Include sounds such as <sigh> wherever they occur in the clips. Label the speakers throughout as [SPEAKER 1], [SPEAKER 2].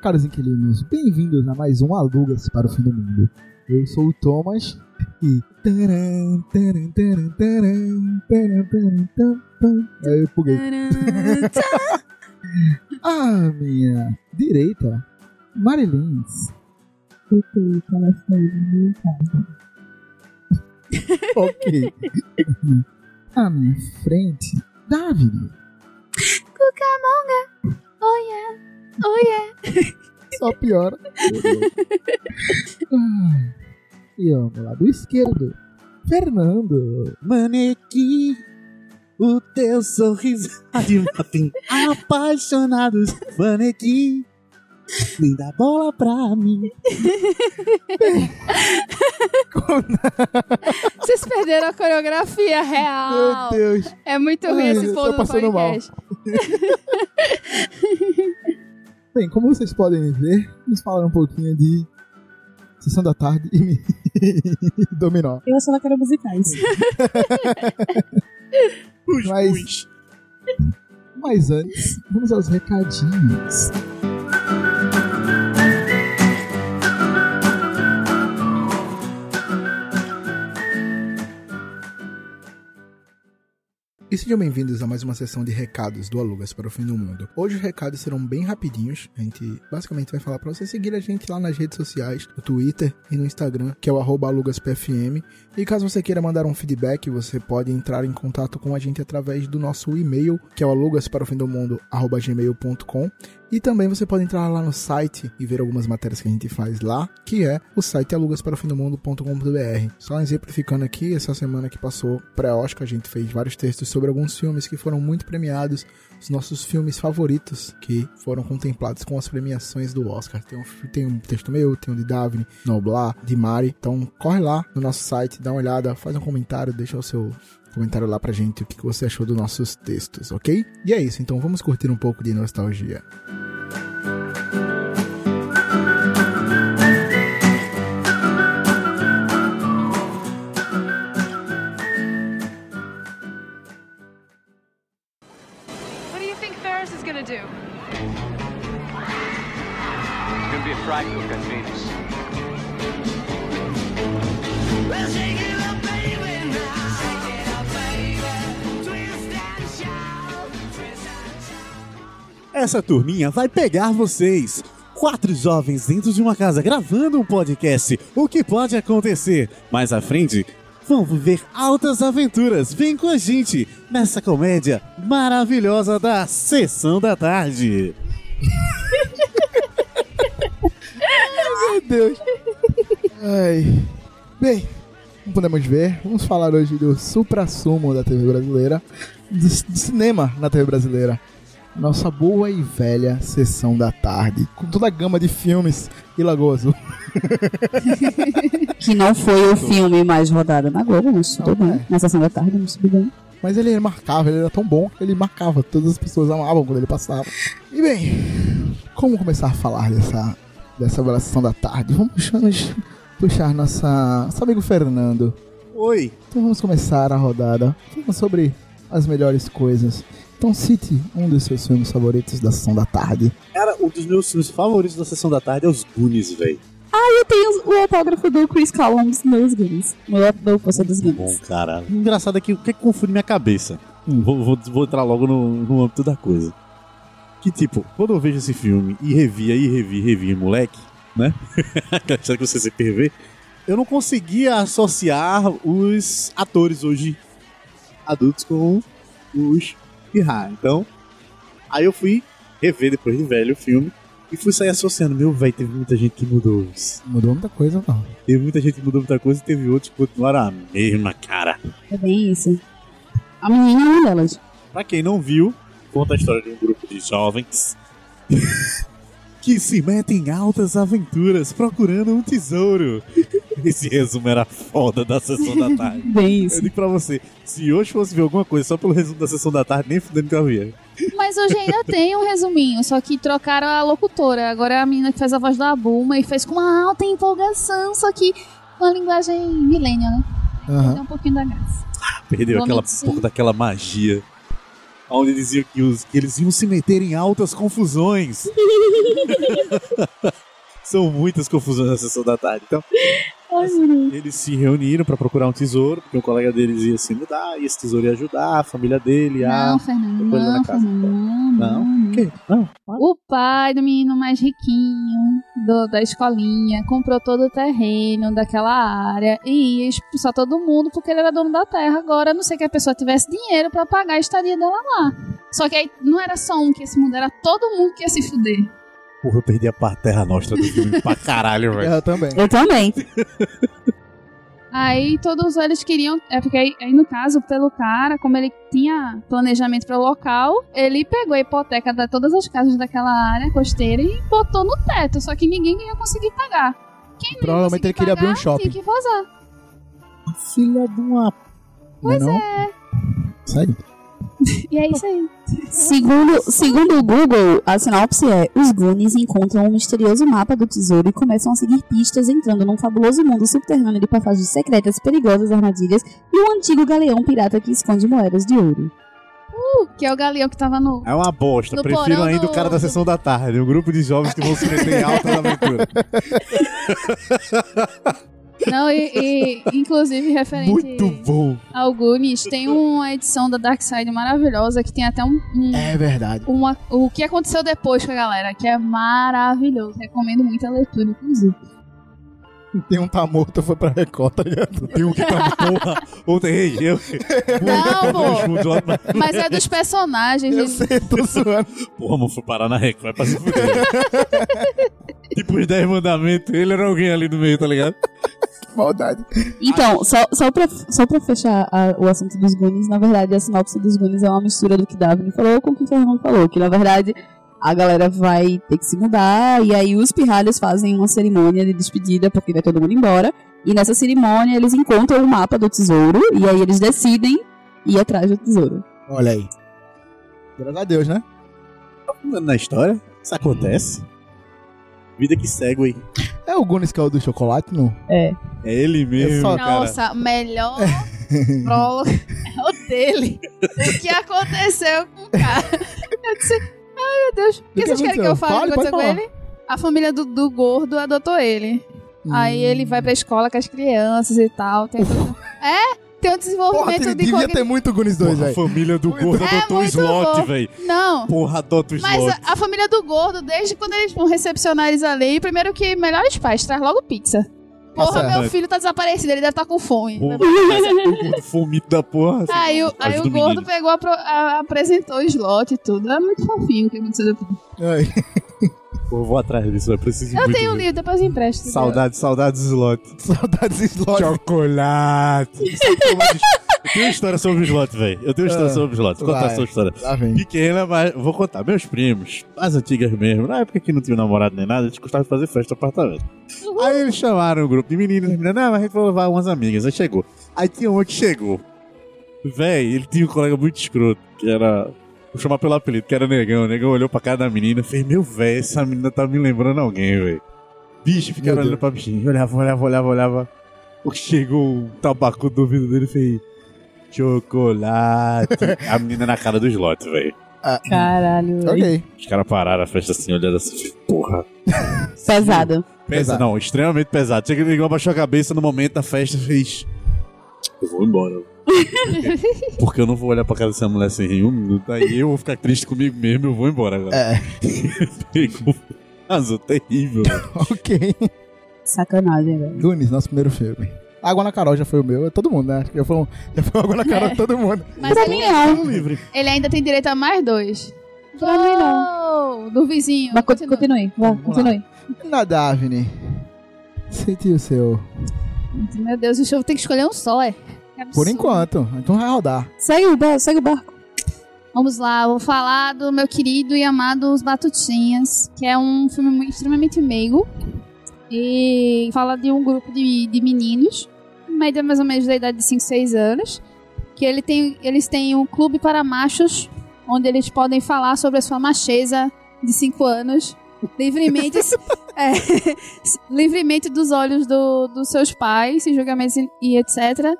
[SPEAKER 1] caros inquilinos, bem-vindos a mais um Alugas para o Fim do Mundo. Eu sou o Thomas e. taran, taran, taran, taran, taran, taran, tam, tam. Aí eu buguei. À minha direita, Marilins.
[SPEAKER 2] Fiquei que ela saiu da minha casa.
[SPEAKER 1] Ok. à minha frente, David.
[SPEAKER 3] Cucamonga! Oh yeah! Oh yeah!
[SPEAKER 1] Só
[SPEAKER 4] <laughs>
[SPEAKER 1] piora. Ah, e ó, do lado esquerdo, Fernando.
[SPEAKER 4] Manequim, o teu sorriso <laughs> admira-tem apaixonados. Manequim, me dá bola pra mim.
[SPEAKER 3] Vocês perderam a coreografia
[SPEAKER 1] <laughs> Meu
[SPEAKER 3] real!
[SPEAKER 1] Deus.
[SPEAKER 3] É muito ruim
[SPEAKER 1] Ai,
[SPEAKER 3] esse
[SPEAKER 1] eu
[SPEAKER 3] povo
[SPEAKER 1] tô
[SPEAKER 3] do
[SPEAKER 1] passando
[SPEAKER 3] podcast.
[SPEAKER 1] Bem, como vocês podem ver, vamos falar um pouquinho de Sessão da Tarde e <laughs> Dominó.
[SPEAKER 2] Eu só não quero musicais.
[SPEAKER 1] Mas- Mas antes, vamos aos recadinhos.
[SPEAKER 5] E sejam bem-vindos a mais uma sessão de recados do Alugas para o Fim do Mundo. Hoje os recados serão bem rapidinhos. A gente basicamente vai falar para você seguir a gente lá nas redes sociais, no Twitter e no Instagram, que é o arroba alugaspfm. E caso você queira mandar um feedback, você pode entrar em contato com a gente através do nosso e-mail, que é o alugasparofindomundo@gmail.com. E também você pode entrar lá no site e ver algumas matérias que a gente faz lá, que é o site alugasparofindomundo.com.br. Só exemplificando aqui, essa semana que passou pré-Oscar, a gente fez vários textos sobre alguns filmes que foram muito premiados, os nossos filmes favoritos que foram contemplados com as premiações do Oscar. Tem um, tem um texto meu, tem um de Daphne, Noblar, de Mari. Então corre lá no nosso site, dá uma olhada, faz um comentário, deixa o seu comentário lá pra gente o que que você achou dos nossos textos, ok? E é isso, então vamos curtir um pouco de nostalgia.
[SPEAKER 6] What do you think Ferris is gonna do?
[SPEAKER 7] It's gonna be a fry cook on Venus.
[SPEAKER 4] Essa turminha vai pegar vocês. Quatro jovens dentro de uma casa gravando um podcast. O que pode acontecer? Mais à frente, vão viver altas aventuras. Vem com a gente nessa comédia maravilhosa da Sessão da Tarde.
[SPEAKER 1] Meu Deus. Ai. Bem, como podemos ver, vamos falar hoje do supra-sumo da TV brasileira, do, c- do cinema na TV brasileira. Nossa boa e velha sessão da tarde, com toda a gama de filmes e Lagoa Azul.
[SPEAKER 2] que não foi o filme mais rodado na Globo, mas tudo
[SPEAKER 1] Não,
[SPEAKER 2] bem. Na sessão da tarde, não subiu bem.
[SPEAKER 1] Mas ele marcava, ele era tão bom que ele marcava. Todas as pessoas amavam quando ele passava. E bem, como começar a falar dessa, dessa bela sessão da tarde? Vamos, vamos puxar nossa, nosso amigo Fernando.
[SPEAKER 4] Oi,
[SPEAKER 1] Então vamos começar a rodada falando sobre as melhores coisas. Então cite um dos seus filmes favoritos da sessão da tarde.
[SPEAKER 4] Cara, um dos meus filmes favoritos da Sessão da Tarde é os Goonies, velho.
[SPEAKER 2] Eu tenho o autógrafo do Chris Columbus nos Guinness. Meu, meu força dos
[SPEAKER 4] Bom,
[SPEAKER 2] Guinness.
[SPEAKER 4] cara. O Engraçado é que o que é que confunde minha cabeça? Hum, Vou, vou- vou entrar logo no, no âmbito da coisa. Que tipo, quando eu vejo esse filme e revia, e revia, e revia, moleque, né? <laughs> Aquela história que você se pervê. Eu não conseguia associar os atores hoje adultos com os pirra. Então, aí eu fui rever depois de velho o filme e fui sair associando. Meu, velho, teve muita gente que mudou isso.
[SPEAKER 1] Mudou muita coisa, não.
[SPEAKER 4] Teve muita gente que mudou muita coisa e teve outros que continuaram a mesma, cara.
[SPEAKER 2] É bem isso. A menina é uma delas.
[SPEAKER 4] Pra quem não viu, conta a história de um grupo de jovens <laughs> que se metem em altas aventuras procurando um tesouro. <laughs> Esse resumo era foda da sessão da
[SPEAKER 2] <laughs>
[SPEAKER 4] tarde.
[SPEAKER 2] Bem
[SPEAKER 4] Eu
[SPEAKER 2] isso.
[SPEAKER 4] digo pra você, se hoje fosse ver alguma coisa só pelo resumo da sessão da tarde, nem fudendo que eu via.
[SPEAKER 3] Mas hoje ainda tem um resuminho, só que trocaram a locutora. Agora é a menina que faz a voz da Buma e fez com uma alta empolgação, só que com a linguagem millennial, né?
[SPEAKER 1] Aham.
[SPEAKER 3] É um pouquinho da graça.
[SPEAKER 4] Perdeu
[SPEAKER 3] Vamos
[SPEAKER 4] aquela
[SPEAKER 3] sim.
[SPEAKER 4] pouco daquela magia onde dizia que, os- que eles iam se meter em altas confusões. <laughs> São muitas confusões na sessão da tarde. Então,
[SPEAKER 2] Ai, meu Deus.
[SPEAKER 4] eles se reuniram para procurar um tesouro, porque um colega deles ia se mudar, e esse tesouro ia ajudar a família dele. A...
[SPEAKER 3] Não, Fernando,
[SPEAKER 4] Ah, depois lá
[SPEAKER 3] não,
[SPEAKER 4] na casa.
[SPEAKER 3] Fernando, não,
[SPEAKER 4] Não?
[SPEAKER 3] não.
[SPEAKER 4] Que? Não.
[SPEAKER 3] O pai do menino mais riquinho do- da escolinha comprou todo o terreno daquela área e ia expulsar todo mundo porque ele era dono da terra. Agora, a não sei que a pessoa tivesse dinheiro pra pagar a estadia dela lá. Só que aí não era só um que ia se mudar, era todo mundo que ia se fuder.
[SPEAKER 4] Porra, eu perdi a parte terra nostra do filme pra caralho, velho.
[SPEAKER 1] Eu também.
[SPEAKER 2] Eu também.
[SPEAKER 3] Aí todos eles queriam. É porque aí, aí, no caso, pelo cara, como ele tinha planejamento para o local, ele pegou a hipoteca de todas as casas daquela área costeira e botou no teto. Só que ninguém ia conseguir pagar. Quem não ia
[SPEAKER 1] Provavelmente
[SPEAKER 3] conseguir
[SPEAKER 1] ele queria
[SPEAKER 3] pagar,
[SPEAKER 1] abrir um shopping.
[SPEAKER 3] Tinha que vazar.
[SPEAKER 4] Filha de uma.
[SPEAKER 1] Pois não? é. Sai.
[SPEAKER 3] E é isso aí.
[SPEAKER 2] Segundo, segundo o Google, a sinopse é: os Goonies encontram um misterioso mapa do tesouro e começam a seguir pistas, entrando num fabuloso mundo subterrâneo de passagens secretas, perigosas armadilhas e um antigo galeão pirata que esconde moedas de ouro.
[SPEAKER 3] Uh, que é o galeão que tava no.
[SPEAKER 4] É uma bosta.
[SPEAKER 3] No
[SPEAKER 4] Prefiro
[SPEAKER 3] porão
[SPEAKER 4] ainda o
[SPEAKER 3] do-
[SPEAKER 4] cara da
[SPEAKER 3] do-
[SPEAKER 4] sessão da tarde. Um grupo de jovens que vão se meter em
[SPEAKER 3] <laughs>
[SPEAKER 4] altas aventuras.
[SPEAKER 3] Não, e,
[SPEAKER 1] <laughs>
[SPEAKER 3] e, inclusive referente
[SPEAKER 4] Muito bom.
[SPEAKER 3] ao Goonies, tem uma edição da Dark Side maravilhosa que tem até um- um
[SPEAKER 1] É verdade.
[SPEAKER 3] uma- o que aconteceu depois com a galera, que é maravilhoso. Recomendo muito a leitura, inclusive.
[SPEAKER 1] Tem um tá morto, foi pra Record, tá ligado?
[SPEAKER 4] Tem um que tá porra. Ontem, ei, eu.
[SPEAKER 3] Não, pô.
[SPEAKER 4] Juntos lá, mas,
[SPEAKER 3] Mas é dos personagens.
[SPEAKER 1] Eu
[SPEAKER 3] gente.
[SPEAKER 1] sei, tô zoando.
[SPEAKER 4] Porra, mano, fui parar na Record, vai pra se fuder. tipo os 10 mandamentos, ele era alguém ali no meio, tá ligado?
[SPEAKER 1] Maldade.
[SPEAKER 2] Então, só, só, pra, só pra fechar a- o assunto dos Goonies, na verdade, a sinopse dos Goonies é uma mistura do que Daphne falou com o que o Fernando falou, que na verdade a galera vai ter que se mudar, e aí os pirralhos fazem uma cerimônia de despedida, porque vai todo mundo embora, e nessa cerimônia eles encontram o mapa do tesouro, e aí eles decidem ir atrás do tesouro.
[SPEAKER 1] Olha aí. Graças a Deus, né?
[SPEAKER 4] Na história, isso acontece. Vida que segue, hein?
[SPEAKER 1] É o Gunis que é o do chocolate, não?
[SPEAKER 4] É ele mesmo,
[SPEAKER 1] É só-
[SPEAKER 4] cara.
[SPEAKER 3] Nossa, melhor prólogo é o dele. O que aconteceu com o cara? Eu disse, ai meu Deus, o
[SPEAKER 1] que
[SPEAKER 3] que, vocês querem que
[SPEAKER 1] aconteceu?
[SPEAKER 3] eu fale?
[SPEAKER 1] Fale,
[SPEAKER 3] O que aconteceu com
[SPEAKER 1] pode
[SPEAKER 3] ele? A família do, do gordo adotou ele. Aí ele vai pra escola com as crianças e tal. Tem tudo- É? Tem o
[SPEAKER 1] Porra,
[SPEAKER 3] desenvolvimento
[SPEAKER 1] ele
[SPEAKER 3] de
[SPEAKER 1] devia
[SPEAKER 3] qualquer.
[SPEAKER 1] ter muito Gunis 2,
[SPEAKER 4] Porra, a
[SPEAKER 1] velho.
[SPEAKER 4] família do gordo
[SPEAKER 3] É
[SPEAKER 4] adotou um
[SPEAKER 3] muito
[SPEAKER 4] slot,
[SPEAKER 3] bom.
[SPEAKER 4] velho.
[SPEAKER 3] Não.
[SPEAKER 4] Porra, adota o slot.
[SPEAKER 3] Mas a, a família do gordo, desde quando eles vão recepcionar eles ali, primeiro que melhores pais, traz logo pizza. Porra,
[SPEAKER 1] certo.
[SPEAKER 3] meu filho tá desaparecido, ele deve tá com fome.
[SPEAKER 4] Porra, mas é um gordo fomito da porra.
[SPEAKER 3] Aí, o- aí
[SPEAKER 4] Ajuda
[SPEAKER 3] o
[SPEAKER 4] o
[SPEAKER 3] gordo
[SPEAKER 4] menino.
[SPEAKER 3] pegou, apro- a- apresentou o slot e tudo. É muito fofinho o que aconteceu depois.
[SPEAKER 1] Ai. <laughs>
[SPEAKER 4] Pô, eu vou atrás disso, eu preciso
[SPEAKER 3] Eu
[SPEAKER 4] muito
[SPEAKER 3] tenho o
[SPEAKER 4] ver.
[SPEAKER 3] livro, depois eu empresto.
[SPEAKER 4] Saudades, saudades do slot.
[SPEAKER 1] <laughs> Saudades de slot.
[SPEAKER 4] Chocolate. <laughs> eu tenho uma história sobre o slot, velho. Eu tenho uma história
[SPEAKER 1] Ah,
[SPEAKER 4] sobre o slot. Vou contar
[SPEAKER 1] vai.
[SPEAKER 4] a sua história.
[SPEAKER 1] Lá vem.
[SPEAKER 4] Pequena, mas vou contar. Meus primos, as antigas mesmo, na época que não tinha namorado nem nada, eles gostavam de fazer festa no apartamento. Aí eles chamaram um grupo de meninas, as meninas, não, mas a gente vai levar umas amigas. Aí chegou. Aí tinha uma que chegou. Véi, ele tinha um colega muito escroto, que era. Vou chamar pelo apelido, que era Negão. O Negão olhou pra cara da menina e fez: Meu véi, essa menina tá me lembrando alguém, véi. Bicho,
[SPEAKER 1] Meu
[SPEAKER 4] ficava olhando
[SPEAKER 1] Deus.
[SPEAKER 4] pra bichinha. Olhava, olhava, olhava, olhava. O que chegou um tabaco do ouvido dele e fez: Chocolate. <laughs> a menina na cara do slot, véi.
[SPEAKER 2] Caralho.
[SPEAKER 1] Ok. <laughs>
[SPEAKER 4] Os caras pararam a festa assim, olhando assim, porra.
[SPEAKER 2] Pesado.
[SPEAKER 4] Pesa,
[SPEAKER 1] Pesado.
[SPEAKER 4] não, extremamente pesado. Chega que ligou, abaixou a cabeça no momento da festa e fez. Eu vou embora. Porque eu não vou olhar pra cara dessa mulher sem rir um minuto. Aí eu vou ficar triste comigo mesmo, eu vou embora agora.
[SPEAKER 1] É.
[SPEAKER 4] <laughs> Pegou. Azul terrível. né?
[SPEAKER 1] Ok.
[SPEAKER 2] Sacanagem, velho.
[SPEAKER 1] Gunis, nosso primeiro filme. Água na Carol já foi o meu, é todo mundo, né? Acho que já foi, um- <laughs> já foi Água na
[SPEAKER 3] É.
[SPEAKER 1] Carol de todo mundo.
[SPEAKER 3] Mas
[SPEAKER 2] Pra
[SPEAKER 3] ele,
[SPEAKER 2] mim é.
[SPEAKER 1] um
[SPEAKER 4] livre.
[SPEAKER 3] ele ainda tem direito a mais dois.
[SPEAKER 2] Pra mim
[SPEAKER 3] não. Do vizinho.
[SPEAKER 2] Mas co-
[SPEAKER 3] continua.
[SPEAKER 2] continue, vai,
[SPEAKER 1] Vamos lá.
[SPEAKER 2] continue.
[SPEAKER 1] Na Daphne. Sentiu o seu.
[SPEAKER 3] Meu Deus, o show tem que escolher um só, é. Que
[SPEAKER 1] Por
[SPEAKER 3] absurdo.
[SPEAKER 1] enquanto. Então vai rodar. <laughs>
[SPEAKER 2] Segue o barco, segue o barco.
[SPEAKER 3] Vamos lá, vou falar do meu querido e amado Os Batutinhas, que é um filme mu- extremamente meigo e fala de um grupo de, de meninos, em média mais ou menos da idade de 5, 6 anos, que ele tem, eles têm um clube para machos, onde eles podem falar sobre a sua macheza de 5 anos, livremente, <laughs> é, livremente dos olhos do- dos seus pais, sem julgamentos e- e etc.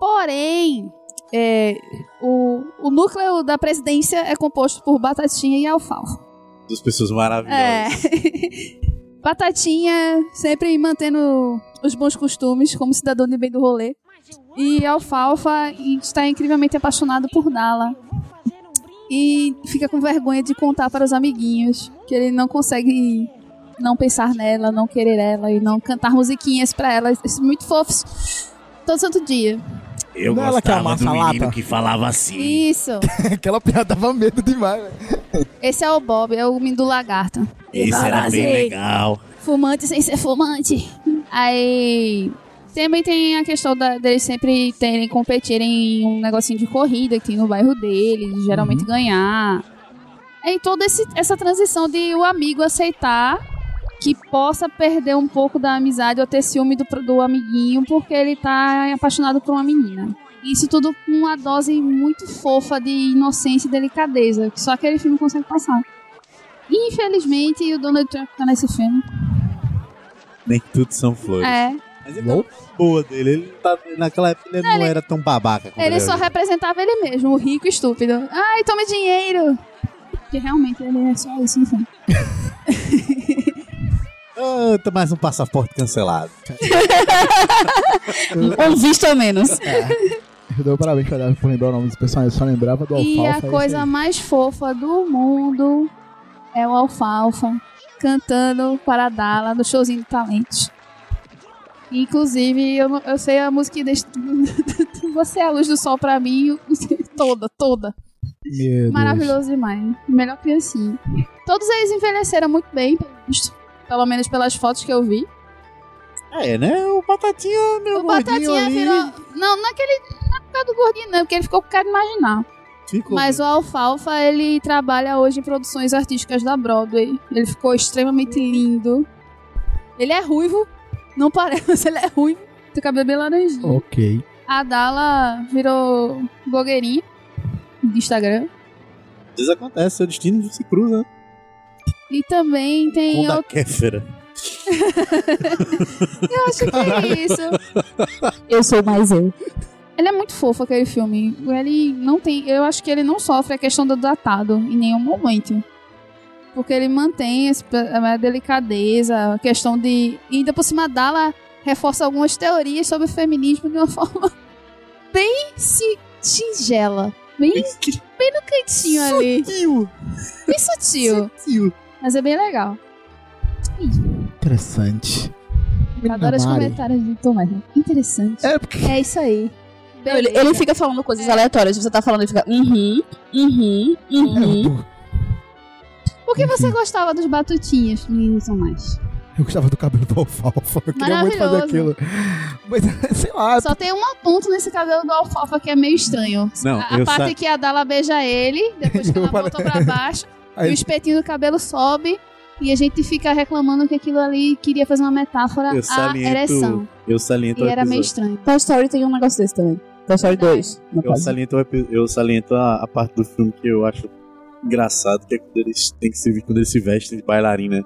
[SPEAKER 3] Porém, é, o, o núcleo da presidência é composto por batatinha e alfalfa.
[SPEAKER 4] Duas pessoas maravilhosas.
[SPEAKER 3] É. <laughs> Batatinha sempre mantendo os bons costumes como cidadão de bem do rolê. E Alfalfa está incrivelmente apaixonado por Nala. E fica com vergonha de contar para os amiguinhos que ele não consegue não pensar nela, não querer ela e não cantar musiquinhas para ela, esses muito fofos, todo santo dia.
[SPEAKER 4] Eu
[SPEAKER 1] Não é ela que
[SPEAKER 4] gostava
[SPEAKER 1] amassa
[SPEAKER 4] do
[SPEAKER 1] a
[SPEAKER 4] menino
[SPEAKER 1] lata?
[SPEAKER 4] que falava assim.
[SPEAKER 3] Isso!
[SPEAKER 1] Aquela piada dava medo demais, velho.
[SPEAKER 3] Esse é o Bob, é o menino do lagarto.
[SPEAKER 4] Isso era
[SPEAKER 3] assim.
[SPEAKER 4] bem legal.
[SPEAKER 3] fumante sem ser fumante. Aí também tem a questão da, deles sempre terem competirem em um negocinho de corrida que tem no bairro deles, geralmente ganhar. Aí toda esse- essa transição de o amigo aceitar que possa perder um pouco da amizade ou ter ciúme do, do amiguinho porque ele tá apaixonado por uma menina. Isso tudo com uma dose muito fofa de inocência e delicadeza, que só aquele filme consegue passar. Infelizmente, o Donald Trump tá nesse filme.
[SPEAKER 4] Nem tudo são flores.
[SPEAKER 3] É.
[SPEAKER 4] Mas ele tá boa dele. Ele tá, naquela época ele não,
[SPEAKER 3] Ele-
[SPEAKER 4] era tão babaca. como
[SPEAKER 3] Ele
[SPEAKER 4] é
[SPEAKER 3] só
[SPEAKER 4] hoje.
[SPEAKER 3] representava ele mesmo, o rico e estúpido. Ai, tome dinheiro! Porque realmente ele é só isso, enfim.
[SPEAKER 4] Ah, tá mais um passaporte cancelado.
[SPEAKER 2] Um visto a menos.
[SPEAKER 1] <laughs> Eu dou parabéns pra ela por lembrar o nome dos personagens. Eu só lembrava do Alfalfa.
[SPEAKER 3] E
[SPEAKER 1] é
[SPEAKER 3] a
[SPEAKER 1] isso aí.
[SPEAKER 3] coisa mais fofa do mundo é o Alfalfa cantando para Dala no showzinho de talentos. Inclusive, eu, não- eu sei a música desse... <laughs> Você é a luz do sol pra mim, <laughs> toda, toda.
[SPEAKER 1] Meu Deus.
[SPEAKER 3] Maravilhoso demais. Melhor que assim. Todos eles envelheceram muito bem, pelo visto. pelo menos pelas fotos que eu vi.
[SPEAKER 4] É, né? O Batatinha, meu
[SPEAKER 3] O
[SPEAKER 4] gordinho
[SPEAKER 3] Batatinha
[SPEAKER 4] ali,
[SPEAKER 3] virou. Não, não é que ele. Não é por causa do gordinho, não, porque ele ficou com cara de marginal.
[SPEAKER 4] Ficou
[SPEAKER 3] Mas o Alfalfa, ele trabalha hoje em produções artísticas da Broadway. Ele ficou extremamente lindo. Ele é ruivo. Não parece, <laughs> mas ele é ruivo. Tem o cabelo bem laranjinho.
[SPEAKER 4] Oh.
[SPEAKER 1] Ok.
[SPEAKER 3] A Dala virou blogueirinha de Instagram.
[SPEAKER 4] Às vezes acontece, seu destino se cruza. né?
[SPEAKER 3] E também tem
[SPEAKER 4] Com o da
[SPEAKER 3] outro.
[SPEAKER 4] Kéfera.
[SPEAKER 3] Eu acho que
[SPEAKER 4] <laughs>
[SPEAKER 3] é isso.
[SPEAKER 2] Eu sou mais eu.
[SPEAKER 3] Ele é muito fofo aquele filme. Ele não tem. Eu acho que ele não sofre a questão do datado em nenhum momento. Porque ele mantém esse- a delicadeza, a questão de. E ainda por cima dela reforça algumas teorias sobre o feminismo de uma <laughs> forma bem si- singela. Bem, bem no cantinho ali.
[SPEAKER 1] Tio,
[SPEAKER 3] Bem sutil.
[SPEAKER 1] tio.
[SPEAKER 3] Mas é bem legal.
[SPEAKER 1] Interessante.
[SPEAKER 3] Adoro os
[SPEAKER 1] Mari.
[SPEAKER 3] comentários de Tomás. né? Interessante.
[SPEAKER 1] É porque
[SPEAKER 3] É isso aí.
[SPEAKER 2] Ele, ele fica falando coisas aleatórias. Você tá falando, ele fica. Uhum, uhum, uhum.
[SPEAKER 3] Por que você gostava dos batutinhas, meninos Tomás?
[SPEAKER 1] <laughs> eu gostava do cabelo do Alfalfa. Eu queria muito fazer
[SPEAKER 3] Maravilhoso.
[SPEAKER 1] aquilo. Mas, <laughs> sei lá,
[SPEAKER 3] Só tem um ponto nesse cabelo do alfafa que é meio estranho.
[SPEAKER 4] Não,
[SPEAKER 3] a a
[SPEAKER 4] eu
[SPEAKER 3] parte
[SPEAKER 4] sa-
[SPEAKER 3] que a Dala beija ele,
[SPEAKER 4] <laughs>
[SPEAKER 3] depois que ela volta pra baixo,
[SPEAKER 1] Aí-
[SPEAKER 3] e o espetinho do cabelo sobe, e a gente fica reclamando que aquilo ali queria fazer uma metáfora
[SPEAKER 4] Eu
[SPEAKER 3] à
[SPEAKER 4] saliento-
[SPEAKER 3] ereção.
[SPEAKER 4] Eu saliento
[SPEAKER 3] E
[SPEAKER 4] o
[SPEAKER 3] era meio
[SPEAKER 4] episódio. <laughs>
[SPEAKER 3] estranho.
[SPEAKER 2] Toy Story tem um negócio desse também. Toy Story
[SPEAKER 3] Verdade.
[SPEAKER 2] 2. Não
[SPEAKER 4] Eu
[SPEAKER 2] pode.
[SPEAKER 4] saliento, o epi- eu saliento a, a parte do filme que eu acho engraçado, que é quando eles têm que se vir quando eles se vestem de bailarina.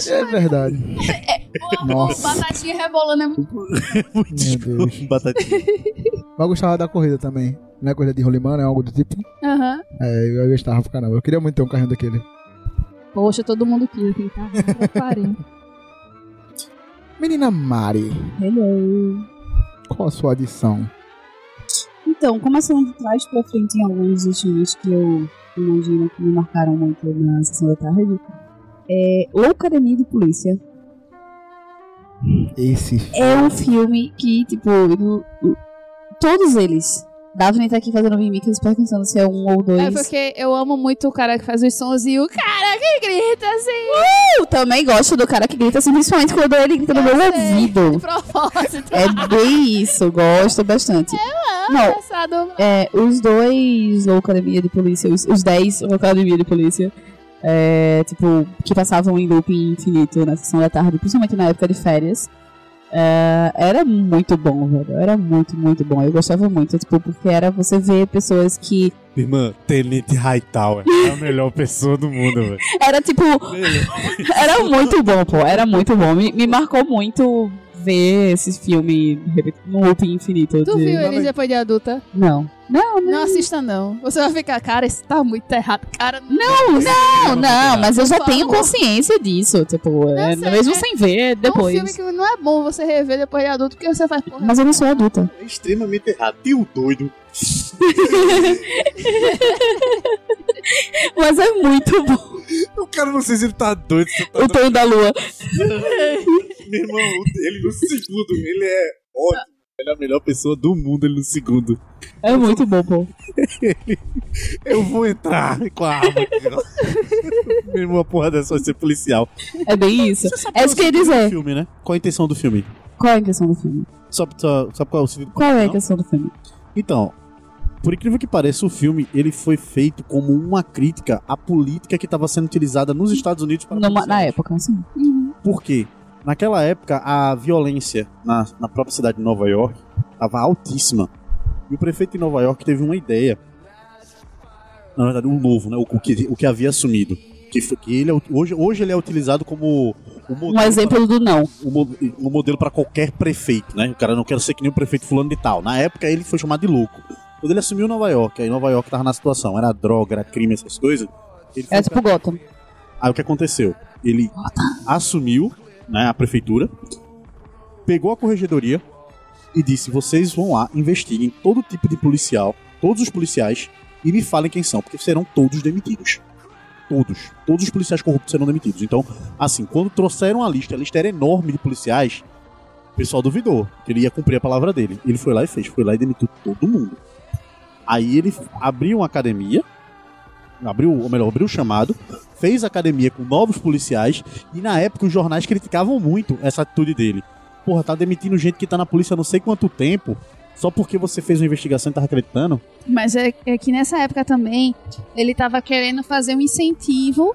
[SPEAKER 4] <laughs>
[SPEAKER 1] é verdade.
[SPEAKER 3] O
[SPEAKER 1] Nossa.
[SPEAKER 3] batatinha rebolando é muito
[SPEAKER 1] Meu Deus.
[SPEAKER 4] tipo, Batatinha.
[SPEAKER 1] Mas eu gostava da corrida também. Não é corrida de rolimano, é algo do tipo.
[SPEAKER 3] Aham.
[SPEAKER 1] É, eu gostava pra caramba. Eu queria muito ter um carrinho daquele.
[SPEAKER 3] Poxa, todo mundo quis
[SPEAKER 2] assim,
[SPEAKER 3] aqui, tá? Eu parei.
[SPEAKER 1] Menina Mari,
[SPEAKER 2] Hello.
[SPEAKER 1] qual a sua adição?
[SPEAKER 2] Então, começando de trás pra frente em alguns dos filmes que eu imagino que me marcaram muito na sessão da tarde. É Loucademia de Polícia.
[SPEAKER 1] Esse.
[SPEAKER 2] é um filme que, tipo, eu- eu- todos eles. Daphne tá aqui fazendo mimicas, perguntando se é um ou dois.
[SPEAKER 3] É porque eu amo muito o cara que faz os sons e o cara que grita assim.
[SPEAKER 2] Eu também gosto do cara que grita, assim, principalmente quando ele grita no
[SPEAKER 3] Eu
[SPEAKER 2] meu
[SPEAKER 3] sei. De
[SPEAKER 2] ouvido.
[SPEAKER 4] <laughs>
[SPEAKER 3] propósito.
[SPEAKER 2] É bem isso, gosto bastante. Não,
[SPEAKER 3] Engraçado.
[SPEAKER 2] é, os dois Loucademia de Polícia, os, os dez Loucademia de Polícia, é, tipo, que passavam em looping infinito na sessão da tarde, principalmente na época de férias, é, era muito bom, velho. Era muito, muito bom. Eu gostava muito, tipo, porque era você ver pessoas que.
[SPEAKER 4] Irmã, Tenente Hightower é a melhor pessoa do mundo, velho.
[SPEAKER 2] Era tipo.
[SPEAKER 4] Melhor.
[SPEAKER 2] Era muito bom, pô. Era muito bom. Me, me marcou muito ver esse filme de repente, no looping infinito.
[SPEAKER 3] Tu
[SPEAKER 2] de-
[SPEAKER 3] viu eles depois de adulta?
[SPEAKER 2] Não. Não, não.
[SPEAKER 3] Não assista, não. Você vai ficar, cara, isso tá muito errado. Cara, não.
[SPEAKER 2] Não, não, não, mas eu já
[SPEAKER 3] Por
[SPEAKER 2] tenho
[SPEAKER 3] favor.
[SPEAKER 2] consciência disso. Tipo, é,
[SPEAKER 3] sei,
[SPEAKER 2] mesmo
[SPEAKER 3] é-
[SPEAKER 2] sem ver
[SPEAKER 3] É um filme
[SPEAKER 2] depois.
[SPEAKER 3] que não é bom você rever depois de adulto, porque você faz, porra,
[SPEAKER 2] Mas eu não sou adulta.
[SPEAKER 3] <laughs>
[SPEAKER 4] É extremamente errado. Tio doido.
[SPEAKER 2] Mas é muito bom.
[SPEAKER 4] O cara não sei se ele tá doido. se tá
[SPEAKER 2] O
[SPEAKER 4] doido.
[SPEAKER 2] Tonho da Lua.
[SPEAKER 4] Meu irmão, ele no segundo, ele é ótimo. Ele é a melhor pessoa do mundo, ele no segundo.
[SPEAKER 2] É muito bom, pô.
[SPEAKER 4] Eu vou entrar com a arma aqui, ó. <laughs> Meu irmão, a porra dessa vai ser policial.
[SPEAKER 2] É bem isso. É isso que eu ia
[SPEAKER 4] Do
[SPEAKER 2] dizer.
[SPEAKER 4] filme, né? Qual a intenção do filme?
[SPEAKER 2] Qual é a questão do filme?
[SPEAKER 4] Só, só, sabe qual é o sentido?
[SPEAKER 2] Qual é a
[SPEAKER 4] Não?
[SPEAKER 2] questão do filme?
[SPEAKER 4] Então, por incrível que pareça, o filme ele foi feito como uma crítica à política que estava sendo utilizada nos Estados Unidos para
[SPEAKER 2] Numa- na
[SPEAKER 4] policiais.
[SPEAKER 2] época, assim.
[SPEAKER 4] Por quê? Naquela época, a violência na, na própria cidade de Nova York estava altíssima. E o prefeito de Nova York teve uma ideia. Na verdade, um novo, né? O, o que, o que havia assumido. Que, foi- que ele é, hoje, hoje ele é utilizado como o modelo
[SPEAKER 2] Um exemplo do não.
[SPEAKER 4] o mo- o modelo para qualquer prefeito, né? O cara não quer ser que nem o prefeito fulano de tal. Na época ele foi chamado de louco. Quando ele assumiu Nova York, aí Nova York tava na situação, era droga, era crime, essas coisas. Ele foi
[SPEAKER 2] É tipo Gotham.
[SPEAKER 4] Aí o que aconteceu? Ele assumiu né, a prefeitura, pegou a corregedoria e disse: vocês vão lá, investiguem todo tipo de policial, todos os policiais, e me falem quem são, porque serão todos demitidos. Todos. Todos os policiais corruptos serão demitidos. Então, assim, quando trouxeram a lista, a lista era enorme de policiais, o pessoal duvidou que ele ia cumprir a palavra dele. Ele foi lá e fez, foi lá e demitiu todo mundo. Aí ele abriu uma academia, abriu, ou melhor, abriu o chamado, fez academia com novos policiais e na época os jornais criticavam muito essa atitude dele. Porra, tá demitindo gente que tá na polícia há não sei quanto tempo só porque você fez uma investigação e tava acreditando?
[SPEAKER 3] Mas é, é que nessa época também ele estava querendo fazer um incentivo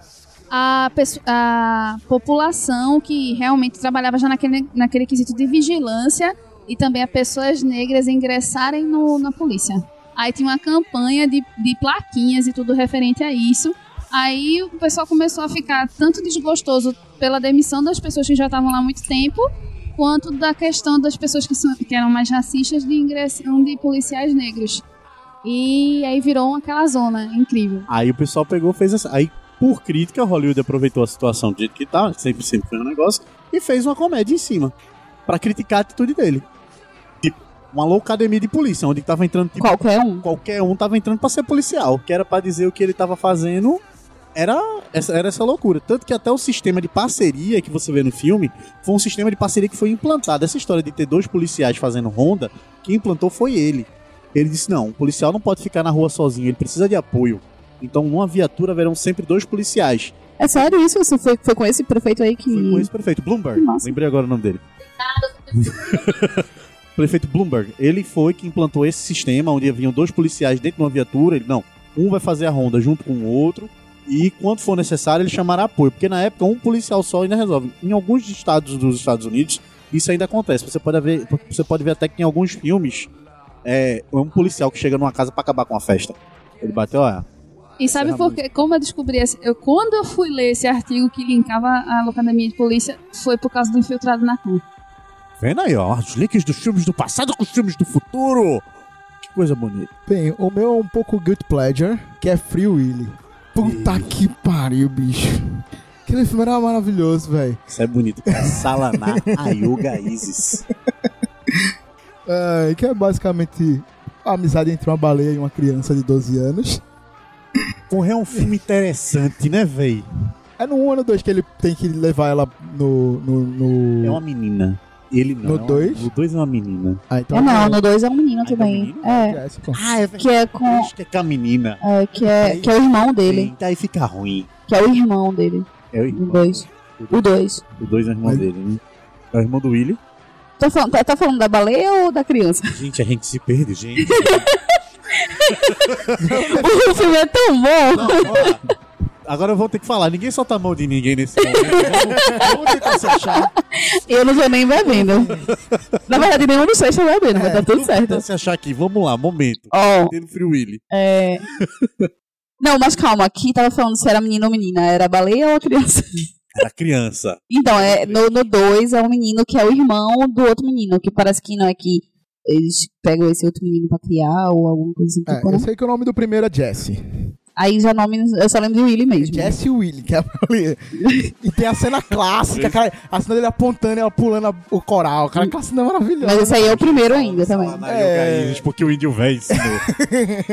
[SPEAKER 3] à, pesso- à população que realmente trabalhava já naquele, naquele quesito de vigilância e também a pessoas negras ingressarem no- na polícia. Aí tinha uma campanha de, de plaquinhas e tudo referente a isso. Aí o pessoal começou a ficar tanto desgostoso pela demissão das pessoas que já estavam lá há muito tempo, quanto da questão das pessoas que, são- que eram mais racistas de ingressão de policiais negros. E aí virou aquela zona incrível.
[SPEAKER 4] Aí o pessoal pegou, fez essa. Aí, por crítica, Hollywood aproveitou a situação do jeito que tá, sempre, sempre foi um negócio, e fez uma comédia em cima. Pra criticar a atitude dele. Tipo, uma loucademia de polícia, onde tava entrando tipo,
[SPEAKER 2] Qualquer um.
[SPEAKER 4] qualquer um tava entrando pra ser policial, que era pra dizer o que ele tava fazendo. Era essa, era essa loucura. Tanto que até o sistema de parceria que você vê no filme foi um sistema de parceria que foi implantado. Essa história de ter dois policiais fazendo ronda, quem implantou foi ele. Ele disse: não, o policial não pode ficar na rua sozinho, ele precisa de apoio. Então, numa viatura haverão sempre dois policiais.
[SPEAKER 2] É sério isso? Isso foi, foi com esse prefeito aí que.
[SPEAKER 4] Foi com esse prefeito, Bloomberg.
[SPEAKER 2] Nossa.
[SPEAKER 4] Lembrei agora o nome dele. prefeito Bloomberg. Ele foi que implantou esse sistema onde haviam dois policiais dentro de uma viatura. Ele, não, um vai fazer a ronda junto com o outro. E quando for necessário, ele chamará apoio. Porque na época, um policial só ainda resolve. Em alguns estados dos Estados Unidos, isso ainda acontece. Você pode ver, você pode ver até que em alguns filmes é é um policial que chega numa casa pra acabar com a festa. Ele bateu, ó,
[SPEAKER 3] E sabe
[SPEAKER 4] Serra
[SPEAKER 3] por quê? Como eu descobri esse, eu Quando eu fui ler esse artigo que linkava a locademia de polícia, foi por causa do infiltrado na rua.
[SPEAKER 4] Vendo aí, ó, os links dos filmes do passado com os filmes do futuro. Que coisa bonita.
[SPEAKER 1] Bem, o meu é um pouco Good Pleasure, que é Free Willy. Puta que pariu, bicho. Aquele filme era maravilhoso, velho.
[SPEAKER 4] Isso é bonito. Salaná Ayoga Isis.
[SPEAKER 1] É, que é basicamente a amizade entre uma baleia e uma criança de 12 anos.
[SPEAKER 4] Porra, é um filme interessante, né, véi?
[SPEAKER 1] É no 1 ou no 2 que ele tem que levar ela no. no, no-
[SPEAKER 4] É uma menina. Ele não.
[SPEAKER 1] No
[SPEAKER 4] é uma-
[SPEAKER 1] dois?
[SPEAKER 4] O 2 é uma menina.
[SPEAKER 1] Ah,
[SPEAKER 2] É,
[SPEAKER 1] então.
[SPEAKER 2] não, no 2 é um
[SPEAKER 4] Ah,
[SPEAKER 2] menino
[SPEAKER 4] é um
[SPEAKER 2] também.
[SPEAKER 4] menino?
[SPEAKER 2] É.
[SPEAKER 1] Esquece, pô.
[SPEAKER 4] Ah, é verdade.
[SPEAKER 2] Que é com.
[SPEAKER 4] Acho que é com a menina.
[SPEAKER 2] é, que, é, que é o irmão dele.
[SPEAKER 4] Eita, aí fica ruim.
[SPEAKER 2] Que é o irmão dele.
[SPEAKER 4] É o
[SPEAKER 2] No
[SPEAKER 4] irmão.
[SPEAKER 2] 2. O 2.
[SPEAKER 4] O 2 é o irmão
[SPEAKER 1] Mas-
[SPEAKER 4] dele, né? É o irmão do William.
[SPEAKER 2] Tá falando, tá, tá falando da baleia ou da criança? <laughs>
[SPEAKER 4] Gente, a gente se perde, gente.
[SPEAKER 2] o filme é tão bom!
[SPEAKER 4] Não, olha. Agora eu vou ter que falar. Ninguém solta a mão de ninguém nesse momento. Vamos- Vamos tentar se achar.
[SPEAKER 2] Eu não tô nem bebendo.
[SPEAKER 1] <laughs>
[SPEAKER 2] Na verdade, nenhum dos seis foi bebendo,
[SPEAKER 1] É,
[SPEAKER 2] mas tá tudo
[SPEAKER 4] Vamos tentar
[SPEAKER 2] certo.
[SPEAKER 4] se achar aqui. Vamos lá, momento.
[SPEAKER 2] Ó,
[SPEAKER 4] Tendo Free Willy.
[SPEAKER 2] é. Não, mas calma, aqui tava falando se era menino ou menina. Era baleia ou criança? <laughs>
[SPEAKER 4] Era criança.
[SPEAKER 2] Então, é, no 2 é um menino que é o irmão do outro menino, que parece que não é que eles pegam esse outro menino pra criar ou alguma coisa assim.
[SPEAKER 1] É,
[SPEAKER 2] tipo,
[SPEAKER 1] eu
[SPEAKER 2] né?
[SPEAKER 1] sei que o nome do primeiro é Jesse.
[SPEAKER 2] Aí já nome, eu só lembro do Willy mesmo.
[SPEAKER 1] Jesse e Willy, que é a Maria. <laughs> E tem a cena clássica, cara, a cena dele apontando e ela pulando a- o coral. Cara, aquela cena é maravilhosa.
[SPEAKER 2] Mas esse aí é o primeiro ainda
[SPEAKER 3] tá
[SPEAKER 2] também.
[SPEAKER 4] Lá na Yoga porque o índio velho ensinou.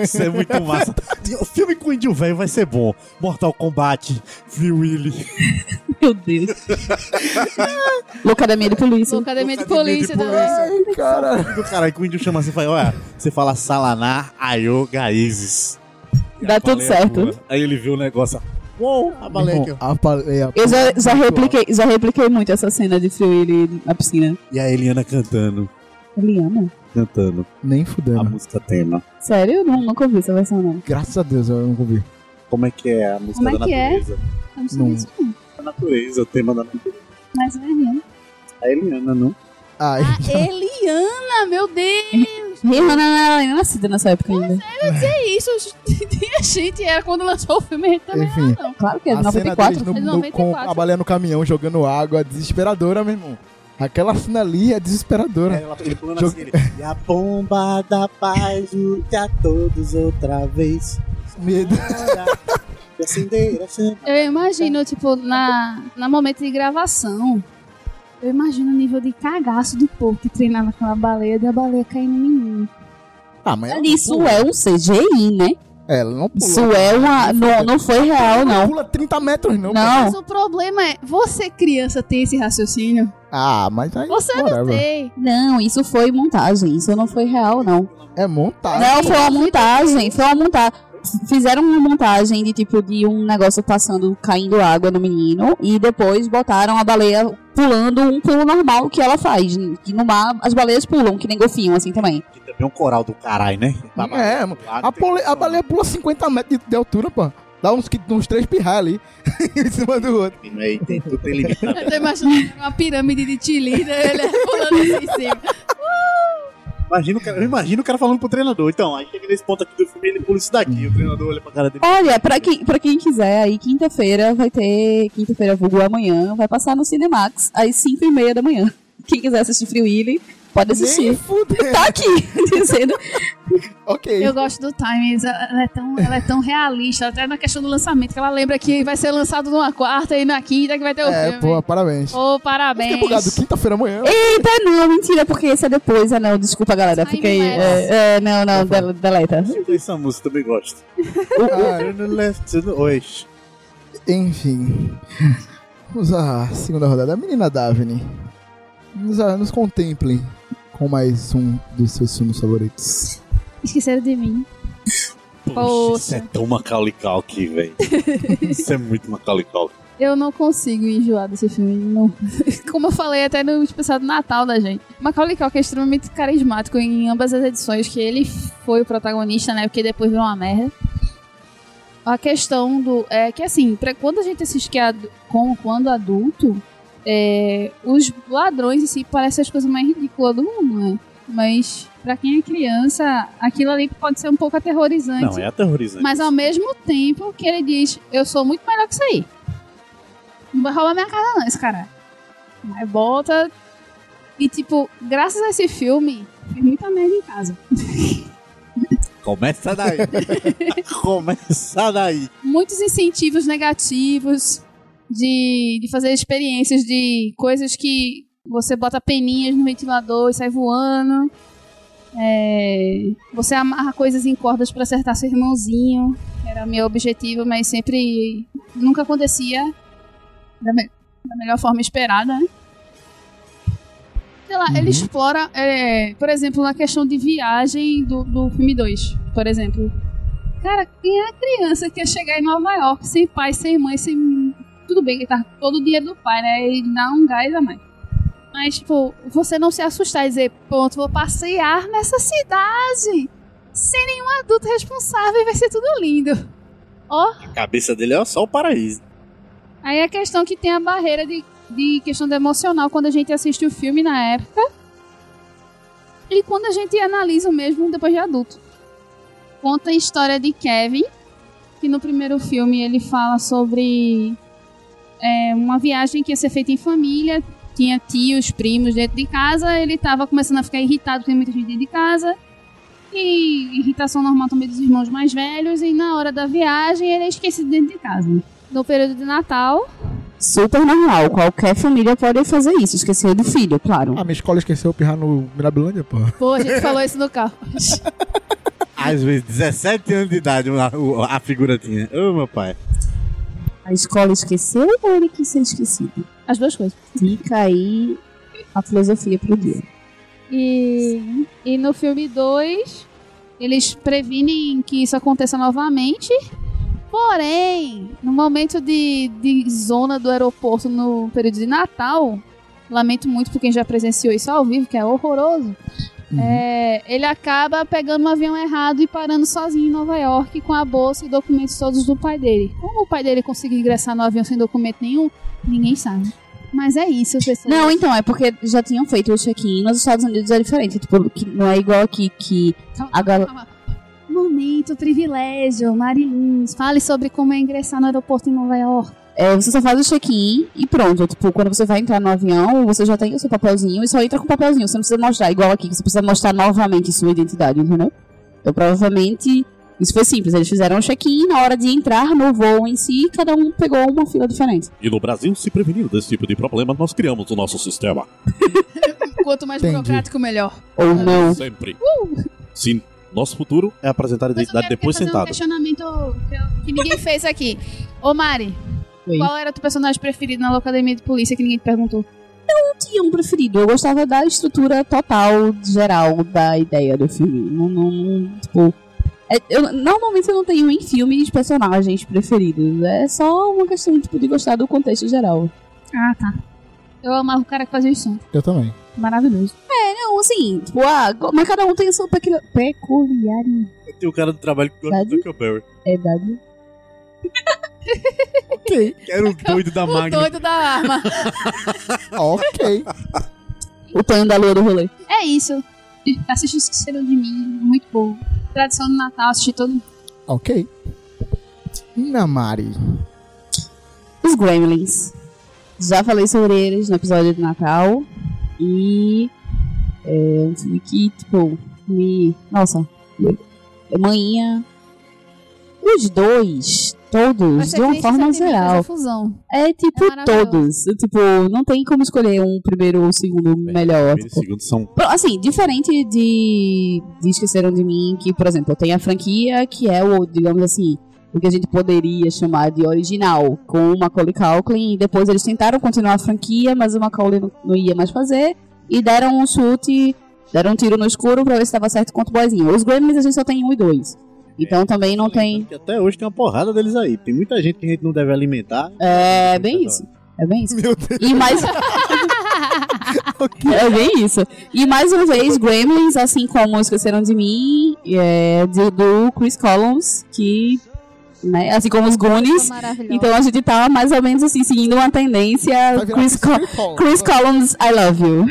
[SPEAKER 4] Isso é muito massa. O filme com o índio velho vai ser bom. Mortal Kombat, Free Willy.
[SPEAKER 1] <laughs>
[SPEAKER 2] Meu Deus. Loucademia de polícia.
[SPEAKER 3] Academia de
[SPEAKER 4] Academia de
[SPEAKER 3] polícia né? também.
[SPEAKER 1] Ai, cara.
[SPEAKER 4] Do caralho, que o índio chama assim, fala, olha, você fala Salanar Ayoga Isis. "É,
[SPEAKER 2] Dá tudo
[SPEAKER 1] é
[SPEAKER 2] certo.
[SPEAKER 4] Aí ele viu o negócio. Uou, a baleia aqui, ó.
[SPEAKER 1] A pa- é, a-
[SPEAKER 2] Eu já, já, repliquei, já repliquei muito essa cena de Free Willy na piscina.
[SPEAKER 4] E a Eliana cantando,
[SPEAKER 2] Ele ama?
[SPEAKER 4] cantando
[SPEAKER 1] Nem
[SPEAKER 4] a
[SPEAKER 1] fudendo.
[SPEAKER 4] música tema.
[SPEAKER 2] Sério? Eu não, nunca ouvi essa versão, não.
[SPEAKER 1] Graças a Deus, eu nunca vi.
[SPEAKER 4] Como é que é a música
[SPEAKER 3] Como é
[SPEAKER 4] da
[SPEAKER 3] que é?
[SPEAKER 4] natureza?
[SPEAKER 3] Eu não sabia disso, não.
[SPEAKER 4] A natureza, o tema da natureza.
[SPEAKER 3] Mas é Eliana.
[SPEAKER 4] A Eliana, não?
[SPEAKER 1] Ai,
[SPEAKER 3] Eliana, meu Deus!
[SPEAKER 2] Rihanna ela nem era nascida nessa época ainda.
[SPEAKER 3] É isso, a gente era quando lançou o filme, então, né? a gente também
[SPEAKER 1] <laughs> Enfim.
[SPEAKER 3] era, Ah, não.
[SPEAKER 2] Claro que é,
[SPEAKER 1] a cena
[SPEAKER 2] 94.
[SPEAKER 1] deles no,
[SPEAKER 3] É
[SPEAKER 1] no, com
[SPEAKER 3] 94.
[SPEAKER 1] a baleia no caminhão jogando água é desesperadora, meu irmão. Aquela cena ali é desesperadora.
[SPEAKER 4] Ela- ele pulando
[SPEAKER 1] Jogo-
[SPEAKER 4] assim, ele, E a bomba da paz junte a todos outra vez. <laughs>
[SPEAKER 1] Medo.
[SPEAKER 4] Ora, e acender, acender.
[SPEAKER 3] Eu imagino, tipo, na, na momento de gravação, eu imagino o nível de cagaço do povo que treinava aquela baleia, da baleia caindo em mim.
[SPEAKER 1] Ah, mas ela,
[SPEAKER 2] Isso é um CGI, né?
[SPEAKER 1] ela não pulou.
[SPEAKER 2] Isso é uma. Não, não foi real,
[SPEAKER 1] Não
[SPEAKER 2] não.
[SPEAKER 1] pula 30 metros, não. pô.
[SPEAKER 2] Não.
[SPEAKER 3] Mas o problema é, você criança tem esse raciocínio?
[SPEAKER 1] Ah, mas aí.
[SPEAKER 3] Você não
[SPEAKER 1] whatever.
[SPEAKER 3] tem.
[SPEAKER 2] Não, isso foi montagem. Isso não foi real, não.
[SPEAKER 1] É montagem.
[SPEAKER 2] Não, foi uma montagem. Foi uma montagem. Fizeram uma montagem de tipo de um negócio passando, caindo água no menino. E depois botaram a baleia pulando um pulo normal que ela faz. Que no mar as baleias pulam, que nem golfinho, assim também.
[SPEAKER 4] Que também é um coral do caralho, né?
[SPEAKER 1] É, mano. A,
[SPEAKER 4] um
[SPEAKER 1] pole- a baleia pula 50 metros de, de altura, pô. Dá uns, que- uns três pirrais ali. <laughs> em cima do outro.
[SPEAKER 4] Aí tem, tudo tem limite na
[SPEAKER 3] Eu tô imaginando uma pirâmide de Tilly, né? Ele pulando assim em cima.
[SPEAKER 4] Imagina o cara, eu imagino o cara falando pro treinador. Então, aí chega nesse ponto aqui do filme, ele pula isso daqui. O treinador olha pra cara dele. "Ah,
[SPEAKER 2] Olha, pra quem, pra quem quiser, aí quinta-feira vai ter. Quinta-feira, vulgo amanhã, vai passar no Cinemax às 5 e meia da manhã. Quem quiser assistir Free Willy, pode
[SPEAKER 1] Nem
[SPEAKER 2] assistir.
[SPEAKER 1] fudendo.
[SPEAKER 2] Tá aqui, <laughs> dizendo.
[SPEAKER 1] ok.
[SPEAKER 3] Eu gosto do timing, ela é, tão, ela é tão realista, até na questão do lançamento, que ela lembra que vai ser lançado numa quarta e na quinta que vai ter o
[SPEAKER 1] É,
[SPEAKER 3] filme.
[SPEAKER 1] pô, parabéns.
[SPEAKER 3] Ô,
[SPEAKER 1] Eu
[SPEAKER 3] parabéns.
[SPEAKER 1] Fiquei bugado. Quinta-feira amanhã.
[SPEAKER 2] Eita, Tá, não, mentira, porque esse é depois. Ah, não, desculpa, galera.
[SPEAKER 3] Ai,
[SPEAKER 2] Fiquei.
[SPEAKER 3] me merece.
[SPEAKER 2] É, é, não, não, del- deleta.
[SPEAKER 4] Essa música eu também gosto.
[SPEAKER 1] Ah,
[SPEAKER 4] Turn left, turn right.
[SPEAKER 1] enfim. Vamos à segunda rodada. Menina Daphne. Nos, ah, nos contemplem com mais um dos seus filmes favoritos.
[SPEAKER 3] Esqueceram de mim.
[SPEAKER 4] Poxa,
[SPEAKER 3] Poxa.
[SPEAKER 4] isso é tão Macaulay Culkin, velho. Isso é muito Macaulay Culkin.
[SPEAKER 3] Eu não consigo enjoar desse filme. Não. <laughs> Como eu falei até no especial do Natal da gente. Macaulay Culkin é extremamente carismático em ambas as edições que ele foi o protagonista, né? Porque depois virou uma merda. A questão do... É que assim, pra, quando a gente assiste que é adu- com, quando adulto, é, os ladrões em si parecem as coisas mais ridículas do mundo, né? Mas pra quem é criança, aquilo ali pode ser um pouco aterrorizante.
[SPEAKER 4] Não, é aterrorizante.
[SPEAKER 3] Mas ao mesmo tempo que ele diz, eu sou muito melhor que isso aí. Não vai roubar minha casa não, esse cara. Mas volta. E tipo, graças a esse filme, tem muita merda em casa.
[SPEAKER 4] Começa
[SPEAKER 3] <laughs>
[SPEAKER 4] daí. Começa daí.
[SPEAKER 3] Muitos incentivos negativos de, de fazer experiências de coisas que você bota peninhas no ventilador e sai voando. É, você amarra coisas em cordas pra acertar seu irmãozinho. Era meu objetivo, mas sempre nunca acontecia da, me- da melhor forma esperada. né? Sei lá, ele explora, é, por exemplo, na questão de viagem do, do filme 2, por exemplo. Cara, quem é a criança que ia chegar em Nova York sem pai, sem mãe, sem. Tudo bem que tá todo o dinheiro do pai, né? E dá um gás a mais. Mas, tipo, você não se assustar e dizer, pronto, vou passear nessa cidade sem nenhum adulto responsável e vai ser tudo lindo. Ó,
[SPEAKER 4] A cabeça dele é só o paraíso.
[SPEAKER 3] Aí a questão que tem a barreira de, de questão do emocional quando a gente assiste o filme na época e quando a gente analisa o mesmo depois de adulto. Conta a história de Kevin, que no primeiro filme ele fala sobre é, uma viagem que ia ser feita em família, tinha tios, primos dentro de casa, ele tava começando a ficar irritado, porque tem muita gente dentro de casa. E irritação normal também dos irmãos mais velhos, e na hora da viagem ele é esquecido dentro de casa. No período de Natal,
[SPEAKER 2] Super normal. Qualquer família pode fazer isso. Esquecer do filho, claro.
[SPEAKER 5] A minha escola esqueceu pirrar no Mirabilândia, pô.
[SPEAKER 3] pô, a gente falou isso no carro.
[SPEAKER 4] Às vezes, 17 anos de idade, a, o- a figura tinha. Ô, meu pai.
[SPEAKER 2] A escola esqueceu ou ele quis ser esquecido?
[SPEAKER 3] As duas coisas.
[SPEAKER 2] Fica aí a filosofia pro dia.
[SPEAKER 3] E, e no filme 2, eles previnem que isso aconteça novamente. Porém, no momento de, de zona do aeroporto no período de Natal, lamento muito por quem já presenciou isso ao vivo, que é horroroso. é, ele acaba pegando um avião errado e parando sozinho em Nova York com a bolsa e documentos todos do pai dele. Como o pai dele conseguiu ingressar no avião sem documento nenhum, ninguém sabe. Mas é isso, pessoal.
[SPEAKER 2] Não, então, é porque já tinham feito o check-in. Nos Estados Unidos é diferente. Tipo, que não é igual aqui que
[SPEAKER 3] Calma,
[SPEAKER 2] a galera.
[SPEAKER 3] Calma. Então, Momento privilégio, Marilins. Fale sobre como é ingressar no aeroporto em Nova York.
[SPEAKER 2] É, você só faz o check-in e pronto. Tipo, quando você vai entrar no avião, você já tem o seu papelzinho e só entra com o papelzinho. Você não precisa mostrar, igual aqui, que você precisa mostrar novamente sua identidade, entendeu? Então, provavelmente, isso foi simples. Eles fizeram o check-in na hora de entrar no voo em si, cada um pegou uma fila diferente.
[SPEAKER 4] E no Brasil, se prevenindo desse tipo de problema, nós criamos o nosso sistema.
[SPEAKER 3] Quanto mais
[SPEAKER 5] Entendi.
[SPEAKER 3] burocrático, melhor.
[SPEAKER 2] Ou não.
[SPEAKER 4] Sempre. Sim. Nosso futuro é apresentar a
[SPEAKER 3] Mas eu
[SPEAKER 4] identidade
[SPEAKER 3] quero
[SPEAKER 4] depois
[SPEAKER 3] fazer um
[SPEAKER 4] sentado.
[SPEAKER 3] questionamento que, eu- que <laughs> ninguém fez aqui. Ô Mari,
[SPEAKER 2] Oi.
[SPEAKER 3] qual era o teu personagem preferido na locademia de polícia que ninguém te perguntou?
[SPEAKER 2] tinha um preferido. Eu gostava da estrutura total, geral, da ideia do filme. Não, não, não, tipo. é- eu, normalmente eu não tenho em filmes personagens preferidos. É só uma questão tipo, de gostar do contexto geral.
[SPEAKER 3] Ah, tá. Eu amava o cara que fazia os sons.
[SPEAKER 5] Eu também.
[SPEAKER 3] Maravilhoso.
[SPEAKER 2] Não, assim, tipo, ah, go- mas cada um tem a sua pecul- peculiaridade.
[SPEAKER 4] Tem o cara do trabalho que gosta do
[SPEAKER 2] Verdade.
[SPEAKER 4] Tuckerberry.
[SPEAKER 5] Ok.
[SPEAKER 4] Era o doido da
[SPEAKER 3] O
[SPEAKER 4] Magna.
[SPEAKER 3] doido da arma.
[SPEAKER 5] <laughs>
[SPEAKER 1] Ah,
[SPEAKER 5] ok.
[SPEAKER 2] O tanho da lua do rolê.
[SPEAKER 3] é <laughs> isso. Assiste o Esqueceram de Mim, muito bom. Tradição do Natal, assisti todo
[SPEAKER 5] Ok. Ina Mari.
[SPEAKER 2] Os Gremlins. Já falei sobre eles no episódio de Natal. E é um filme que, tipo, me. Nossa. Manhã. Os dois. Todos, de uma forma geral.
[SPEAKER 3] Fusão.
[SPEAKER 2] É tipo
[SPEAKER 3] É maravilhoso.
[SPEAKER 2] todos. Tipo, não tem como escolher um primeiro ou segundo melhor.
[SPEAKER 4] Primeiro e
[SPEAKER 2] tipo.
[SPEAKER 4] segundo são.
[SPEAKER 2] Pro- Assim, diferente de, de Esqueceram de Mim, que, por exemplo, tem a franquia que é o, digamos assim, o que a gente poderia chamar de original, com o Macaulay Culkin, e depois eles tentaram continuar a franquia, mas o Macaulay não, não ia mais fazer, e deram um chute, deram um tiro no escuro pra ver se tava certo quanto o boizinho. Os Gremlins a gente só tem um e dois. Então também não tem...
[SPEAKER 4] Porque né, até hoje tem uma porrada deles aí. Tem muita gente que a gente não deve alimentar.
[SPEAKER 2] É bem isso. É bem isso. E <laughs> mais. É bem isso. E mais uma vez, Gremlins, assim como Esqueceram de Mim, é, de- do Chris Collins, que. Né, assim como os Goonies.
[SPEAKER 3] Maravilhoso.
[SPEAKER 2] Então a gente tá mais ou menos assim, seguindo uma tendência.
[SPEAKER 5] Vai virar
[SPEAKER 2] Chris, Co-
[SPEAKER 5] Paul.
[SPEAKER 2] Chris Collins, I love you.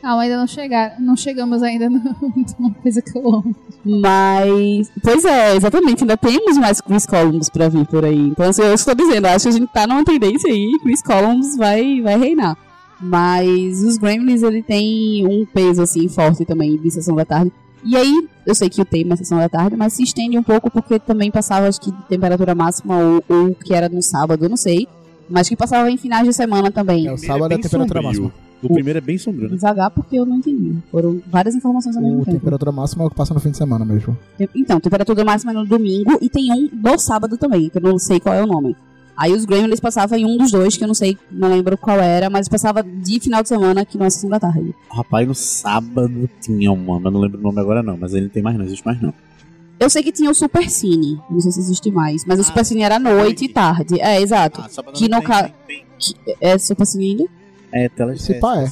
[SPEAKER 3] Calma, ainda não chegaram. Não chegamos ainda no- <laughs> numa coisa que eu amo.
[SPEAKER 2] Mas. Pois é, exatamente, ainda temos mais Chris Collins pra vir por aí. Então, assim, eu estou dizendo, acho que a gente tá numa tendência aí, Chris Collins vai, vai reinar. Mas os Gremlins, ele tem um peso, assim, forte também de Sessão da Tarde. E aí, eu sei que o tema é Sessão da Tarde, mas se estende um pouco porque também passava, acho que, de temperatura máxima ou, ou que era no sábado, eu não sei. Mas que passava em finais de semana também.
[SPEAKER 5] É o sábado é a temperatura máxima.
[SPEAKER 4] O primeiro é bem sombrio, né?
[SPEAKER 2] Devagar porque eu não entendi. Foram várias informações ao mesmo
[SPEAKER 5] O
[SPEAKER 2] tempo.
[SPEAKER 5] temperatura máxima é o que passa no fim de semana mesmo.
[SPEAKER 2] Tem- Então, temperatura máxima é no domingo e tem um no sábado também, que eu não sei qual é o nome. Aí os Gremlins passavam em um dos dois, que eu não sei, não lembro qual era, mas passava de final de semana, que não é sessão da tarde.
[SPEAKER 4] Rapaz, no sábado tinha uma, mas não lembro o nome agora não. Mas ele não tem mais, não existe mais não.
[SPEAKER 2] Eu sei que tinha o Super Cine, não sei se existe mais, mas
[SPEAKER 4] Ah,
[SPEAKER 2] o Super Cine era noite e
[SPEAKER 4] noite.
[SPEAKER 2] tarde. É, exato.
[SPEAKER 4] Ah, sábado
[SPEAKER 2] Que não no tem, ca- É Super Cine ainda?
[SPEAKER 4] É, tela
[SPEAKER 5] Se
[SPEAKER 4] assim,
[SPEAKER 5] pá, é.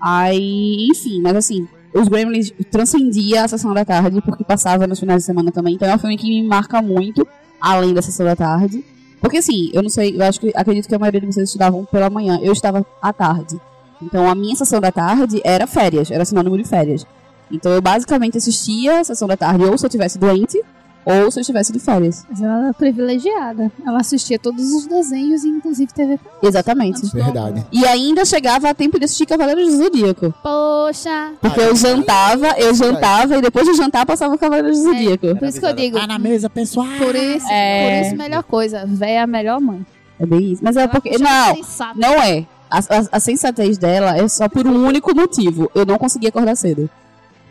[SPEAKER 2] Aí, enfim, mas assim, os Gremlins transcendia a sessão da tarde, porque passava nos finais de semana também. Então é um filme que me marca muito, além da sessão da tarde. Porque assim, eu não sei, eu acho que acredito que a maioria de vocês estudavam pela manhã, eu estava à tarde. Então a minha sessão da tarde era férias, era sinônimo de férias. Então eu basicamente assistia a sessão da tarde, ou se eu estivesse doente, Ou se eu estivesse de férias.
[SPEAKER 3] Mas ela era privilegiada. Ela assistia todos os desenhos, inclusive TV.
[SPEAKER 2] Exatamente.
[SPEAKER 1] Uhum.
[SPEAKER 3] Antes do
[SPEAKER 5] Verdade.
[SPEAKER 2] E ainda chegava a tempo de assistir Cavaleiros do Zodíaco.
[SPEAKER 3] Poxa!
[SPEAKER 2] Porque eu jantava, eu jantava e depois do jantar passava o Cavaleiros do Zodíaco.
[SPEAKER 3] Por isso que eu digo,
[SPEAKER 4] Tá mesa, pessoal.
[SPEAKER 3] por isso,
[SPEAKER 2] É.
[SPEAKER 3] por isso melhor coisa. Véia é a melhor mãe.
[SPEAKER 2] É bem isso. Mas é
[SPEAKER 3] Ela
[SPEAKER 2] porque.
[SPEAKER 3] puxa
[SPEAKER 2] Não,
[SPEAKER 3] sensata.
[SPEAKER 2] não é. A, a- a sensatez dela é só por um único motivo. Eu não conseguia acordar cedo.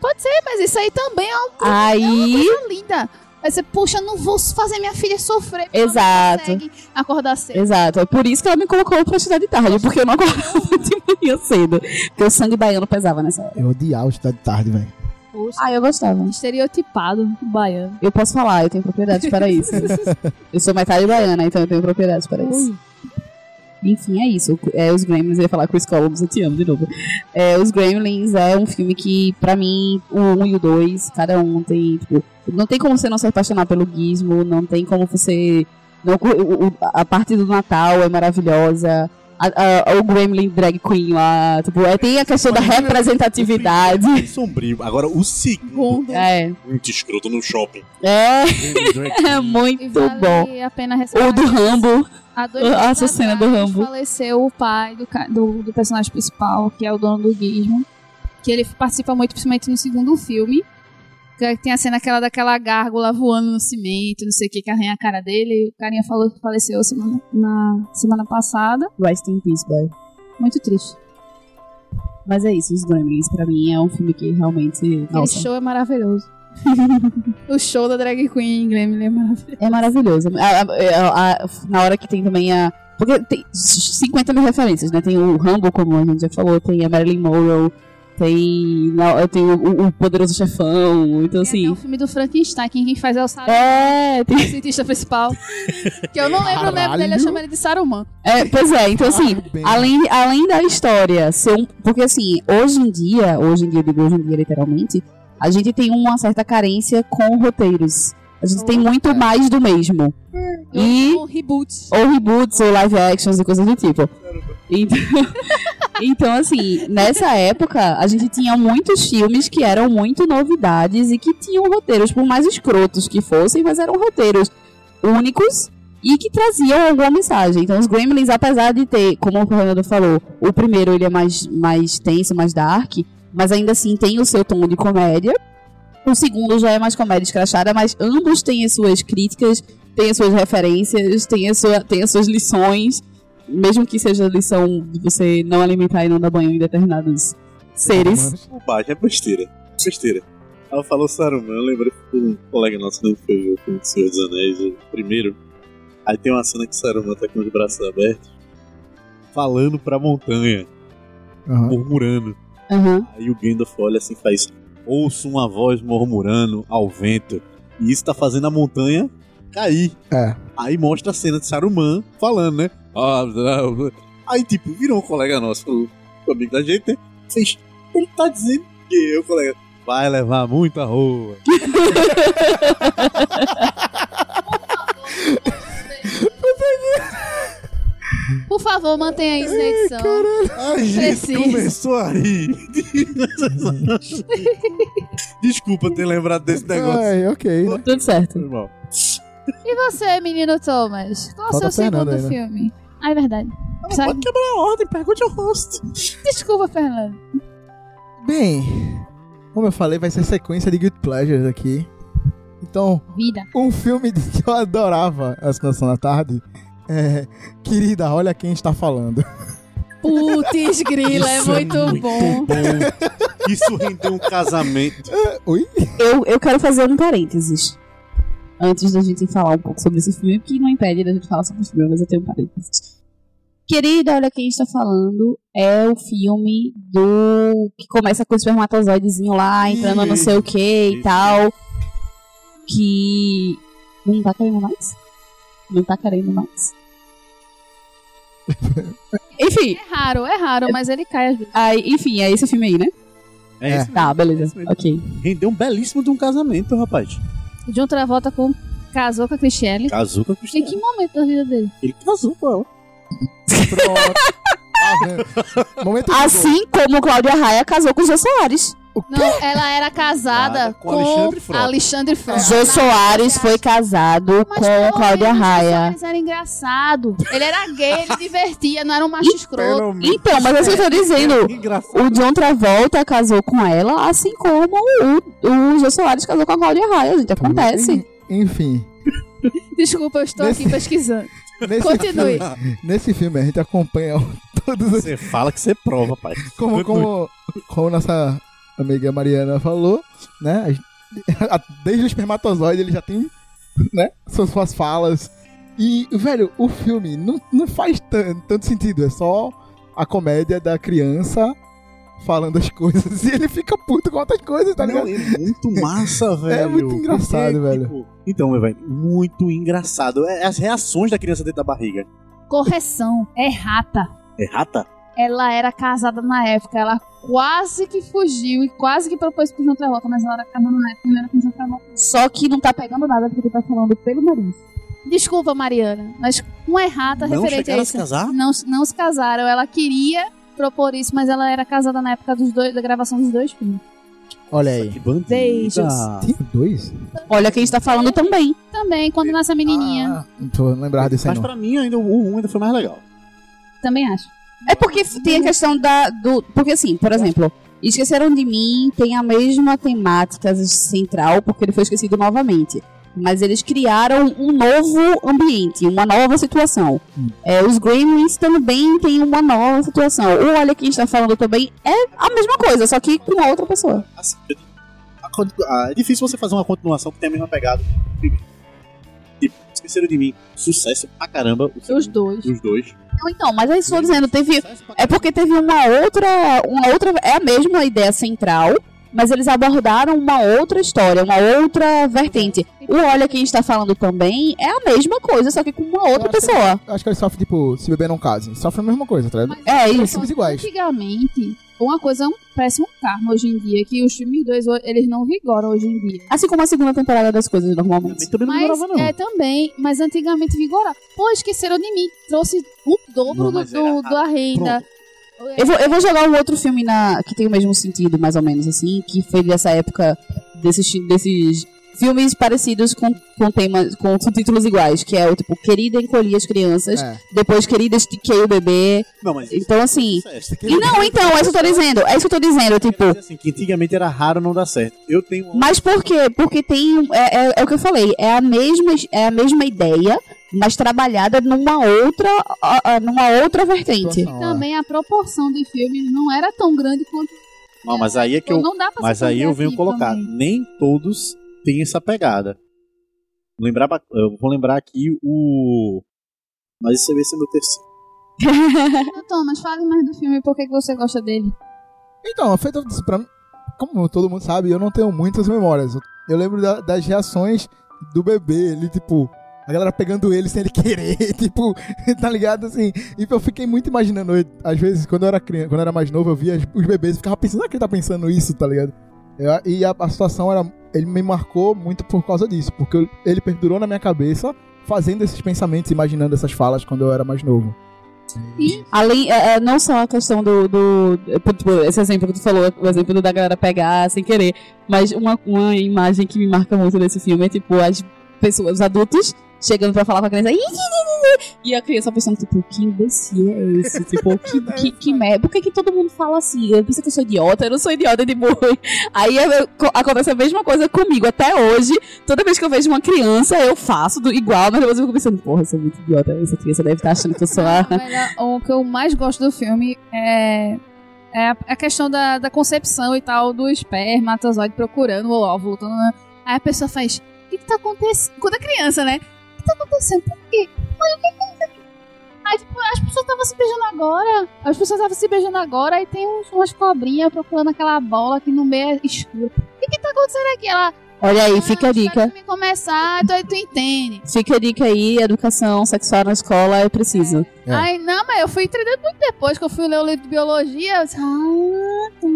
[SPEAKER 3] Pode ser, mas isso aí também é uma
[SPEAKER 2] Aí.
[SPEAKER 3] coisa linda. Aí você, poxa, não vou fazer minha filha sofrer. porque ela não
[SPEAKER 2] Exato.
[SPEAKER 3] consegue acordar cedo.
[SPEAKER 2] Exato. É por isso que ela me colocou pra estudar de tarde, porque eu não acordava <laughs> de manhã cedo. Porque o sangue baiano pesava nessa hora.
[SPEAKER 5] Eu odiava estudar de tarde, velho.
[SPEAKER 2] Ah, eu gostava.
[SPEAKER 3] Estereotipado, baiano.
[SPEAKER 2] Eu posso falar, eu tenho propriedade
[SPEAKER 3] <laughs>
[SPEAKER 2] para isso. eu sou metade baiana, então eu tenho propriedade para isso. Enfim, é isso. É, os Gremlins, eu ia falar Chris Columbus, eu te amo de novo. É, os Gremlins é um filme que, pra mim, o 1 e o 2, cada um tem, tipo, não tem como você não se apaixonar pelo Gizmo, não tem como você. Não, cu- o- o- a parte do Natal é maravilhosa. A- a- o Gremlin drag queen lá, tipo, é, tem a questão da representatividade.
[SPEAKER 4] Sombrio. Agora, o segundo é
[SPEAKER 2] É,
[SPEAKER 4] muito escroto no shopping.
[SPEAKER 2] é, é <laughs> muito
[SPEAKER 3] E vale
[SPEAKER 2] bom.
[SPEAKER 3] a pena ressaltar
[SPEAKER 2] Ou do
[SPEAKER 3] que
[SPEAKER 2] Rambo.
[SPEAKER 3] há dois
[SPEAKER 2] a
[SPEAKER 3] anos
[SPEAKER 2] assassina do
[SPEAKER 3] atrás
[SPEAKER 2] Rambo.
[SPEAKER 3] Faleceu o pai do, ca- do, do personagem principal, que é o dono do Gizmo. Que ele participa muito, principalmente no segundo filme. Que tem a cena aquela daquela gárgula voando no cimento, não sei o que, que arranha a cara dele. E o carinha falou que faleceu semana, na semana passada.
[SPEAKER 2] Rest in peace, boy.
[SPEAKER 3] Muito triste.
[SPEAKER 2] Mas é isso, os Gremlins pra mim é um filme que realmente.
[SPEAKER 3] Aquele
[SPEAKER 2] Nossa,
[SPEAKER 3] show
[SPEAKER 2] <laughs>
[SPEAKER 3] é maravilhoso. o show da drag queen, Gremlin, é maravilhoso.
[SPEAKER 2] é maravilhoso. A- a- a- a- na hora que tem também a. Porque tem 50 mil referências, né? Tem o Rambo, como a gente já falou, tem a Marilyn Monroe, tem. na- Tem o, o- o Poderoso Chefão, então
[SPEAKER 3] É
[SPEAKER 2] assim.
[SPEAKER 3] o filme do Frankenstein, quem quem faz é o Saruman.
[SPEAKER 2] É, tem-
[SPEAKER 3] o cientista principal. que eu não lembro o nome
[SPEAKER 5] Caralho.
[SPEAKER 3] dele, eu chamo ele de Saruman.
[SPEAKER 2] é, pois é, então assim,
[SPEAKER 5] Ah, Bem,
[SPEAKER 2] Além, além da história ser um. Porque assim, hoje em dia, hoje em dia, eu digo hoje em dia literalmente, a gente tem uma certa carência com roteiros. A gente tem muito mais do mesmo. E.
[SPEAKER 3] O reboot.
[SPEAKER 2] Ou reboots, ou live actions e coisas do tipo. Então, <laughs> então, assim, nessa época, a gente tinha muitos filmes que eram muito novidades e que tinham roteiros, por mais escrotos que fossem, mas eram roteiros únicos e que traziam alguma mensagem. Então, os Gremlins, apesar de ter, como o Fernando falou, o primeiro ele é mais, mais tenso, mais dark, mas ainda assim tem o seu tom de comédia. O segundo já é mais comédia escrachada, mas ambos têm as suas críticas, têm as suas referências, têm, a sua, têm as suas lições, mesmo que seja a lição de você não alimentar e não dar banho em determinados seres.
[SPEAKER 5] humanos.
[SPEAKER 4] <laughs> Bobagem, é besteira. Besteira. Ela falou Saruman, eu lembrei que um colega nosso que foi ver o filme do Senhor dos Anéis, o primeiro. Aí tem uma cena que Saruman tá com os braços abertos, falando pra montanha,
[SPEAKER 5] Aham.
[SPEAKER 4] murmurando.
[SPEAKER 2] Aham.
[SPEAKER 4] Aí o Gandalf olha assim e faz: Ouço uma voz murmurando ao vento. E isso tá fazendo a montanha cair.
[SPEAKER 5] É.
[SPEAKER 4] Aí mostra a cena de Saruman falando, né? Ah, blá, blá. Aí, tipo, virou um colega nosso, o o amigo da gente, né? Fez, ele tá dizendo que eu, colega, vai levar muita rua.
[SPEAKER 3] Por favor, mantenha isso na edição.
[SPEAKER 4] A gente
[SPEAKER 3] Preciso.
[SPEAKER 4] começou a rir. Desculpa ter lembrado desse negócio.
[SPEAKER 5] Ai, ok. né?
[SPEAKER 2] Tudo certo.
[SPEAKER 4] Foi mal.
[SPEAKER 3] E você, menino Thomas? Qual
[SPEAKER 5] Falta
[SPEAKER 3] o seu segundo
[SPEAKER 5] Fernanda aí, né?
[SPEAKER 3] filme? Ah, é verdade. Sabe-
[SPEAKER 4] Pode quebrar a ordem, pergunte ao host.
[SPEAKER 3] Desculpa, Fernando.
[SPEAKER 5] Bem, como eu falei, vai ser sequência de Good Pleasures aqui. Então,
[SPEAKER 3] Vida.
[SPEAKER 5] um filme de <laughs> que eu adorava a Sessão da Tarde é Querida, olha quem está falando. <laughs>
[SPEAKER 3] Putz, grila, é
[SPEAKER 4] Isso
[SPEAKER 3] muito, bom.
[SPEAKER 4] bom. Isso rendeu um casamento.
[SPEAKER 5] Ui?
[SPEAKER 2] Eu, eu quero fazer um parênteses. Antes da gente falar um pouco sobre esse filme, que não impede da gente falar sobre o filme, mas eu tenho um parênteses. Querida, olha quem está falando. É o filme do. que começa com o espermatozoidezinho lá, entrando no não sei o que e
[SPEAKER 4] Isso.
[SPEAKER 2] tal. Que. Não tá querendo mais? Não tá querendo mais.
[SPEAKER 4] <laughs>
[SPEAKER 2] enfim,
[SPEAKER 3] É raro, é raro, mas ele cai às vezes.
[SPEAKER 2] aí, enfim, é esse filme aí, né?
[SPEAKER 4] É,
[SPEAKER 5] É.
[SPEAKER 4] isso mesmo.
[SPEAKER 2] Tá, beleza.
[SPEAKER 4] mesmo.
[SPEAKER 2] Ok.
[SPEAKER 4] Rendeu um belíssimo de um casamento, rapaz.
[SPEAKER 3] De outra volta com... casou com a Cristiane.
[SPEAKER 4] Casou com a
[SPEAKER 3] Em
[SPEAKER 4] Cristina.
[SPEAKER 3] que momento da vida dele?
[SPEAKER 4] Ele casou com ela.
[SPEAKER 5] Pronto. Tá vendo? Momento
[SPEAKER 2] Ah, Assim como Cláudia Raia casou com o Jô Soares.
[SPEAKER 3] Não, ela era casada
[SPEAKER 4] Nada, com
[SPEAKER 3] com
[SPEAKER 4] Alexandre Frota.
[SPEAKER 3] Alexandre Frota.
[SPEAKER 2] É, Jô Soares foi casado
[SPEAKER 3] Mas, porra,
[SPEAKER 2] com Cláudia
[SPEAKER 3] ele-
[SPEAKER 2] Raia.
[SPEAKER 3] Mas era engraçado. Ele era gay,
[SPEAKER 2] <laughs>
[SPEAKER 3] ele divertia, não era um macho escroto.
[SPEAKER 2] Então, mas é isso que eu tô
[SPEAKER 3] assim,
[SPEAKER 2] dizendo.
[SPEAKER 4] Engraçado.
[SPEAKER 2] O John Travolta casou com ela, assim como o, o Jô Soares casou com a Cláudia Raia, gente.
[SPEAKER 1] Uhum.
[SPEAKER 2] Acontece.
[SPEAKER 1] Enfim.
[SPEAKER 3] Desculpa, eu estou aqui pesquisando.
[SPEAKER 1] Nesse
[SPEAKER 3] Continue.
[SPEAKER 1] Filme, nesse filme a
[SPEAKER 5] <laughs>
[SPEAKER 1] gente acompanha todos os.
[SPEAKER 4] Você fala que você prova, pai.
[SPEAKER 1] Como, como, como nossa amiga Mariana falou, né? a gente- Desde o espermatozoide ele já tem, né? Suas, suas falas. E, velho, o filme não, não faz tan- tanto sentido. É só a comédia da criança falando as coisas e ele fica puto com outras coisas, tá ligado? É
[SPEAKER 4] Não, é muito massa, velho.
[SPEAKER 1] muito engraçado, velho.
[SPEAKER 4] tipo, então, meu velho, muito engraçado. É as reações da criança dentro da barriga.
[SPEAKER 3] Correção, é rata.
[SPEAKER 4] É rata?
[SPEAKER 3] Ela era casada na época, ela quase que fugiu e quase que propôs pro João Travolta, mas ela era casada na época, não era com o João Travolta.
[SPEAKER 2] Só que não tá pegando nada porque ele tá falando pelo nariz.
[SPEAKER 3] Desculpa, Mariana, mas uma errata
[SPEAKER 4] Não
[SPEAKER 3] Tá referente a
[SPEAKER 4] chegaram a
[SPEAKER 3] isso.
[SPEAKER 4] se casar?
[SPEAKER 3] Não, não se casaram, ela queria propor isso, mas ela era casada na época dos dois, da gravação dos dois filmes.
[SPEAKER 1] Olha
[SPEAKER 4] Que bandida.
[SPEAKER 3] Beijos.
[SPEAKER 1] Tem dois?
[SPEAKER 2] Olha quem está falando também.
[SPEAKER 3] Também, quando nasce a menininha,
[SPEAKER 1] Ah, não tô lembrado desse aí
[SPEAKER 4] Mas
[SPEAKER 1] não.
[SPEAKER 4] pra mim, ainda, o 1 ainda foi mais legal.
[SPEAKER 3] também acho.
[SPEAKER 2] É porque f- tem a questão da. Do, porque assim, por exemplo, Esqueceram de Mim tem a mesma temática central, porque ele foi esquecido novamente. Mas eles criaram um novo ambiente, uma nova situação. É, os Gremlins também têm uma nova situação. O Olha Quem Está Falando também é a mesma coisa, só que com outra pessoa.
[SPEAKER 4] Assim, eu digo, a continu- ah, é difícil você fazer uma continuação que tem a mesma pegada. Tipo, esqueceram de mim. Sucesso pra caramba. o
[SPEAKER 3] Os
[SPEAKER 4] segundo,
[SPEAKER 3] dois.
[SPEAKER 4] Os dois.
[SPEAKER 2] Não, então, mas é isso que eu estou dizendo, teve,
[SPEAKER 4] Sucesso pra
[SPEAKER 2] É porque teve uma outra, uma outra, é a mesma ideia central, mas eles abordaram uma outra história, uma outra vertente. O Olha Quem Está tá Falando também é a mesma coisa, só que com uma outra
[SPEAKER 1] Eu acho que-
[SPEAKER 2] pessoa.
[SPEAKER 1] Eu acho que ele sofre, tipo, se beber não case. Sofre a mesma coisa, tá ligado?
[SPEAKER 3] Mas
[SPEAKER 2] É
[SPEAKER 3] eu
[SPEAKER 2] isso.
[SPEAKER 3] só-
[SPEAKER 1] Filmes iguais.
[SPEAKER 3] Antigamente, uma coisa é um péssimo karma hoje em dia, que os filmes dois eles não vigoram hoje em dia.
[SPEAKER 2] Assim como a segunda temporada das coisas, normalmente.
[SPEAKER 4] Também, também não
[SPEAKER 3] Mas
[SPEAKER 4] morava, não.
[SPEAKER 3] é também, mas antigamente vigorava. Pô, esqueceram de mim. Trouxe o dobro
[SPEAKER 4] Não,
[SPEAKER 3] do,
[SPEAKER 4] mas era-
[SPEAKER 3] do- da renda.
[SPEAKER 2] Eu vou, eu vou jogar um outro filme na, que tem o mesmo sentido, mais ou menos, assim, que foi dessa época desses, ti- desses filmes parecidos com, com temas, com títulos iguais, que é o tipo Querida Encolhi as Crianças,
[SPEAKER 1] É.
[SPEAKER 2] depois Querida Estiquei o Bebê.
[SPEAKER 4] Não, mas
[SPEAKER 2] Então, assim,
[SPEAKER 4] Sucesso.
[SPEAKER 2] E não, então, é isso que eu tô dizendo. É isso que eu tô dizendo, tipo.
[SPEAKER 4] Mas, assim, que antigamente era raro não dar certo. Eu tenho um- uma
[SPEAKER 2] Mas por quê? Porque tem. um- É, é- é o que eu falei, é a mesma, é a mesma ideia, mas trabalhada numa outra, ah, ah, numa outra vertente.
[SPEAKER 4] Ah.
[SPEAKER 1] Situação, é.
[SPEAKER 3] Também a proporção de filmes não era tão grande quanto.
[SPEAKER 4] Não, mas aí é que eu.
[SPEAKER 3] não dá pra
[SPEAKER 4] Mas
[SPEAKER 3] se
[SPEAKER 4] aí eu
[SPEAKER 2] é
[SPEAKER 3] fazer
[SPEAKER 4] venho
[SPEAKER 3] assim
[SPEAKER 4] colocar.
[SPEAKER 3] também.
[SPEAKER 4] Nem todos têm essa pegada. Lembrar, ba- eu vou lembrar aqui o. Mas isso vai ser meu terceiro.
[SPEAKER 3] Thomas, fale mais do filme, por que que você gosta dele?
[SPEAKER 1] Então, Fate of Pra mim, como todo mundo sabe, eu não tenho muitas memórias. Eu lembro da- das reações do bebê, ele, tipo, a galera pegando ele sem ele <laughs> querer, tipo, <laughs> tá ligado assim? E eu fiquei muito imaginando, eu- às vezes, quando eu era criança, quando eu era mais novo, eu via as- os bebês e ficava pensando, será que ele tá pensando isso, tá ligado? Eu- e a, a situação era. Ele me marcou muito por causa disso, porque eu- ele perdurou na minha cabeça fazendo esses pensamentos, imaginando essas falas quando eu era mais novo.
[SPEAKER 2] Além, é, é, não só a questão do. do é, pô, tipo, esse exemplo que tu falou, o exemplo da galera pegar sem querer. Mas uma, uma imagem que me marca muito nesse filme é, tipo, as pessoas, os adultos, chegando pra falar com a criança. "Ih, ih, ih, ih", E a criança pensando, tipo, que imbecil é esse? Tipo, que, que, que merda. Por que, que todo mundo fala assim? Eu pensei que eu sou idiota, eu não sou idiota de boi. Aí eu- co- acontece a mesma coisa comigo até hoje. Toda vez que eu vejo uma criança, eu faço do, igual, mas depois eu fico pensando, porra, eu sou muito idiota. Essa criança deve estar achando que eu sou a.
[SPEAKER 3] A melhor- ah, o que eu mais gosto do filme é, é a, a questão da, da concepção e tal do espermatozoide procurando o óvulo. tá, né? Aí a pessoa faz: O que, que tá acontecendo? Quando é criança, né? O que tá acontecendo? Por quê? Olha, o que que é isso aqui?" Aí, tipo, as pessoas estavam se beijando agora. As pessoas estavam se beijando agora e tem uns, umas cobrinhas procurando aquela bola que no meio é escura. O que, que tá acontecendo aqui? Ela.
[SPEAKER 2] Olha aí,
[SPEAKER 3] "Ah,
[SPEAKER 2] fica a
[SPEAKER 3] espera
[SPEAKER 2] dica.
[SPEAKER 3] o filme começar, então aí tu entende.
[SPEAKER 2] Fica a dica aí, educação sexual na escola é preciso.
[SPEAKER 1] É.
[SPEAKER 3] Ai, não, mas eu fui entender muito depois que eu fui ler o livro de biologia. eu disse, ah, tá.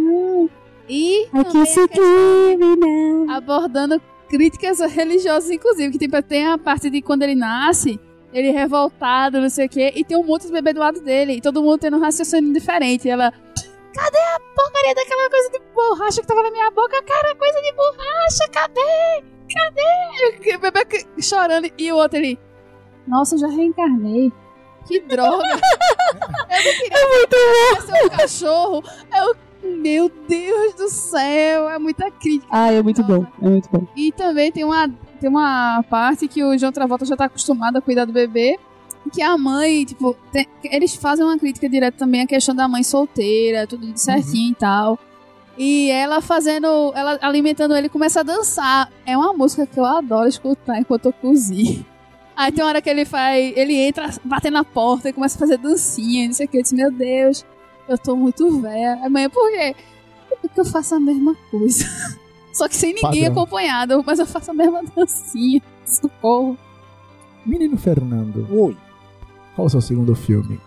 [SPEAKER 3] E
[SPEAKER 2] é
[SPEAKER 3] também a questão
[SPEAKER 2] né?
[SPEAKER 3] abordando críticas religiosas, inclusive, que tipo, tem a parte de quando ele nasce, ele revoltado, não sei o quê, e tem um monte de bebê do lado dele, e todo mundo tendo um raciocínio diferente. E ela. Cadê a porcaria daquela coisa de borracha que tava na minha boca? Cara, coisa de borracha, cadê? Cadê? O bebê que- chorando e o outro ali. Nossa, eu já reencarnei. Que droga! eu não queria ser um cachorro. Eu, meu Deus do céu, é muita crítica.
[SPEAKER 2] Ah, é muito bom, é muito bom.
[SPEAKER 3] E também tem uma, tem uma parte que o John Travolta já tá acostumado a cuidar do bebê. Que a mãe, tipo, tem- eles fazem uma crítica direta também à questão da mãe solteira,
[SPEAKER 1] Uhum.
[SPEAKER 3] tudo de certinho e tal. E ela fazendo, ela alimentando ele, começa a dançar. É uma música que eu adoro escutar enquanto eu cozinho. <laughs> Aí tem uma hora que ele faz, ele entra batendo na porta e começa a fazer dancinha, não sei o que. Eu disse, meu Deus, eu tô muito velha. Aí, mãe, por quê? "É Porque eu faço a mesma coisa. <laughs> Só que sem ninguém
[SPEAKER 1] Padrão.
[SPEAKER 3] acompanhado, mas eu faço a mesma dancinha. Socorro.
[SPEAKER 1] Menino Fernando,
[SPEAKER 4] Oi.
[SPEAKER 1] qual o seu segundo filme?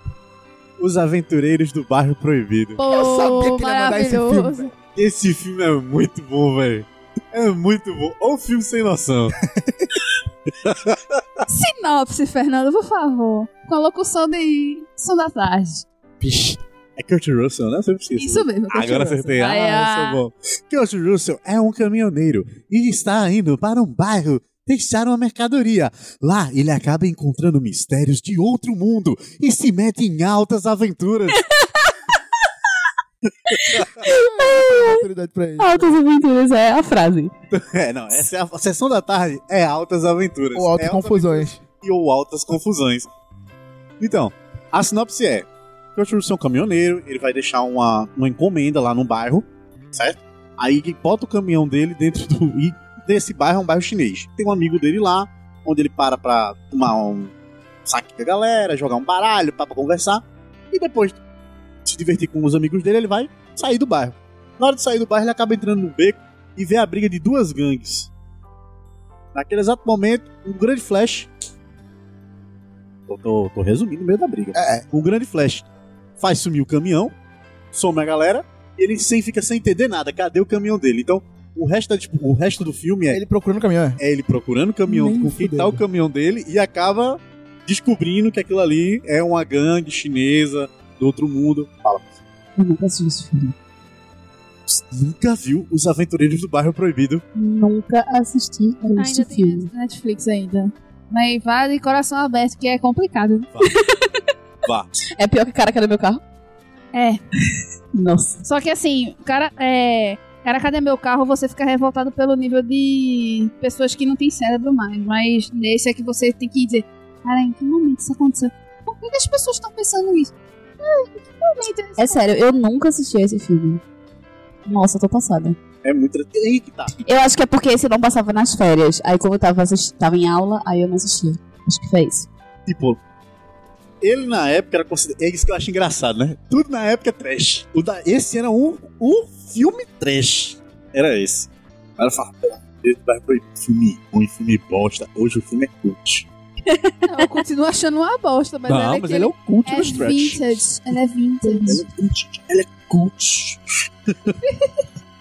[SPEAKER 4] Os Aventureiros do Bairro Proibido.
[SPEAKER 3] Pô,
[SPEAKER 1] Eu sabia que ele ia mandar esse filme,
[SPEAKER 3] maravilhoso.
[SPEAKER 4] Esse filme é muito bom, velho. É muito bom. Olha o filme sem noção.
[SPEAKER 3] Sinopse, Fernando, por favor. Com a locução de São da Tarde.
[SPEAKER 1] Vixe,
[SPEAKER 4] É Kurt Russell, né? Eu sempre esqueço.
[SPEAKER 3] Isso mesmo.
[SPEAKER 4] Agora
[SPEAKER 3] continua.
[SPEAKER 4] acertei.
[SPEAKER 3] Vai,
[SPEAKER 4] Ah,
[SPEAKER 3] ah.
[SPEAKER 4] eu sou bom. Kurt Russell é um caminhoneiro e está indo para um bairro testar uma mercadoria. Lá, ele acaba encontrando mistérios de outro mundo e se mete em altas aventuras.
[SPEAKER 1] oportunidade pra ele.
[SPEAKER 2] Altas aventuras é a frase.
[SPEAKER 4] <laughs> é, não, essa é a, a sessão da tarde é altas aventuras.
[SPEAKER 1] Ou altas
[SPEAKER 4] é altas
[SPEAKER 1] confusões.
[SPEAKER 4] e ou altas confusões. Então, a sinopse é: Kurt Russell é um caminhoneiro, ele vai deixar uma, uma encomenda lá no bairro, certo? Aí ele bota o caminhão dele dentro do. E desse bairro é um bairro chinês. Tem um amigo dele lá, onde ele para pra tomar um saque com a galera, jogar um baralho, pá, pra conversar. E depois de se divertir com os amigos dele, ele vai sair do bairro. Na hora de sair do bairro, ele acaba entrando num beco e vê a briga de duas gangues. Naquele exato momento, um grande flash Tô, tô- tô resumindo no meio da briga.
[SPEAKER 1] É.
[SPEAKER 4] Um grande flash faz sumir o caminhão, some a galera, e ele sem, fica sem entender nada. Cadê o caminhão dele? Então, o resto, da disp- o resto do filme é ele,
[SPEAKER 1] Ele procurando o caminhão, é?
[SPEAKER 4] é ele procurando o caminhão,
[SPEAKER 1] Nem
[SPEAKER 4] com quem
[SPEAKER 1] fudendo.
[SPEAKER 4] tá o caminhão dele, e acaba descobrindo que aquilo ali é uma gangue chinesa do outro mundo. Fala.
[SPEAKER 2] Eu nunca assisti esse filme.
[SPEAKER 4] Nunca viu Os Aventureiros do Bairro Proibido.
[SPEAKER 2] Nunca assisti a este
[SPEAKER 3] Ainda tem
[SPEAKER 2] filme.
[SPEAKER 3] esse Netflix ainda. Mas vá de coração aberto, que é complicado.
[SPEAKER 4] Vá.
[SPEAKER 2] É pior que Caraca do meu carro?
[SPEAKER 3] É.
[SPEAKER 2] <laughs> Nossa.
[SPEAKER 3] Só que assim, o cara é. Cara, cadê meu carro? Você fica revoltado pelo nível de pessoas que não têm cérebro mais. Mas nesse é que você tem que dizer: Cara, em que momento isso aconteceu? Por que que as pessoas estão pensando isso? Ah, Em que momento isso
[SPEAKER 2] É sério, eu nunca assisti a esse filme. Nossa, eu tô passada.
[SPEAKER 4] É muito. Aí que tá.
[SPEAKER 2] Eu acho que é porque esse não passava nas férias. Aí como eu tava, assisti- tava em aula, aí eu não assistia. Acho que foi isso.
[SPEAKER 4] Tipo, ele na época era considerado. É isso que eu acho engraçado, né? Tudo na época é trash. O da... Esse era um, um filme trash. Era esse. Aí eu falo, pelo amor de Deus, vai pro filme ruim, filme bosta. Hoje o filme é cult.
[SPEAKER 3] Não, eu continuo achando uma bosta, mas ela é que
[SPEAKER 4] o cult
[SPEAKER 3] é vintage. Ela é
[SPEAKER 4] Ela
[SPEAKER 3] vintage.
[SPEAKER 4] é cult. Ela é cult. <laughs>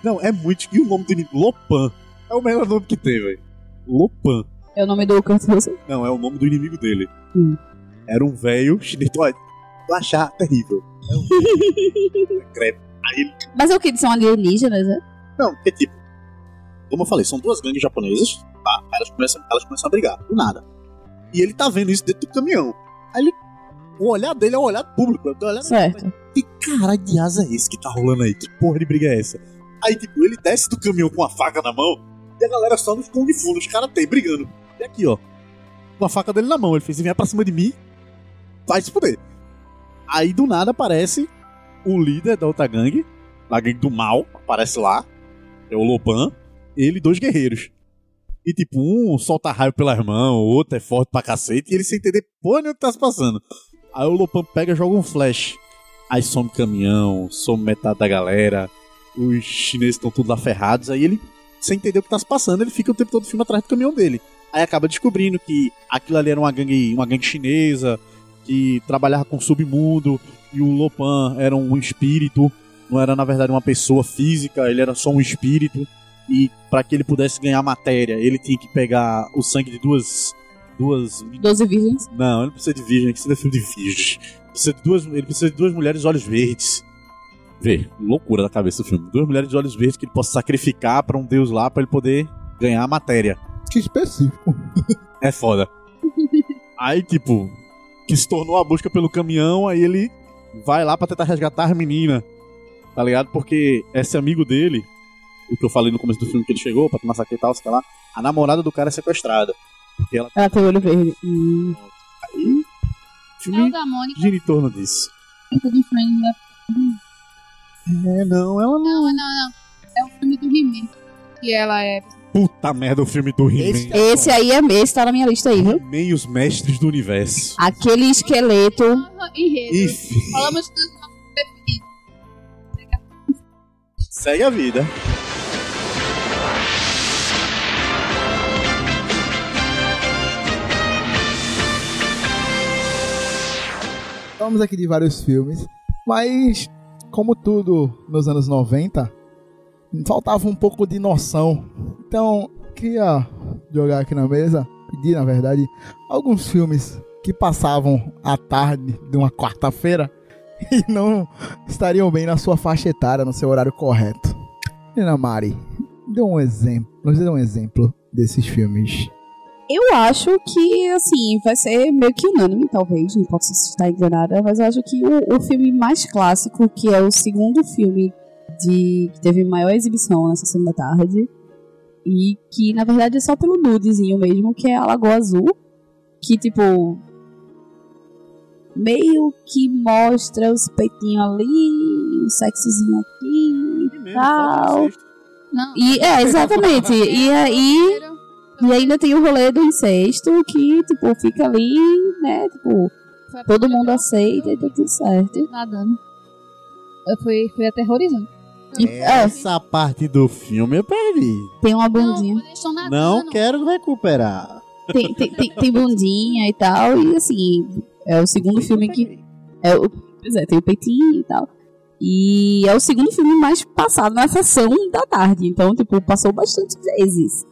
[SPEAKER 4] Não, é muito. E o nome do inimigo? Lopan. É o melhor nome que tem, velho. Lopan.
[SPEAKER 2] É o nome do Kurt Russell.
[SPEAKER 4] Não, é o nome do inimigo dele.
[SPEAKER 2] Hum.
[SPEAKER 4] Era um velho chinês. Olha, Tu achar terrível. É um velho. Credo. Aí ele.
[SPEAKER 2] Mas é o que? São alienígenas, né?
[SPEAKER 4] Não, é tipo. Como eu falei, são duas gangues japonesas. Tá? Elas começam, elas começam a brigar, do nada. E ele tá vendo isso dentro do caminhão. Aí ele. O olhar dele é o olhar do público. Ele tá olhando-
[SPEAKER 2] Certo.
[SPEAKER 4] Que caralho de asa é esse que tá rolando aí? Que porra de briga é essa? Aí, tipo, ele desce do caminhão com a faca na mão e a galera só nos Kung Fu, nos tem brigando. E aqui, ó. Com a faca dele na mão. Ele fez, "Se vier pra cima de mim, vai se fuder. Aí, do nada, aparece o líder da outra gangue, da gangue do mal, aparece lá. É o Lopan. Ele e dois guerreiros. E, tipo, um solta raio pela irmã, o outro é forte pra cacete, e ele sem entender porra nenhuma o que tá se passando. Aí o Lopan pega e joga um flash. Aí some caminhão, some metade da galera, os chineses estão tudo lá ferrados. Aí ele, sem entender o que tá se passando, ele fica o tempo todo do filme atrás do caminhão dele. Aí acaba descobrindo que aquilo ali era uma gangue, uma gangue chinesa que trabalhava com o submundo e o Lopan era um espírito, não era na verdade uma pessoa física, ele era só um espírito. E para que ele pudesse ganhar matéria, ele tinha que pegar o sangue de duas duas
[SPEAKER 2] Doze virgens.
[SPEAKER 4] não, ele não precisa de virgem, ele precisa de filho de virgem. Precisa de duas, ele precisa de duas mulheres olhos verdes. Vê, loucura da cabeça do filme. Duas mulheres de olhos verdes que ele possa sacrificar pra um deus lá pra ele poder ganhar a matéria.
[SPEAKER 1] Que específico.
[SPEAKER 4] É foda. Aí, tipo, que se tornou a busca pelo caminhão, aí ele vai lá pra tentar resgatar as meninas. Tá ligado? Porque esse amigo dele, o que eu falei no começo do filme que ele chegou pra tomar saque e tal, sei lá, a namorada do cara é sequestrada. Porque ela
[SPEAKER 2] Ela tem olho verde. Hum.
[SPEAKER 4] aí. O
[SPEAKER 3] É o
[SPEAKER 4] filme
[SPEAKER 3] da Mônica
[SPEAKER 4] gira em torno disso.
[SPEAKER 3] do Friends, né?
[SPEAKER 4] É, não, ela.
[SPEAKER 3] Não, não, não. É o filme do He-Man. Que ela é.
[SPEAKER 4] Puta merda, o filme do He-Man.
[SPEAKER 2] Esse aí é esse tá na minha lista aí, viu?
[SPEAKER 4] He-Man e os mestres do universo.
[SPEAKER 2] Aquele esqueleto.
[SPEAKER 3] Enredo.
[SPEAKER 4] Enfim.
[SPEAKER 3] Falamos dos nossos preferidos.
[SPEAKER 4] Segue a vida.
[SPEAKER 1] Falamos aqui de vários filmes, mas como tudo nos anos 90, faltava um pouco de noção. Então, queria jogar aqui na mesa, pedir na verdade, alguns filmes que passavam à tarde de uma quarta-feira <laughs> e não estariam bem na sua faixa etária, no seu horário correto. Ana Mari, dê um exemplo, nos dê um exemplo desses filmes.
[SPEAKER 2] Eu acho que, assim, vai ser meio que unânime, talvez, não posso estar enganada, mas eu acho que o, o filme mais clássico, que é o segundo filme de, que teve maior exibição na Sessão da Tarde, e que, na verdade, é só pelo nudezinho mesmo, que é A Lagoa Azul, que, tipo, meio que mostra os peitinhos ali, o sexozinho aqui, Tal.
[SPEAKER 3] Não.
[SPEAKER 2] e é, exatamente, e aí... E ainda tem o rolê do incesto, que, tipo, fica ali, né? Tipo,
[SPEAKER 3] Foi a
[SPEAKER 2] todo
[SPEAKER 3] primeira
[SPEAKER 2] mundo
[SPEAKER 3] vez
[SPEAKER 2] aceita e tá tudo certo.
[SPEAKER 3] Nadando. Eu fui, fui aterrorizante.
[SPEAKER 2] E, é,
[SPEAKER 3] ah,
[SPEAKER 4] Essa parte do filme eu perdi.
[SPEAKER 2] tem uma
[SPEAKER 3] Não,
[SPEAKER 2] bundinha.
[SPEAKER 3] quando eles estão nadando.
[SPEAKER 4] Não quero recuperar.
[SPEAKER 2] Tem, tem, tem, tem bundinha e tal. E assim, é o segundo filme que. É o, pois é, tem o peitinho e tal. E é o segundo filme mais passado na sessão da tarde. Então, tipo, passou bastante vezes.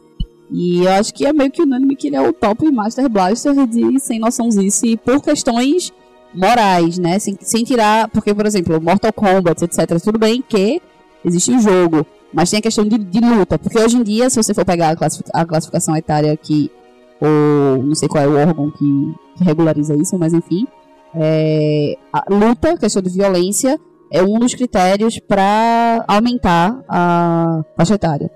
[SPEAKER 2] E eu acho que é meio que unânime que ele é o top Master Blaster de Sem Noçãozice por questões morais, né? Sem, sem tirar. Porque, por exemplo, Mortal Kombat, etc. Tudo bem que existe um jogo. Mas tem a questão de, de luta. Porque hoje em dia, se você for pegar a, classific- a classificação etária que. Ou não sei qual é o órgão que, que regulariza isso, mas enfim. É, a luta, questão de violência, é um dos critérios para aumentar a faixa etária.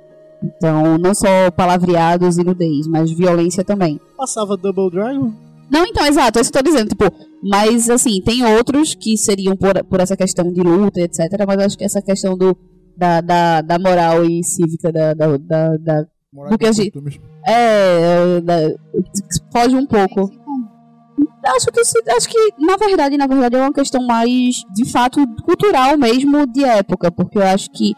[SPEAKER 2] Então, não só palavreados e nudez, mas violência também.
[SPEAKER 4] Passava Double Dragon?
[SPEAKER 2] Não, então, exato, é isso que eu tô dizendo, tipo, mas assim, tem outros que seriam por, por essa questão de luta, etc, mas eu acho que essa questão do, da, da, da moral e cívica da, da, da, da- Porque a gente- é, é, da- foge um pouco. Acho que, se- acho que, na verdade, na verdade, é uma questão mais, de fato, cultural mesmo, de época. Porque eu acho que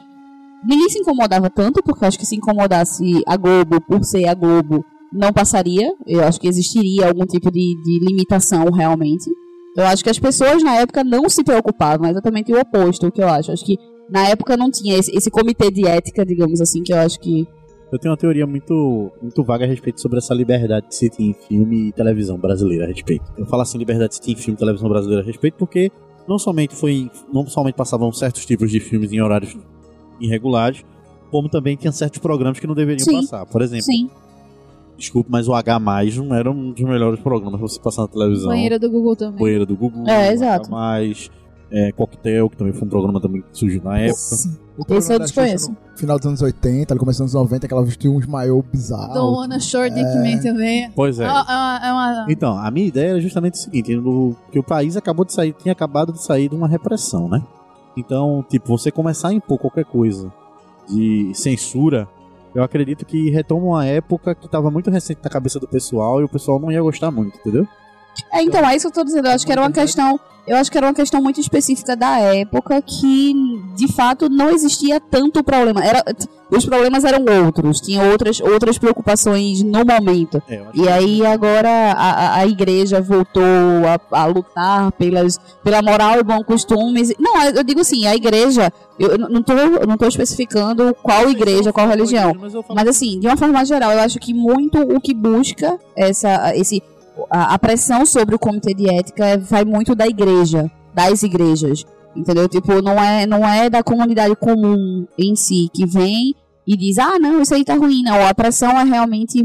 [SPEAKER 2] ninguém se incomodava tanto, porque eu acho que se incomodasse a Globo, por ser a Globo, não passaria. Eu acho que existiria algum tipo de, de limitação, realmente. Eu acho que as pessoas, na época, não se preocupavam. É exatamente o oposto, o que eu acho. Eu acho que, na época, não tinha esse, esse comitê de ética, digamos assim, que eu acho que...
[SPEAKER 4] Eu tenho uma teoria muito, muito vaga a respeito sobre essa liberdade que se tem em filme e televisão brasileira a respeito. Eu falo assim, liberdade que se tem em filme e televisão brasileira a respeito porque não somente foi, não somente passavam certos tipos de filmes em horários irregulares, como também tinha certos programas que não deveriam
[SPEAKER 2] Sim.
[SPEAKER 4] passar. Por exemplo,
[SPEAKER 2] Sim.
[SPEAKER 4] desculpe, mas o H+, não era um dos melhores programas pra você passar na televisão.
[SPEAKER 3] Banheira do Google também.
[SPEAKER 4] Banheira do Gugu,
[SPEAKER 2] É,
[SPEAKER 4] H+,
[SPEAKER 2] exato.
[SPEAKER 4] mais é, Coquetel, que também foi um programa também que surgiu na época.
[SPEAKER 2] Esse eu desconheço.
[SPEAKER 1] Final dos anos 80, ali começo dos anos 90, que ela vestiu uns maiô bizarros.
[SPEAKER 3] Dona Shore Dick
[SPEAKER 4] É.
[SPEAKER 3] Man também.
[SPEAKER 4] Pois é.
[SPEAKER 2] Ah.
[SPEAKER 3] É, uma- é uma.
[SPEAKER 4] Então, a minha ideia era justamente o seguinte, no- que o país acabou de sair, tinha acabado de sair de uma repressão, né? Então, tipo, você começar a impor qualquer coisa de censura, eu acredito que retoma uma época que tava muito recente na cabeça do pessoal e o pessoal não ia gostar muito, entendeu?
[SPEAKER 2] É, então, é isso que eu tô dizendo. Eu acho que era uma questão. Eu acho que era uma questão muito específica da época que, de fato, não existia tanto problema. Era, os problemas eram outros, tinha outras, outras preocupações no momento.
[SPEAKER 4] É, eu acho
[SPEAKER 2] E aí agora a, a- a igreja voltou a, a lutar pelas, pela moral e bons costumes. Não, eu digo assim, a igreja, eu eu não tô, eu não tô especificando qual igreja, qual religião.
[SPEAKER 4] Mas eu falo
[SPEAKER 2] Mas assim, de uma forma geral, eu acho que muito o que busca essa, esse, é, a, a pressão sobre o comitê de ética vai muito da igreja, das igrejas. Entendeu? Tipo, não é, não é da comunidade comum em si que vem e diz, ah, não, isso aí tá ruim, não. A pressão é realmente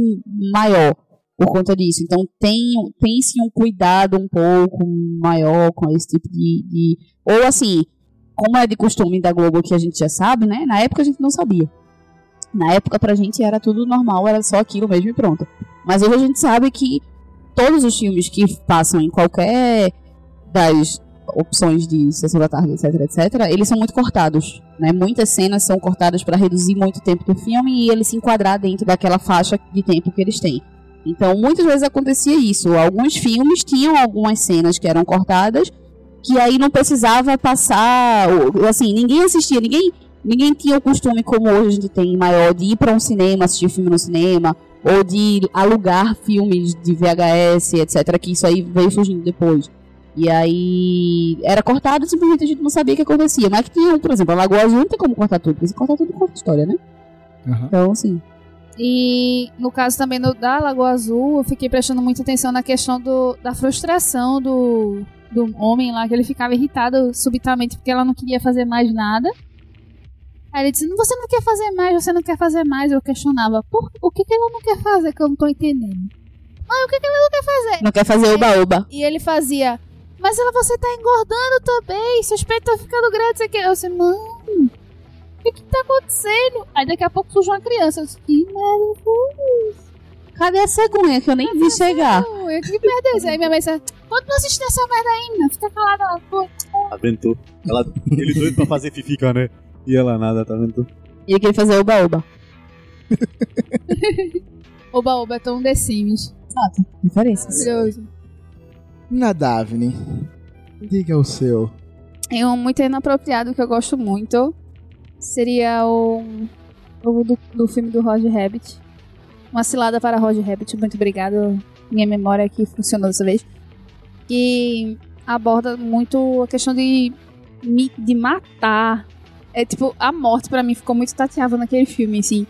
[SPEAKER 2] maior por conta disso. Então tem, tem sim um cuidado um pouco maior com esse tipo de, de. Ou assim, como é de costume da Globo que a gente já sabe, né? Na época a gente não sabia. Na época pra gente era tudo normal, era só aquilo mesmo e pronto. Mas hoje a gente sabe que todos os filmes que passam em qualquer das opções de sessão da tarde, etc, etc, eles são muito cortados, né? Muitas cenas são cortadas para reduzir muito o tempo do filme e ele se enquadrar dentro daquela faixa de tempo que eles têm. Então, muitas vezes acontecia isso. Alguns filmes tinham algumas cenas que eram cortadas que aí não precisava passar, ou- assim, ninguém assistia, ninguém, ninguém tinha o costume como hoje a gente tem maior de ir para um cinema, assistir filme no cinema, ou de alugar filmes de VHS, etc, que isso aí veio surgindo depois. E aí era cortado, simplesmente a gente não sabia o que acontecia. Mas que tinha, por exemplo, a Lagoa Azul não tem como cortar tudo, porque se cortar tudo conta história, né?
[SPEAKER 1] Aham.
[SPEAKER 2] Então, assim,
[SPEAKER 3] E no caso também no, da Lagoa Azul, eu fiquei prestando muita atenção na questão do, da frustração do, do homem lá, que ele ficava irritado subitamente porque ela não queria fazer mais nada. Aí ele disse, "Não, você não quer fazer mais, você não quer fazer mais. Eu questionava, Por, o que, que ela não quer fazer que eu não tô entendendo? Ah, o que, que ela não quer fazer?
[SPEAKER 2] não quer fazer oba-oba.
[SPEAKER 3] E ele fazia, mas ela, você tá engordando também, seus peitos estão ficando grandes aqui. Eu disse, mano, o que que tá acontecendo? Aí daqui a pouco surge uma criança. Eu disse, que maravilha.
[SPEAKER 2] Cadê a cegonha que eu nem vi chegar?
[SPEAKER 3] Eu que merda é essa?" Aí minha mãe disse, quando não assiste essa merda aí, menina, fica calada lá. pô."
[SPEAKER 4] Aventou. Tá Ela, ele doido pra fazer fifica, né? E ela nada, tá vendo?
[SPEAKER 2] E ele queria fazer oba-oba.
[SPEAKER 3] Oba, oba, é tão The Sims.
[SPEAKER 2] Exato, diferenças.
[SPEAKER 3] Maravilhoso.
[SPEAKER 1] Na Daphne, diga o seu.
[SPEAKER 3] É um muito inapropriado que eu gosto muito. Seria o, o do, do filme do Roger Rabbit. Uma cilada para Roger Rabbit. Muito obrigado. Minha memória aqui funcionou dessa vez. Que aborda muito a questão de, me- de matar. É tipo, a morte pra mim ficou muito tateável naquele filme, assim.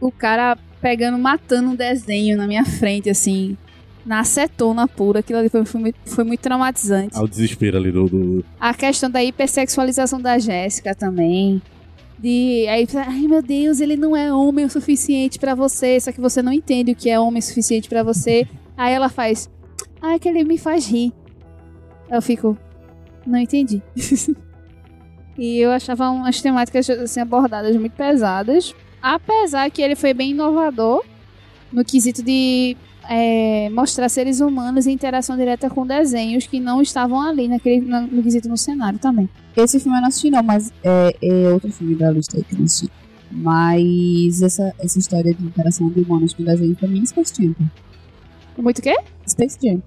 [SPEAKER 3] O cara pegando, matando um desenho na minha frente, assim. Na acetona pura. Aquilo ali foi, foi, foi muito traumatizante.
[SPEAKER 4] Ao É desespero ali do. do-
[SPEAKER 3] A questão da hipersexualização da Jéssica também. De aí, você, ai meu Deus, ele não é homem o suficiente pra você, só que você não entende o que é homem o suficiente pra você. Aí ela faz, ai que ele me faz rir. Eu fico, não entendi. <laughs> e eu achava umas temáticas assim, abordadas muito pesadas. Apesar que ele foi bem inovador no quesito de é, mostrar seres humanos em interação direta com desenhos que não estavam ali naquele na- no quesito no cenário também.
[SPEAKER 2] Esse filme eu não assisti, não, mas é, é outro filme da lista aí que eu não assisti. Mas essa, essa história de interação de humanos com desenho pra mim é Space Jam.
[SPEAKER 3] É Muito o quê?
[SPEAKER 2] Space Jam.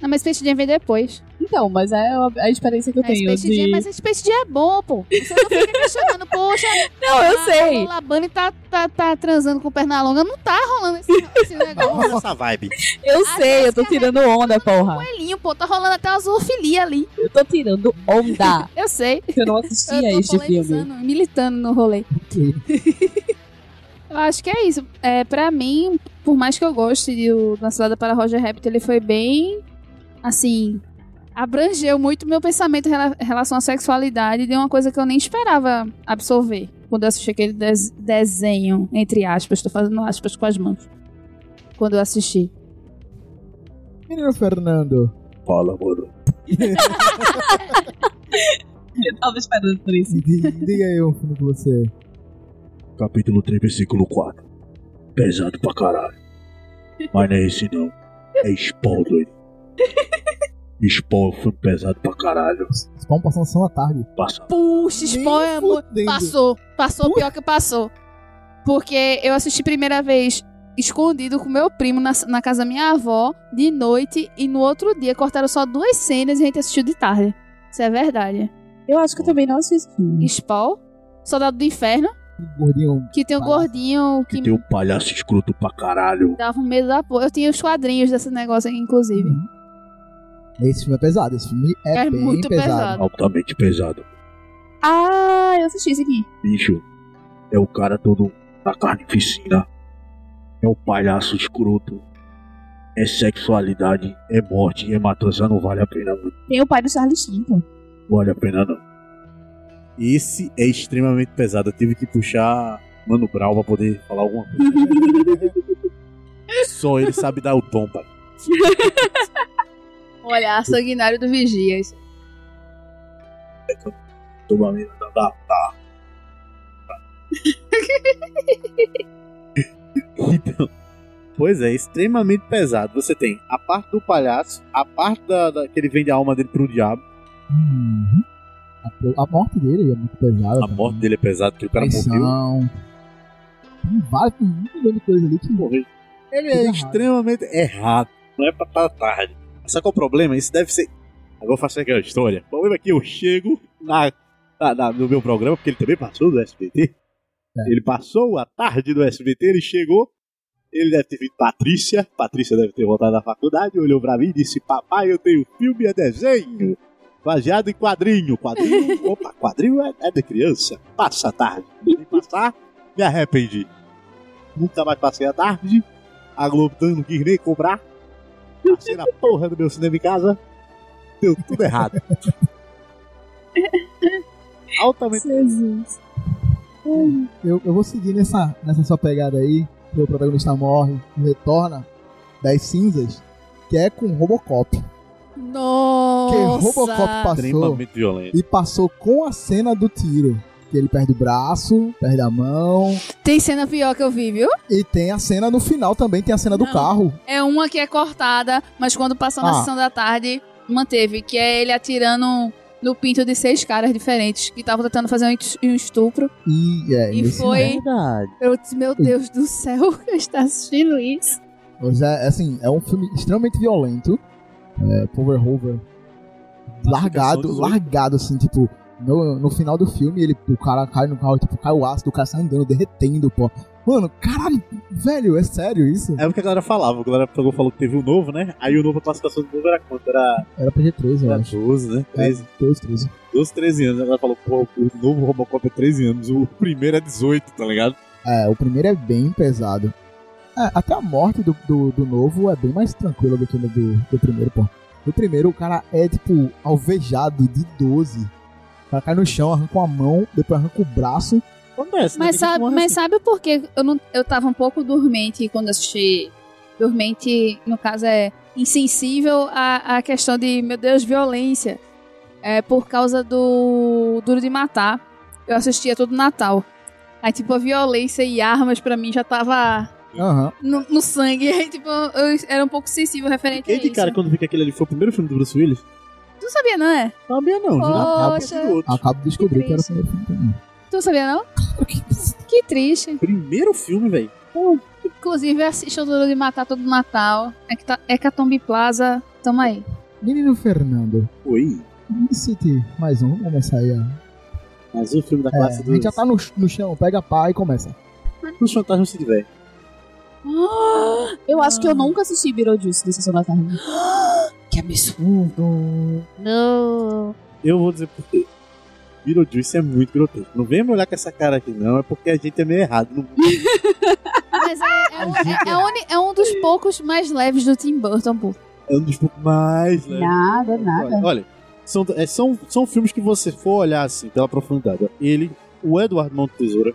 [SPEAKER 3] Não, mas Space Jam vem depois.
[SPEAKER 2] Então, mas é a, a experiência que eu
[SPEAKER 3] É
[SPEAKER 2] tenho.
[SPEAKER 3] Space
[SPEAKER 2] de...
[SPEAKER 3] Jam, mas Space Jam é bom, pô. Você não fica questionando, <laughs> poxa,
[SPEAKER 2] Não, eu
[SPEAKER 3] a
[SPEAKER 2] sei.
[SPEAKER 3] Lola Bunny tá, tá, tá transando com perna longa. Não tá rolando esse,
[SPEAKER 2] <laughs>
[SPEAKER 3] esse negócio.
[SPEAKER 4] essa vibe.
[SPEAKER 2] Eu
[SPEAKER 3] A
[SPEAKER 2] sei, eu tô
[SPEAKER 3] Jéssica
[SPEAKER 2] tirando onda, porra.
[SPEAKER 3] Coelhinho, pô, tá rolando até uma zoofilia ali.
[SPEAKER 2] Eu tô tirando
[SPEAKER 3] <laughs>
[SPEAKER 2] onda.
[SPEAKER 3] Eu sei.
[SPEAKER 2] Eu não
[SPEAKER 3] Eu
[SPEAKER 2] assistia
[SPEAKER 3] tô
[SPEAKER 2] este filme.
[SPEAKER 3] polemizando, militando no rolê. <laughs> eu acho que é isso. É, pra mim, por mais que eu goste de o Na Cilada para Roger Rabbit, ele foi bem, assim, abrangeu muito meu pensamento em rela- em relação à sexualidade de uma coisa que eu nem esperava absorver quando eu assisti aquele des- desenho, entre aspas, tô fazendo aspas com as mãos, quando eu assisti.
[SPEAKER 1] Menino Fernando. <laughs>
[SPEAKER 4] Fala, mano.
[SPEAKER 2] Eu tava esperando por isso.
[SPEAKER 1] Diga, diga aí um filme que você.
[SPEAKER 4] Capítulo 3, versículo 4. Pesado pra caralho. Mas não é esse não. É Spawn, doido. Spawn foi pesado pra caralho.
[SPEAKER 1] Spawn passando sessão da tarde.
[SPEAKER 4] Passa.
[SPEAKER 3] Puxa, spoiler, amor.
[SPEAKER 1] fudendo.
[SPEAKER 3] Passou. Passou pior que passou. Porque eu assisti primeira vez escondido com meu primo na, na casa da minha avó, de noite, e no outro dia cortaram só duas cenas e a gente assistiu de tarde. Isso é verdade.
[SPEAKER 2] Eu acho que eu também não assisti esse filme.
[SPEAKER 3] Spawn, Soldado do Inferno,
[SPEAKER 1] Gordinho.
[SPEAKER 3] que tem o
[SPEAKER 1] Palhaço.
[SPEAKER 3] gordinho que
[SPEAKER 4] Que tem um palhaço escroto pra caralho.
[SPEAKER 3] dava um medo da porra. Eu tinha os quadrinhos desse negócio aqui, inclusive.
[SPEAKER 4] Hum.
[SPEAKER 1] Esse filme é pesado. Esse filme é,
[SPEAKER 3] É
[SPEAKER 1] bem
[SPEAKER 3] muito pesado.
[SPEAKER 4] Altamente pesado.
[SPEAKER 2] Ah, eu assisti esse aqui.
[SPEAKER 4] Bicho, é o cara todo na carnificina. É um palhaço escroto. É sexualidade, é morte, é matança, não vale a pena. mano.
[SPEAKER 2] Tem o pai do Charlie Sheen, pô.
[SPEAKER 4] Vale a pena não. Esse é extremamente pesado. Eu tive que puxar Mano Brown pra poder falar alguma coisa. Só ele sabe dar o tom, pai.
[SPEAKER 3] Olhar sanguinário do Vigias.
[SPEAKER 4] Toma a mina da- da. da- <laughs> então, pois é, extremamente pesado. Você tem a parte do palhaço, a parte da, da- que ele vende a alma dele pro diabo.
[SPEAKER 1] Uhum. A, a morte dele é muito pesada.
[SPEAKER 4] A morte dele é pesada, porque o cara morreu.
[SPEAKER 1] Traição. Tem várias, tem um milhão de coisas ali que morreu.
[SPEAKER 4] Ele é
[SPEAKER 1] Tudo errado.
[SPEAKER 4] extremamente errado. Não é pra estar tarde. Sabe qual é o problema? Isso deve ser. Agora eu faço aquela história. O problema é que eu chego na, na- na- no meu programa, porque ele também passou do SBT. Ele passou a tarde do SBT, ele chegou. Ele deve ter vindo Patrícia. Patrícia deve ter voltado da faculdade, olhou pra mim e disse: Papai, eu tenho filme e é desenho. Baseado em quadrinho. Quadrinho. opa, quadrinho é, é de criança. Passa a tarde. Vem passar, me arrependi. Nunca mais passei a tarde. A Globo não quis nem cobrar. Passei na porra do meu cinema em casa. Deu tudo errado. Altamente.
[SPEAKER 3] é.
[SPEAKER 2] Jesus.
[SPEAKER 1] Eu, eu vou seguir nessa, nessa sua pegada aí, que o protagonista morre e retorna das cinzas, que é com Robocop.
[SPEAKER 2] Nossa.
[SPEAKER 1] Porque Robocop passou
[SPEAKER 4] Extremamente violento.
[SPEAKER 1] e passou com a cena do tiro. Que ele perde o braço, perde a mão.
[SPEAKER 2] Tem cena pior que eu vi, viu?
[SPEAKER 1] E tem a cena no final também, tem a cena do
[SPEAKER 3] Não.
[SPEAKER 1] carro.
[SPEAKER 3] É uma que é cortada, mas quando passou na
[SPEAKER 1] Ah.
[SPEAKER 3] sessão da tarde, manteve. Que é ele atirando no pinto de seis caras diferentes que estavam tentando fazer um est- um estupro.
[SPEAKER 1] E é
[SPEAKER 3] E
[SPEAKER 1] isso.
[SPEAKER 3] foi-
[SPEAKER 4] Verdade.
[SPEAKER 3] Eu disse, meu Deus do céu, <laughs> eu estou assistindo isso.
[SPEAKER 1] Mas é, é assim, é um filme extremamente violento. É, Powerhover. Largado,
[SPEAKER 4] 18.
[SPEAKER 1] largado, assim, tipo. No, no final do filme, ele, o cara cai no carro, tipo, cai o ácido, o cara sai andando, derretendo, pô. Mano, caralho, velho, é sério isso?
[SPEAKER 4] É o que a galera falava. A galera pegou, falou que teve o novo, né? Aí o novo, a classificação do novo era quanto? Era,
[SPEAKER 1] Era PG-13, eu
[SPEAKER 4] era
[SPEAKER 1] acho. É,
[SPEAKER 4] 12, né? 13.
[SPEAKER 1] 12, 13.
[SPEAKER 4] 12, 13 anos. A galera falou, pô, o novo Robocop é 13 anos. O primeiro é 18, tá ligado?
[SPEAKER 1] É, o primeiro é bem pesado. É, até a morte do, do, do novo é bem mais tranquila do que no do, do primeiro, pô. No primeiro, o cara é, tipo, alvejado de 12. O cara cai no chão, arranca uma mão, depois arranca o braço.
[SPEAKER 4] Acontece, né? Tem
[SPEAKER 3] Mas
[SPEAKER 4] gente que
[SPEAKER 3] sabe,
[SPEAKER 4] morre
[SPEAKER 3] mas
[SPEAKER 4] assim.
[SPEAKER 3] sabe por que eu, não, eu tava um pouco dormente quando assisti? Dormente, no caso, é insensível à, à questão de, meu Deus, violência. É por causa do Duro de Matar. Eu assistia todo Natal. Aí, tipo, a violência e armas pra mim já tava
[SPEAKER 1] Aham.
[SPEAKER 3] no, no sangue. <laughs> Aí, tipo, eu era um pouco sensível referente
[SPEAKER 4] Fiquei
[SPEAKER 3] a
[SPEAKER 4] de
[SPEAKER 3] isso.
[SPEAKER 4] cara quando vi que aquele ali foi o primeiro filme do Bruce Willis.
[SPEAKER 3] Tu sabia, não é?
[SPEAKER 4] Sabia não, jurava que era
[SPEAKER 3] Poxa.
[SPEAKER 4] do outro.
[SPEAKER 1] Acabo de descobrir que era o
[SPEAKER 3] triste.
[SPEAKER 1] primeiro filme também.
[SPEAKER 3] Tu sabia, não? Que triste.
[SPEAKER 4] Primeiro filme, velho.
[SPEAKER 3] Inclusive, assistam o Duro de Matar todo Natal. É Hecta- Hecatombe Plaza, tamo aí.
[SPEAKER 1] Menino Fernando,
[SPEAKER 4] Oi.
[SPEAKER 1] me cite mais um, vamos começar aí. ó.
[SPEAKER 4] Mas o filme da
[SPEAKER 1] É, a
[SPEAKER 4] classe do
[SPEAKER 1] gente já tá no, no chão, pega a pá e começa.
[SPEAKER 4] Os fantasmas se tiver.
[SPEAKER 2] Eu acho que eu nunca assisti Beetlejuice da Sessão da Tarde. que absurdo.
[SPEAKER 3] Não.
[SPEAKER 4] Eu vou dizer por quê. Beetlejuice é muito grotesco. Não vem me olhar com essa cara aqui, não. É porque a gente é meio errado. Não... <laughs>
[SPEAKER 3] Mas é, é, um, é- é um- é um dos poucos mais leves do Tim Burton, pô.
[SPEAKER 4] É um dos poucos mais leves.
[SPEAKER 2] Nada, nada.
[SPEAKER 4] Olha, olha, são, é, são, são filmes que você for olhar assim, pela profundidade. ó. Ele, o Eduardo Mão de Tesoura.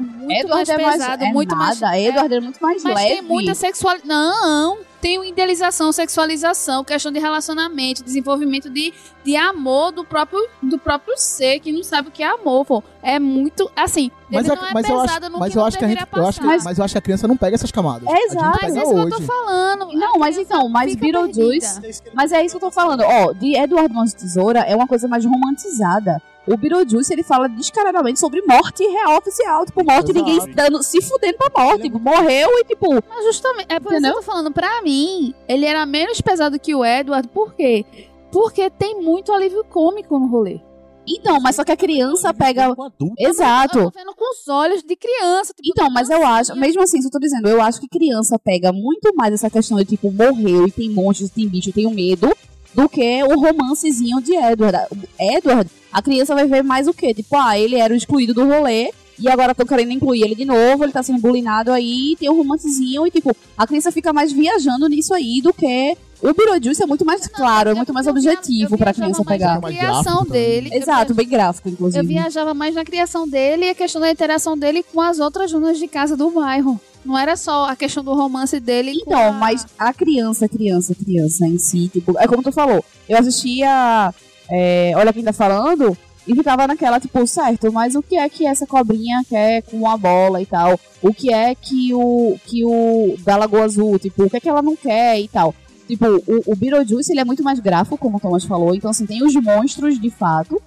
[SPEAKER 2] É
[SPEAKER 3] Muito mais pesado, muito mais...
[SPEAKER 2] nada. Edward é muito mais
[SPEAKER 3] Mas
[SPEAKER 2] leve.
[SPEAKER 3] tem muita sexualidade. Não, tem uma idealização, sexualização, questão de relacionamento, desenvolvimento de, de amor do próprio, do próprio ser, que não sabe o que é amor, pô. É muito, assim,
[SPEAKER 1] Mas,
[SPEAKER 3] ele
[SPEAKER 1] a-
[SPEAKER 3] não é
[SPEAKER 1] mas eu acho,
[SPEAKER 3] pesado no
[SPEAKER 1] mas
[SPEAKER 3] que
[SPEAKER 1] eu
[SPEAKER 3] não
[SPEAKER 1] acho que a gente,
[SPEAKER 3] deveria
[SPEAKER 1] eu acho
[SPEAKER 3] passar.
[SPEAKER 1] que,
[SPEAKER 3] Mas,
[SPEAKER 1] mas... eu acho que a criança não pega essas camadas.
[SPEAKER 2] É exato.
[SPEAKER 1] A gente
[SPEAKER 3] mas é
[SPEAKER 1] pega
[SPEAKER 3] isso que eu tô
[SPEAKER 1] hoje.
[SPEAKER 3] falando.
[SPEAKER 2] Não, mas então, mas
[SPEAKER 3] fica
[SPEAKER 2] Beetlejuice... Mas é isso que eu tô falando. Ó, de Eduardo Mãos de Tesoura é uma coisa mais romantizada. O Beetlejuice, ele fala descaradamente sobre morte real oficial. Tipo, morte,
[SPEAKER 4] Exato.
[SPEAKER 2] ninguém se dando, se fudendo pra morte. Tipo, morreu e, tipo,
[SPEAKER 3] Mas justamente, é por isso que
[SPEAKER 2] Entendeu?
[SPEAKER 3] eu tô falando, pra mim, ele era menos pesado que o Edward, por quê? Porque tem muito alívio cômico no rolê.
[SPEAKER 2] Então, mas só que a criança pega.
[SPEAKER 4] Com adulto.
[SPEAKER 3] Eu tô
[SPEAKER 2] Exato.
[SPEAKER 3] vendo com os olhos de criança. tipo,
[SPEAKER 2] Então, mas eu acho, mesmo assim, isso eu tô dizendo, eu acho que criança pega muito mais essa questão de tipo, morreu e tem monstros, tem bicho, tem medo, do que o romancezinho de Edward. Edward, a criança vai ver mais o quê? Tipo, ah, ele era o excluído do rolê e agora estão querendo incluir ele de novo, ele tá sendo bullyingado aí, tem um romancezinho e tipo, a criança fica mais viajando nisso aí do que O Beetlejuice é muito mais claro, é muito mais
[SPEAKER 3] Eu via-
[SPEAKER 2] objetivo
[SPEAKER 3] eu
[SPEAKER 2] pra
[SPEAKER 3] viajava
[SPEAKER 2] criança
[SPEAKER 3] mais
[SPEAKER 2] pegar.
[SPEAKER 3] Na
[SPEAKER 1] Mais
[SPEAKER 3] criação
[SPEAKER 1] gráfico
[SPEAKER 3] dele. Eu
[SPEAKER 2] Exato, bem gráfico, inclusive.
[SPEAKER 3] Eu viajava mais na criação dele e a questão da interação dele com as outras donas de casa do bairro. Não era só a questão do romance dele com a...
[SPEAKER 2] Então, mas a criança, criança, criança em si, tipo, é como tu falou, eu assistia é, Olha Quem Tá Falando e ficava naquela, tipo, certo, mas o que é que essa cobrinha quer com a bola e tal? O que é que o, que o da Lagoa Azul, tipo, o que é que ela não quer e tal? Tipo, o, o Beetlejuice, ele é muito mais gráfico, como o Thomas falou, então, assim, tem os monstros, de fato,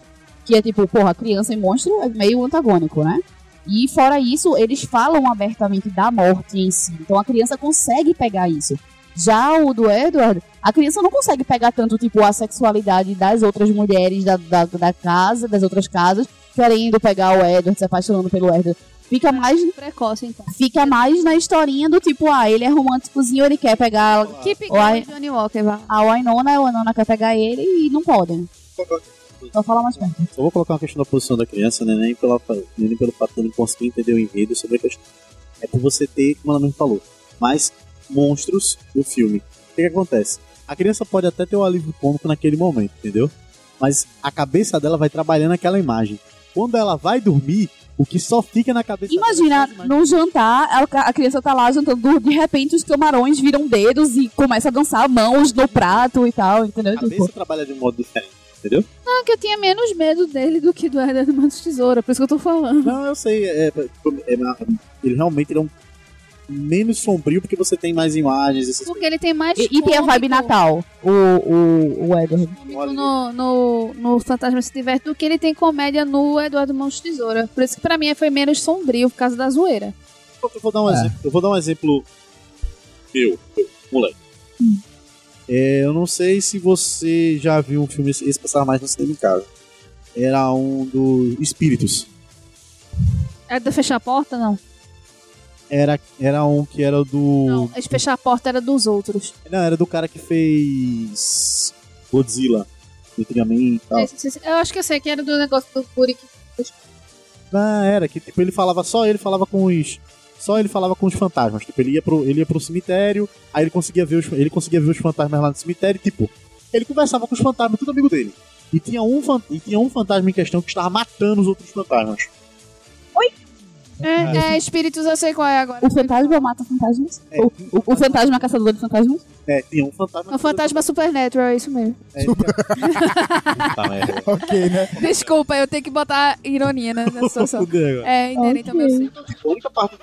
[SPEAKER 2] que é tipo, porra, criança e monstro é meio antagônico, né? E fora isso, eles falam abertamente da morte em si. Então a criança consegue pegar isso. Já o do Edward, a criança não consegue pegar tanto, tipo, a sexualidade das outras mulheres da, da, da casa, das outras casas, querendo pegar o Edward, se apaixonando pelo Edward. Fica mais,
[SPEAKER 3] precoce, então.
[SPEAKER 2] fica mais na historinha do tipo, ah, ele é românticozinho, ele quer pegar
[SPEAKER 4] Ah.
[SPEAKER 3] Que
[SPEAKER 2] Uai.
[SPEAKER 3] pequeno Johnny Walker, vá.
[SPEAKER 2] a Wainona, a Wainona quer pegar ele e não podem. Só falar mais perto.
[SPEAKER 4] Só vou colocar uma questão da posição da criança, né? Nem, pela, fa- nem pelo fato de não conseguir entender o enredo sobre a questão. É por você ter, como ela mesmo falou, mais monstros no filme. O que, que acontece? A criança pode até ter um alívio cômico naquele momento, entendeu? Mas a cabeça dela vai trabalhando aquela imagem. Quando ela vai dormir, o que só fica na cabeça dela é
[SPEAKER 2] Imagina,
[SPEAKER 4] são as imagens.
[SPEAKER 2] num jantar, a- a criança tá lá jantando, de repente os camarões viram dedos e começa a dançar mãos no prato e tal, entendeu? Tipo,
[SPEAKER 4] A cabeça trabalha de um modo diferente.
[SPEAKER 3] Não, Ah, que eu tinha menos medo dele do que do Edward Manos Tesoura, por isso que eu tô falando.
[SPEAKER 4] Não, eu sei. é- é- é- ele realmente ele é um menos sombrio porque você tem mais imagens. Esses
[SPEAKER 3] Porque ele tem mais
[SPEAKER 2] e, e tem a vibe
[SPEAKER 3] cômico-
[SPEAKER 2] natal, o, o, o Edward.
[SPEAKER 3] cômico No, no, no Fantasma se diverte do que ele tem comédia no Eduardo Mãos Tesoura. Por isso que pra mim foi menos sombrio por causa da zoeira.
[SPEAKER 4] Eu vou dar um, exemplo, eu vou dar um exemplo meu, meu, moleque. É, eu não sei se você já viu um filme, esse passava mais no cinema em casa. Era um do Espíritos.
[SPEAKER 3] Era É de fechar a porta, não?
[SPEAKER 4] Era, era um que era do.
[SPEAKER 3] Não,
[SPEAKER 4] Não.
[SPEAKER 3] É de fechar a porta era dos outros.
[SPEAKER 4] era do cara que fez. Godzilla. Antigamente e tal.
[SPEAKER 3] Esse- esse- Eu acho que eu sei que era do negócio do Kurik.
[SPEAKER 4] Não, era que tipo, ele falava, só ele falava com os. Só ele falava com os fantasmas. Tipo, ele ia pro, ele ia pro cemitério, aí ele conseguia ver os, ele conseguia ver os fantasmas lá no cemitério, e, tipo, ele conversava com os fantasmas, tudo amigo dele. E tinha um, fan- e tinha um fantasma em questão que estava matando os outros fantasmas.
[SPEAKER 3] É, é, espíritos, eu sei qual é agora.
[SPEAKER 2] O fantasma mata fantasmas?
[SPEAKER 4] É,
[SPEAKER 2] O, o, o fantasma é caçador de fantasmas?
[SPEAKER 4] É, tinha um fantasma.
[SPEAKER 3] É o fantasma Supernatural, é isso mesmo.
[SPEAKER 4] É, tinha- Tá, merda.
[SPEAKER 1] ok, né?
[SPEAKER 3] Desculpa, eu tenho que botar ironia na na <laughs> situação.
[SPEAKER 4] Fudeu agora.
[SPEAKER 3] É, inerente ao meu signo.
[SPEAKER 4] A única parte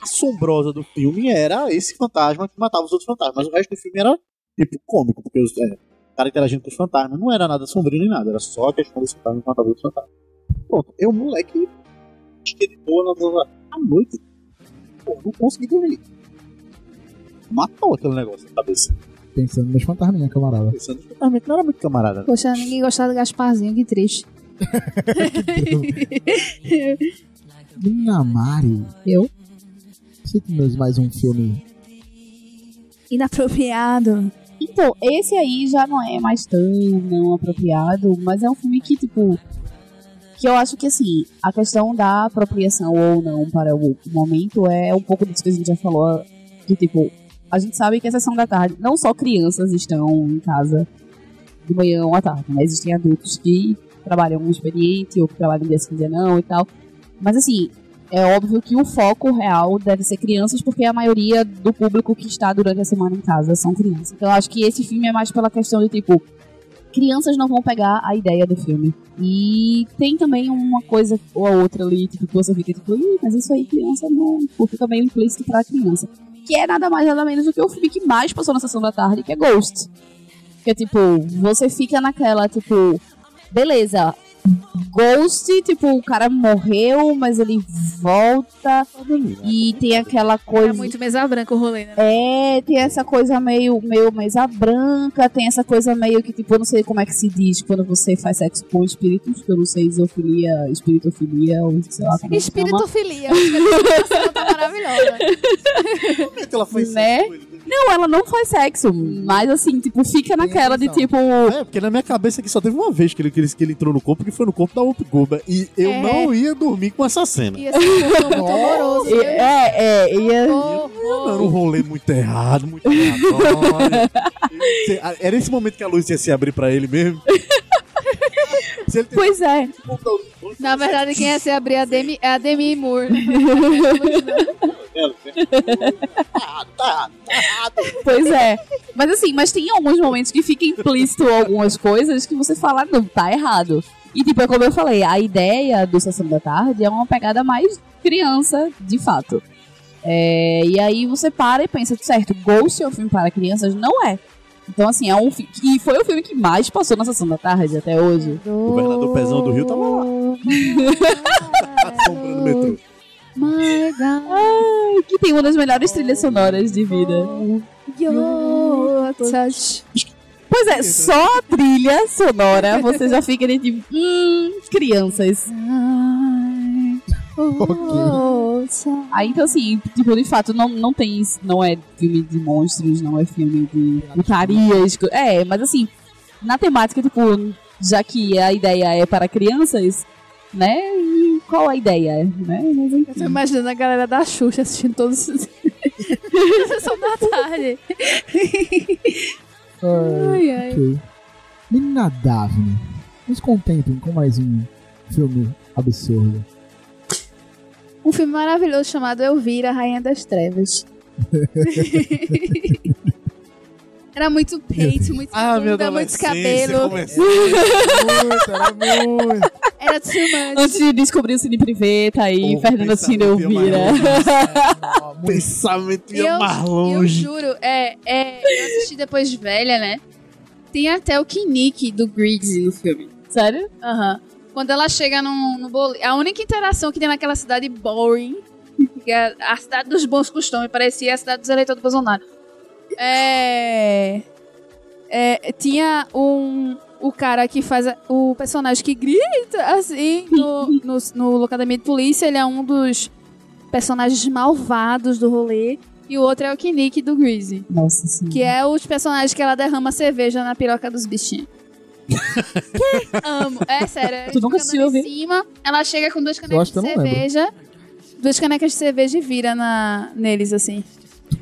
[SPEAKER 4] assombrosa do filme era esse fantasma que matava os outros fantasmas. Mas o resto do filme era, tipo, cômico, porque os, é, o cara interagindo com os fantasmas não era nada sombrio nem nada, era só a questão dos fantasmas que matavam os outros fantasmas. Pronto, eu, moleque, acho que ele boa na- na à noite. Pô, não consegui dormir. Matou aquele negócio na cabeça.
[SPEAKER 1] Pensando nos fantasminha, camarada.
[SPEAKER 4] Pensando que o fantasma não era muito camarada.
[SPEAKER 3] Poxa, ninguém gostava do Gasparzinho, que triste.
[SPEAKER 1] Minha Mari.
[SPEAKER 2] Eu?
[SPEAKER 1] Você tem mais- mais um filme.
[SPEAKER 3] Inapropriado.
[SPEAKER 2] Então, esse aí já não é mais tão não apropriado, mas é um filme que, tipo. Que eu acho que, assim, a questão da apropriação ou não para o momento é um pouco disso que a gente já falou. Que, tipo, a gente sabe que a sessão da tarde, não só crianças estão em casa de manhã ou à tarde, né? Existem adultos que trabalham experiente ou que trabalham dia sim, dia não e tal. Mas, assim, é óbvio que o foco real deve ser crianças, porque a maioria do público que está durante a semana em casa são crianças. Então eu acho que esse filme é mais pela questão de tipo. Crianças não vão pegar a ideia do filme. E tem também uma coisa ou a outra ali, tipo, que você fica tipo, "Ih, mas isso aí criança não. Tipo, fica meio implícito pra criança. Que é nada mais, nada menos do que o filme que mais passou na sessão da tarde, que é Ghost. Que é tipo, você fica naquela, tipo, beleza, Ghost, tipo, o cara morreu, mas ele volta e tem aquela
[SPEAKER 3] É
[SPEAKER 2] coisa.
[SPEAKER 3] muito mesa branca o rolê, né?
[SPEAKER 2] É, tem essa coisa meio, meio mesa branca, tem essa coisa meio que, tipo, eu não sei como é que se diz quando você faz sexo com espíritos, que eu não sei, isofilia, espiritofilia, ou sei lá como é que chama.
[SPEAKER 3] Espiritofilia. Acho que essa situação tá maravilhosa.
[SPEAKER 4] Como é que ela foi
[SPEAKER 2] Né?
[SPEAKER 4] assim?
[SPEAKER 2] Não, ela não faz sexo, mas assim, tipo, fica naquela de tipo.
[SPEAKER 4] É, porque na minha cabeça aqui só teve uma vez que ele, que ele, que ele entrou no corpo, que foi no corpo da Whoop Goba. E eu
[SPEAKER 3] É.
[SPEAKER 4] não ia dormir com essa cena.
[SPEAKER 3] E assim, foi muito doloroso.
[SPEAKER 2] É, é, e é-
[SPEAKER 4] Não, Era um rolê muito errado, muito aleatório. Cê- Era esse momento que a luz ia se abrir pra ele mesmo. Se ele tem
[SPEAKER 2] Pois é.
[SPEAKER 3] Na verdade, quem ia ser abrir a Demi, é a Demi Moore.
[SPEAKER 2] Pois é. Mas assim, mas tem alguns momentos que fica implícito algumas coisas que você fala, não, tá errado. E tipo, é como eu falei, a ideia do Sessão da Tarde é uma pegada mais criança, de fato. É, e aí você para e pensa, certo, Ghost é um filme para crianças? Não é. Então assim, é um fi- E foi o filme que mais passou na Sessão da Tarde até hoje. <laughs>
[SPEAKER 3] O
[SPEAKER 4] governador Pezão do Rio tava lá. sombra no metrô.
[SPEAKER 3] My God,
[SPEAKER 2] Ai, que tem uma das melhores trilhas sonoras de vida.
[SPEAKER 3] your touch.
[SPEAKER 2] Pois é, só a trilha sonora você já fica de tipo, hum, crianças.
[SPEAKER 3] Oh,
[SPEAKER 2] Aí, então, assim, tipo, de fato, não, não tem isso, não é filme de monstros, não é filme de putarias. co- É, mas assim, na temática, tipo, já que a ideia é para crianças, né? e Qual a ideia, né? Mas, enfim.
[SPEAKER 3] Eu tô imaginando a galera da Xuxa assistindo todos <laughs> esses. Sessão da tarde.
[SPEAKER 8] Ah.
[SPEAKER 3] Ai, ai.
[SPEAKER 1] Ok. Menina Daphne, nos contemplem com mais um filme absurdo.
[SPEAKER 3] Um filme maravilhoso chamado Elvira, Rainha das Trevas. <laughs> Era muito peito, muito bunda, muito cabelo.
[SPEAKER 1] Muito, era muito.
[SPEAKER 3] Era too much.
[SPEAKER 2] Antes de descobrir o Cine Privé, tá aí,
[SPEAKER 4] Porra,
[SPEAKER 2] Fernanda
[SPEAKER 4] pensamento
[SPEAKER 2] Cine Elvira.
[SPEAKER 1] Ó, muito.
[SPEAKER 4] Pensamento
[SPEAKER 3] E eu-
[SPEAKER 4] ia mais
[SPEAKER 3] Eu
[SPEAKER 4] longe.
[SPEAKER 3] juro, é, é, eu assisti depois de velha, né? Tem até o Kinnick do Griggs no filme.
[SPEAKER 2] <laughs> Sério?
[SPEAKER 3] Aham. Quando ela chega num- no boliche. A única interação que tem naquela cidade boring, que é a cidade dos bons costumes, parecia a cidade dos eleitores do Bolsonaro. É. é, tinha um. O cara que faz. a- o personagem que grita, assim, no, no, no Locademia de Polícia, ele é um dos personagens malvados do rolê. E o outro é o Kinnick do Greasy.
[SPEAKER 2] Nossa senhora.
[SPEAKER 3] Que é os personagens que ela derrama cerveja na piroca dos bichinhos. Amo. É sério.
[SPEAKER 2] Tu nunca
[SPEAKER 3] Ficando
[SPEAKER 2] assistiu, eu
[SPEAKER 3] em
[SPEAKER 2] vi.
[SPEAKER 3] cima, ela chega com duas
[SPEAKER 1] Eu
[SPEAKER 3] canecas
[SPEAKER 1] acho que
[SPEAKER 3] de
[SPEAKER 1] eu não lembro.
[SPEAKER 3] cerveja. Duas canecas de cerveja e vira na, neles, assim.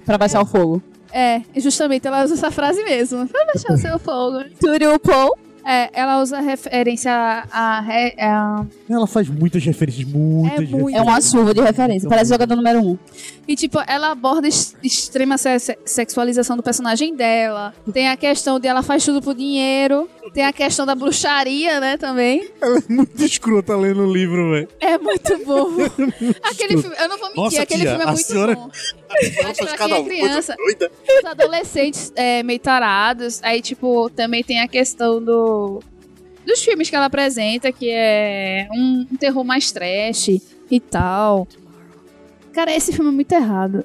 [SPEAKER 2] Pra baixar o fogo.
[SPEAKER 3] É, justamente ela usa essa frase mesmo. Pra baixar o seu fogo.
[SPEAKER 2] Turupom.
[SPEAKER 3] É, ela usa referência a. a, re- a-
[SPEAKER 4] Ela faz muitas referências, muitas
[SPEAKER 3] É muito.
[SPEAKER 2] É uma chuva de referência.
[SPEAKER 4] Então,
[SPEAKER 2] Parece jogador número um.
[SPEAKER 3] E, tipo, ela aborda ex- extrema se- se- sexualização do personagem dela. Tem a questão de ela faz tudo por dinheiro. Tem a questão da bruxaria, né, também.
[SPEAKER 4] muito escrota lendo o livro, velho.
[SPEAKER 3] É muito bom.
[SPEAKER 1] <laughs>
[SPEAKER 3] aquele filme, eu não vou mentir,
[SPEAKER 4] Nossa,
[SPEAKER 3] aquele
[SPEAKER 4] tia,
[SPEAKER 3] filme é
[SPEAKER 4] a
[SPEAKER 3] muito
[SPEAKER 4] senhora-
[SPEAKER 3] bom.
[SPEAKER 9] Ela
[SPEAKER 3] Mas
[SPEAKER 9] faz
[SPEAKER 3] pra quem
[SPEAKER 9] cada
[SPEAKER 3] é
[SPEAKER 4] um,
[SPEAKER 9] uma coisa
[SPEAKER 3] criança,
[SPEAKER 9] doida.
[SPEAKER 3] os adolescentes é, meio tarados, aí, tipo, também tem a questão do dos filmes que ela apresenta, que é um, um terror mais trash e tal. Cara, esse filme é muito errado.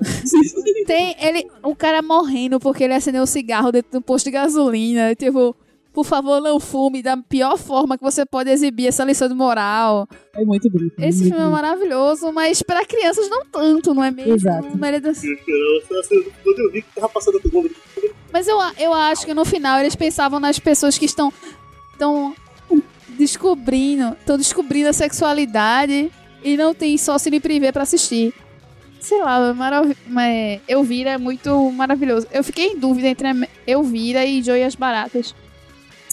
[SPEAKER 3] tem ele, o cara morrendo porque ele acendeu um cigarro dentro de um posto de gasolina, tipo... Por favor, não fume da pior forma que você pode exibir essa lição de moral.
[SPEAKER 2] É muito bonito.
[SPEAKER 3] Esse
[SPEAKER 2] Muito
[SPEAKER 3] filme é maravilhoso, mas pra crianças não tanto, não é mesmo?
[SPEAKER 2] Exato.
[SPEAKER 3] Maria das-
[SPEAKER 9] Quando eu vi que tava passando por Globo,
[SPEAKER 3] Mas eu, a- eu acho que no final eles pensavam nas pessoas que estão, estão descobrindo, estão descobrindo a sexualidade e não tem só cine privê pra assistir. Sei lá, é marav- mas Elvira é muito maravilhoso. Eu fiquei em dúvida entre a Me- Elvira e Joias Baratas.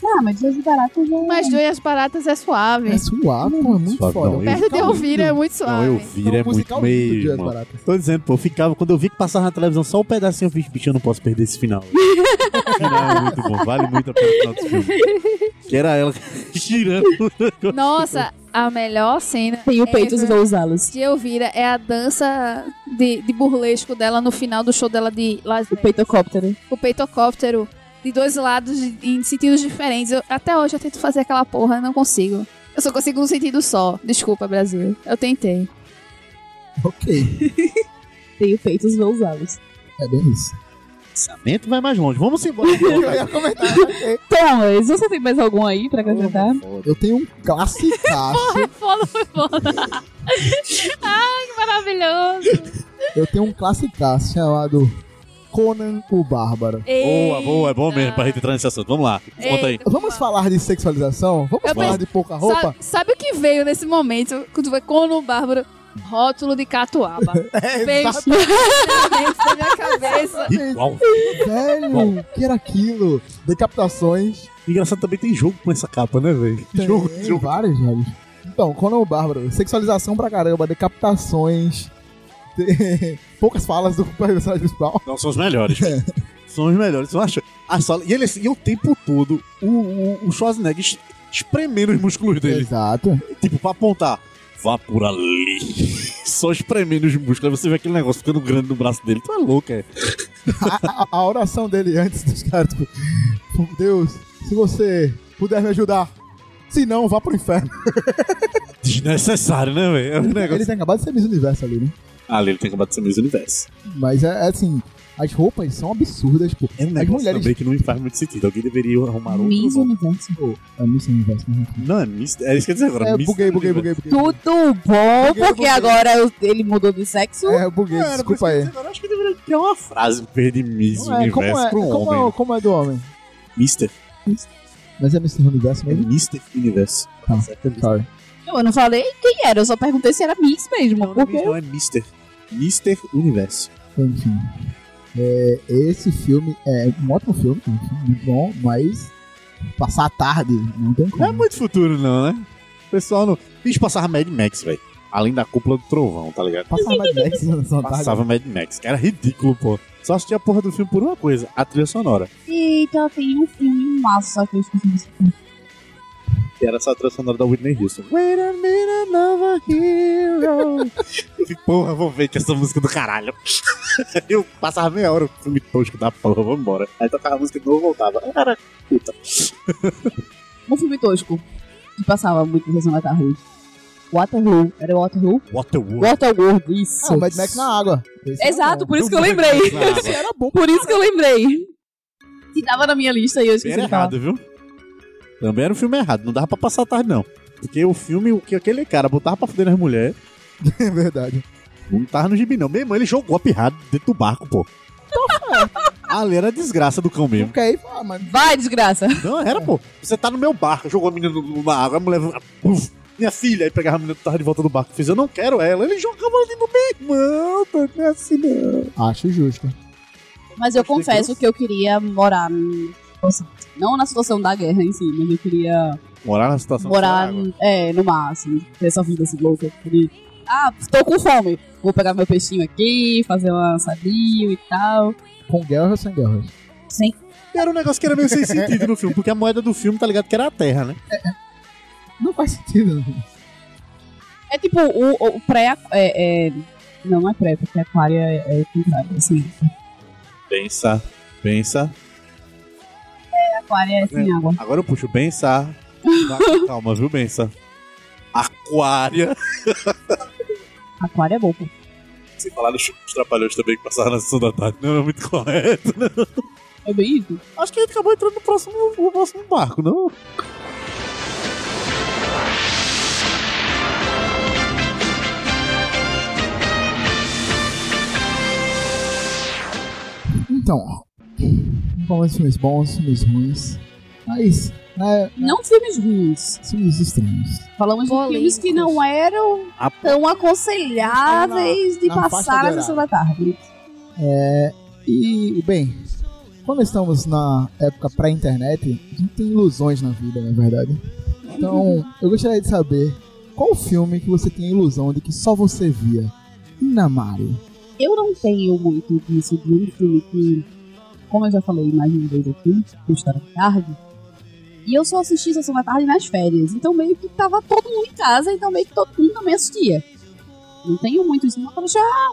[SPEAKER 2] Ah, mas Deus Barato já.
[SPEAKER 3] Mas Joias Baratas é suave.
[SPEAKER 1] É suave, pô, é muito
[SPEAKER 4] Suave,
[SPEAKER 1] foda.
[SPEAKER 4] não,
[SPEAKER 1] É um
[SPEAKER 4] eu-
[SPEAKER 3] Perto de
[SPEAKER 1] musical
[SPEAKER 3] Elvira é
[SPEAKER 1] lindo.
[SPEAKER 3] muito
[SPEAKER 4] Não,
[SPEAKER 3] suave.
[SPEAKER 4] eu viro é
[SPEAKER 1] um musical
[SPEAKER 4] muito
[SPEAKER 1] lindo de
[SPEAKER 4] meio,
[SPEAKER 1] As
[SPEAKER 4] mano.
[SPEAKER 1] Baratas.
[SPEAKER 4] Tô dizendo, pô, eu ficava, quando eu vi que passava na televisão só um pedacinho, eu fiz, bicho, eu não posso perder esse final. <laughs> O final é muito bom, vale muito a pena o final desse filme. Que era ela <laughs> girando.
[SPEAKER 3] Nossa, a melhor cena
[SPEAKER 2] Tem o peito
[SPEAKER 3] ever
[SPEAKER 2] dos Gonzalos.
[SPEAKER 3] de Elvira é a dança de, de burlesco dela no final do show dela de Las
[SPEAKER 2] O
[SPEAKER 3] Vegas.
[SPEAKER 2] peitocóptero.
[SPEAKER 3] o peitocóptero de dois lados de- em sentidos diferentes. Eu- até hoje eu tento fazer aquela porra, não consigo. Eu só consigo um sentido só. Desculpa, Brasil. Eu tentei.
[SPEAKER 1] Ok,
[SPEAKER 2] Tem o peito dos Gonzalos.
[SPEAKER 1] é bem isso.
[SPEAKER 4] Pensamento vai mais longe. Vamos embora. então,
[SPEAKER 1] Eu
[SPEAKER 4] velho.
[SPEAKER 1] ia comentar.
[SPEAKER 2] Então, mas você tem mais algum aí pra acrescentar?
[SPEAKER 1] Eu tenho um classicaço.
[SPEAKER 3] Foda, foi foda. Ai, que maravilhoso.
[SPEAKER 1] Eu tenho um classicaço chamado Conan o Bárbaro.
[SPEAKER 4] Boa, boa, é bom mesmo pra gente entrar nesse assunto. Vamos lá, conta aí.
[SPEAKER 1] Vamos falar de sexualização? Vamos
[SPEAKER 8] Eu
[SPEAKER 1] falar
[SPEAKER 8] penso-
[SPEAKER 1] de pouca roupa?
[SPEAKER 8] Sabe, sabe o que veio nesse momento? Quando foi com o Bárbaro? Rótulo de
[SPEAKER 4] <laughs>
[SPEAKER 8] catuaba.
[SPEAKER 1] É,
[SPEAKER 8] Veio
[SPEAKER 1] exato,
[SPEAKER 8] <laughs> exatamente na minha cabeça.
[SPEAKER 4] Igual.
[SPEAKER 1] velho. que era aquilo? Decapitações.
[SPEAKER 4] Engraçado também tem jogo com essa capa, né, velho?
[SPEAKER 1] Tem
[SPEAKER 4] Jogo, jogo.
[SPEAKER 1] vários, velho. Então, Conan o Bárbaro. Sexualização pra caramba, decapitações. <laughs> tem Poucas falas do personagem principal.
[SPEAKER 4] Não, são os melhores. são os melhores, eu acho. A sala, e ele assim, e o tempo todo, o, o, o Schwarzenegger es- espremendo os músculos dele.
[SPEAKER 1] Exato.
[SPEAKER 4] Tipo, pra apontar. Vá por ali. <laughs> Só espremendo os músculos. Aí você vê aquele negócio ficando grande no braço dele. Tu é louco, é.
[SPEAKER 1] a, a- a oração dele antes dos caras, tipo, Deus, se você puder me ajudar, se não, vá pro inferno.
[SPEAKER 4] Desnecessário, né, velho? É um
[SPEAKER 1] Ele
[SPEAKER 4] negócio.
[SPEAKER 1] tem acabado de ser Miss Universo ali, né?
[SPEAKER 4] Ali ele tem acabado de ser Miss Universo.
[SPEAKER 1] Mas é, é assim, as roupas são absurdas, tipo,
[SPEAKER 4] É um
[SPEAKER 1] as
[SPEAKER 4] negócio
[SPEAKER 1] mulheres.
[SPEAKER 4] também que não faz muito sentido. Alguém deveria arrumar outro.
[SPEAKER 2] Miss
[SPEAKER 4] nome.
[SPEAKER 2] Universo.
[SPEAKER 1] É Miss Universe, né?
[SPEAKER 4] Não, é Miss. É isso que eu ia dizer agora.
[SPEAKER 1] É,
[SPEAKER 4] Miss
[SPEAKER 1] buguei, buguei,
[SPEAKER 4] Universo.
[SPEAKER 1] buguei, buguei.
[SPEAKER 2] Tudo bom,
[SPEAKER 1] Buguei,
[SPEAKER 2] porque
[SPEAKER 1] buguei.
[SPEAKER 2] agora eu- ele mudou de sexo.
[SPEAKER 1] É, eu buguei,
[SPEAKER 4] Cara,
[SPEAKER 1] desculpa
[SPEAKER 4] por isso que eu ia
[SPEAKER 1] aí.
[SPEAKER 4] dizer agora, eu acho que deveria ter uma frase verde Miss
[SPEAKER 1] Não é, como,
[SPEAKER 4] Universo
[SPEAKER 1] é,
[SPEAKER 4] pro
[SPEAKER 1] como,
[SPEAKER 4] homem.
[SPEAKER 1] é, como é do homem?
[SPEAKER 4] Mister.
[SPEAKER 1] Mas é Miss Universo
[SPEAKER 4] É
[SPEAKER 1] mesmo?
[SPEAKER 4] Mister Universo.
[SPEAKER 1] Tá.
[SPEAKER 4] Certo, é Mister.
[SPEAKER 1] Sorry.
[SPEAKER 2] Eu não falei quem era, eu só perguntei se era Miss mesmo.
[SPEAKER 4] Não, não é
[SPEAKER 2] porque
[SPEAKER 4] Miss, não é Mister. Mister Universo.
[SPEAKER 1] Enfim. É, esse filme é um ótimo filme, enfim, muito bom, mas passar a tarde não tem como.
[SPEAKER 4] Não é muito futuro, não, né? O pessoal não. Bicho passava Mad Max, velho. Além da cúpula do trovão, tá ligado?
[SPEAKER 1] Passava mais Max nessa tarde.
[SPEAKER 4] Passava Mad Max, que era ridículo, pô. Só assistia a porra do filme por uma coisa, a trilha sonora.
[SPEAKER 2] Eita, tem um filme massa que eu esqueci. desse filme.
[SPEAKER 4] Que era essa trilha sonora da Whitney Houston. Wait a minute, another hero. Eu fico, porra, vou ver que essa música é do caralho. <laughs> Eu passava meia hora o filme tosco da porra, vou embora. Aí tocava a música de novo e voltava. Era puta.
[SPEAKER 2] Um filme tosco. Que passava muito na sessão da tarde. Waterloo. Era Waterloo?
[SPEAKER 4] Waterworld.
[SPEAKER 2] Waterworld, isso.
[SPEAKER 1] Ah, Mad Max na água. Esse era
[SPEAKER 2] Exato,
[SPEAKER 1] bom.
[SPEAKER 2] por isso que eu né? lembrei.
[SPEAKER 1] Esse era bom.
[SPEAKER 2] Por isso que eu lembrei. Que tava na minha lista e eu esqueci
[SPEAKER 4] Era
[SPEAKER 2] de falar.
[SPEAKER 4] errado, viu? Também era um filme errado, não dava pra passar a tarde, não. Porque o filme, o que aquele cara botava pra foder nas mulheres,
[SPEAKER 1] É verdade.
[SPEAKER 4] não tava no gibi, não. Mesmo ele jogou a pirrada dentro do barco, pô. Ali era a desgraça do cão mesmo.
[SPEAKER 1] Fica aí, ah, mas
[SPEAKER 2] Vai, desgraça.
[SPEAKER 4] Não, era, pô. Você tá no meu barco, jogou a menina no- na água, a mulher. Uf, minha filha, aí pegava a menina que tava de volta do barco. Fez, eu não quero ela. Ele jogava ali no meio. Não, pô, não é assim, não.
[SPEAKER 1] acho justo.
[SPEAKER 2] Mas eu confesso que eu queria morar. n- Não na situação da guerra em si, mas eu queria
[SPEAKER 4] Morar na situação. tá
[SPEAKER 2] morar
[SPEAKER 4] da água.
[SPEAKER 2] é, no mar, assim, ter essa vida assim, louca. de, Ah, tô com fome. Vou pegar meu peixinho aqui, fazer um assadinho e tal.
[SPEAKER 1] Com guerra ou sem guerra?
[SPEAKER 2] Sem
[SPEAKER 4] Era um negócio que era meio sem sentido no filme, porque a moeda do filme, tá ligado? Que era a terra, né?
[SPEAKER 1] Não faz sentido. né?
[SPEAKER 2] É tipo o, o pré. É, é- não, não é pré, porque aquário é, é o contrário. Assim,
[SPEAKER 4] Pensa, pensa.
[SPEAKER 2] aquário é sem água.
[SPEAKER 4] Agora eu puxo Bença. Calma, viu, Bença? Aquária.
[SPEAKER 2] Aquário é bom. pô.
[SPEAKER 4] Sem falar dos dos trapalhões também que passaram na sessão da tarde. Não é muito correto.
[SPEAKER 2] É bem isso.
[SPEAKER 4] Acho que a gente acabou entrando no próximo, no próximo barco, não?
[SPEAKER 1] Então, bons filmes bons, filmes ruins. Mas, né,
[SPEAKER 2] Não filmes ruins.
[SPEAKER 1] filmes estranhos.
[SPEAKER 2] Falamos de filmes
[SPEAKER 3] Polêmicos.
[SPEAKER 2] que não eram
[SPEAKER 4] Ah, pô.
[SPEAKER 2] tão aconselháveis de
[SPEAKER 1] Na- na faixa
[SPEAKER 2] passar na
[SPEAKER 1] do
[SPEAKER 2] sessão da tarde.
[SPEAKER 1] E, bem, quando estamos na época pré-internet, a gente tem ilusões na vida, na verdade. Então, eu gostaria de saber qual filme que você tem a ilusão de que só você via. Inamari.
[SPEAKER 2] Eu não tenho muito disso de um filme que, como eu já falei mais de uma vez aqui, custa da tarde. E eu só assisti Sessão da Tarde nas férias. Então meio que tava todo mundo em casa, então meio que todo mundo também assistia. Não tenho muito isso, não Tá pra deixar.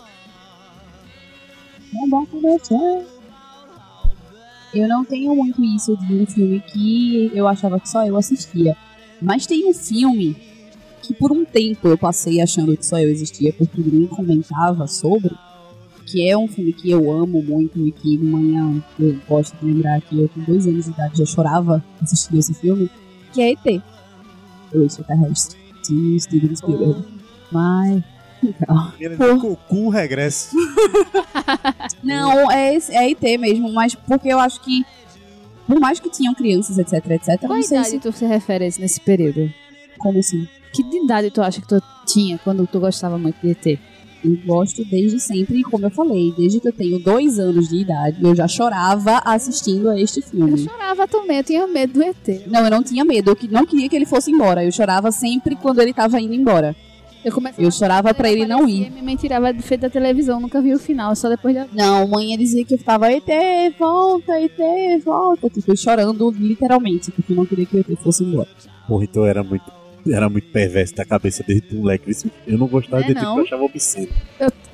[SPEAKER 2] Não dá pra deixar. Eu não tenho muito isso de um filme que eu achava que só eu assistia. Mas tem um filme que por um tempo eu passei achando que só eu existia porque ninguém comentava sobre que é um filme que eu amo muito e que amanhã eu gosto de lembrar que eu com dois anos de idade já chorava assistindo esse filme, que é ET. O Extraterrestre, de Steven Spielberg. Mas
[SPEAKER 4] Ele diz, Cocum regresso.
[SPEAKER 2] Não, é, esse- é IT mesmo, mas porque eu acho que. Por mais que tinham crianças, etc, etc, eu
[SPEAKER 3] Qual
[SPEAKER 2] não sei
[SPEAKER 3] idade
[SPEAKER 2] se.
[SPEAKER 3] tu se refere a isso nesse período?
[SPEAKER 2] Como assim?
[SPEAKER 3] Que idade tu acha que tu tinha quando tu gostava muito de ET?
[SPEAKER 2] Eu gosto desde sempre, e como eu falei, desde que eu tenho dois anos de idade, eu já chorava assistindo a este
[SPEAKER 3] Eu
[SPEAKER 2] filme.
[SPEAKER 3] chorava também, eu tinha medo do ET.
[SPEAKER 2] Não, eu não tinha medo, eu que- não queria que ele fosse embora. Eu chorava sempre quando ele tava indo embora.
[SPEAKER 3] Eu comecei
[SPEAKER 2] Eu chorava pra ele não ir.
[SPEAKER 3] Minha mãe tirava de frente da televisão, nunca vi o final, só depois da.
[SPEAKER 2] Não, mãe ia dizer que eu ficava, ET, volta, ET, volta. Tipo, eu chorando literalmente, porque eu não queria que o ET fosse embora.
[SPEAKER 4] Porra, então era muito. Era muito perverso da cabeça desde moleque. Isso- Eu não gostava
[SPEAKER 3] Não é
[SPEAKER 4] de tipo,
[SPEAKER 3] não.
[SPEAKER 4] eu achava obsceno.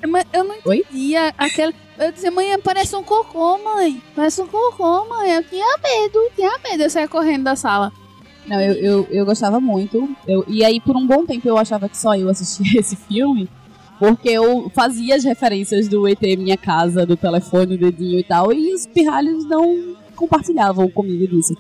[SPEAKER 8] Mas eu não
[SPEAKER 2] Oi?
[SPEAKER 8] entendia aquela. Eu dizia, mãe, parece um cocô, mãe. Parece um cocô, mãe. Eu tinha medo, eu tinha medo. Eu saía correndo da sala.
[SPEAKER 2] Não, eu, eu, eu gostava muito. Eu, e aí, por um bom tempo, eu achava que só eu assistia <laughs> esse filme. Porque eu fazia as referências do ET Minha Casa, do telefone, dedinho e tal. E os pirralhos não compartilhavam comigo disso.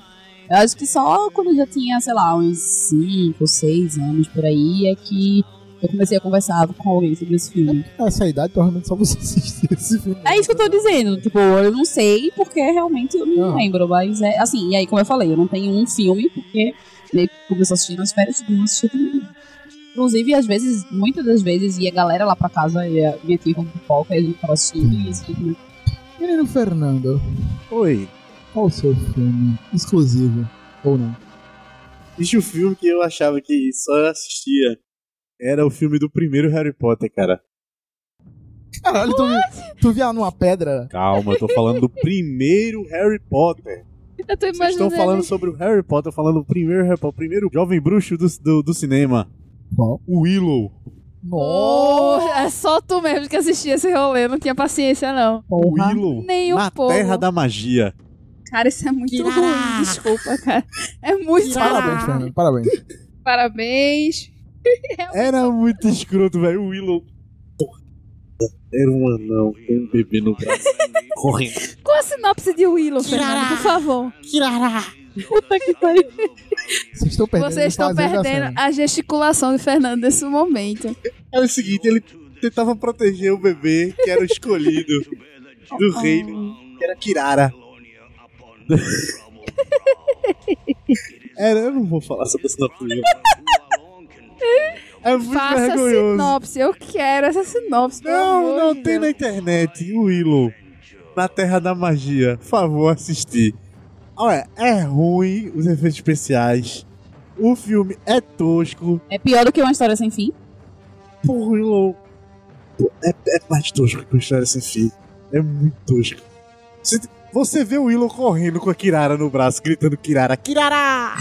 [SPEAKER 2] Eu acho que só quando eu já tinha, sei lá, uns 5 ou 6 anos por aí, é que eu comecei a conversar com alguém sobre esse filme.
[SPEAKER 1] Essa idade, provavelmente só você <laughs> assistir esse filme.
[SPEAKER 2] É isso que eu tô dizendo. Tipo, eu não sei porque realmente eu não
[SPEAKER 1] Ah.
[SPEAKER 2] lembro. Mas é assim, e aí, como eu falei, eu não tenho um filme porque né, começou a assistir nas férias e não assisti também. Inclusive, às vezes, muitas das vezes, ia a galera lá pra casa, ia minha tia com pipoca e a gente tava assistindo e isso. Tipo,
[SPEAKER 1] Menino Fernando,
[SPEAKER 4] Oi.
[SPEAKER 1] qual o seu filme exclusivo? Ou não?
[SPEAKER 4] Existe um filme que eu achava que só eu assistia. Era o filme do primeiro Harry Potter, cara.
[SPEAKER 1] Caralho, tu, vi- tu via numa pedra?
[SPEAKER 4] Calma, eu tô falando do primeiro Harry Potter.
[SPEAKER 3] Eu tô
[SPEAKER 4] Vocês estão
[SPEAKER 3] imaginando.
[SPEAKER 4] falando sobre o Harry Potter, falando o primeiro Harry Potter, o primeiro jovem bruxo do, do, do cinema.
[SPEAKER 1] Qual?
[SPEAKER 4] Willow.
[SPEAKER 1] Nossa!
[SPEAKER 8] é só tu mesmo que assistia esse rolê. Não tinha paciência, não.
[SPEAKER 2] porra.
[SPEAKER 4] Willow.
[SPEAKER 8] Nem o
[SPEAKER 4] Na
[SPEAKER 8] povo.
[SPEAKER 4] Terra da Magia.
[SPEAKER 8] Cara, isso é muito
[SPEAKER 2] Irá.
[SPEAKER 8] ruim. Desculpa, cara. É muito
[SPEAKER 1] Parabéns, Fernando, parabéns.
[SPEAKER 8] Parabéns. É um
[SPEAKER 4] Era muito escroto, velho. O Willow. Porra. Era um anão com um bebê no braço. Correndo.
[SPEAKER 8] Qual a sinopse de Willow, Fernando? Por favor.
[SPEAKER 2] Puta que pariu.
[SPEAKER 1] Vocês estão perdendo.
[SPEAKER 8] Vocês estão
[SPEAKER 1] fazendo a
[SPEAKER 8] perdendo
[SPEAKER 4] assim.
[SPEAKER 1] cena.
[SPEAKER 8] a gesticulação de Fernando nesse momento.
[SPEAKER 4] É o seguinte, ele tentava proteger o bebê que era o escolhido
[SPEAKER 8] <laughs>
[SPEAKER 4] do
[SPEAKER 8] Ah.
[SPEAKER 4] reino, que era Kirara. <laughs> Era, eu não vou falar sobre esse nome. É muito
[SPEAKER 8] Faça
[SPEAKER 4] vergonhoso.
[SPEAKER 8] sinopse. Eu quero essa sinopse. pelo
[SPEAKER 4] Não,
[SPEAKER 8] amor
[SPEAKER 4] não
[SPEAKER 8] de
[SPEAKER 4] tem
[SPEAKER 8] Deus.
[SPEAKER 4] na internet. O Willow. Na Terra da Magia. Por favor, assistir. Olha, é ruim os efeitos especiais. O filme é tosco.
[SPEAKER 2] É pior do que uma história sem fim. <laughs>
[SPEAKER 4] Pô, Willow. Pô, É, é mais tosco que o História Sem Fim. É muito tosco. Você, você vê o Willow correndo com a Kirara no braço, gritando Kirara, Kirara!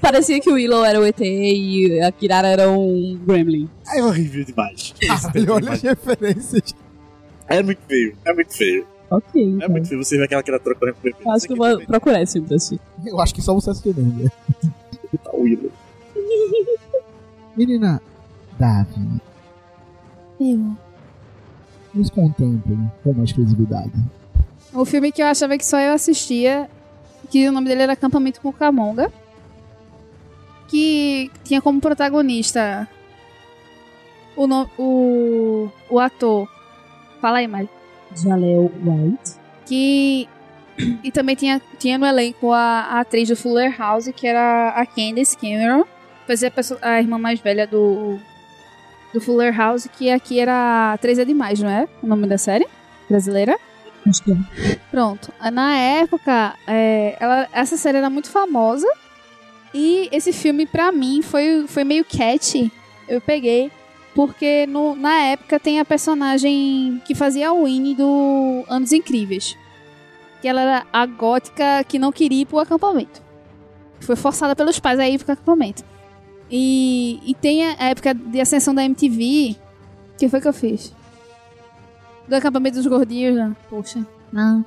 [SPEAKER 2] Parecia que o Willow era o ET e a Kirara era um Gremlin.
[SPEAKER 4] É horrível demais.
[SPEAKER 1] Caralho, olha as referências.
[SPEAKER 4] É muito feio, é muito feio.
[SPEAKER 2] Ok.
[SPEAKER 4] É
[SPEAKER 2] então.
[SPEAKER 4] muito feio. Você vê aquela Kirara trocando com o bebê.
[SPEAKER 2] Eu acho que eu vou procurar esse filme pra assistir.
[SPEAKER 1] Eu acho que só você assistiu mesmo. né?
[SPEAKER 4] Tá o Willow.
[SPEAKER 1] Menina, Davi,
[SPEAKER 8] Eu.
[SPEAKER 1] nos contemple com uma exclusividade.
[SPEAKER 3] O filme que eu achava que só eu assistia, que o nome dele era Acampamento com Camonga, que tinha como protagonista o, no- o, o ator. Fala aí, Mari.
[SPEAKER 2] Jaleel White.
[SPEAKER 3] Que. E também tinha, tinha no elenco a, a atriz do Fuller House, que era a Candace Cameron. Fazia a, perso- a irmã mais velha do, do Fuller House, que aqui era Três é Demais, não é? O nome da série brasileira.
[SPEAKER 2] Acho que é.
[SPEAKER 3] Pronto. Na época, é, ela- essa série era muito famosa. E esse filme, pra mim, foi, foi meio catchy. Eu peguei. Porque no- na época tem a personagem que fazia a Winnie do Anos Incríveis. Que ela era a gótica que não queria ir pro acampamento. Foi forçada pelos pais a ir pro acampamento. E, e tem a época de ascensão da MTV. O que foi que eu fiz? Do acampamento dos gordinhos, né? Poxa. Não.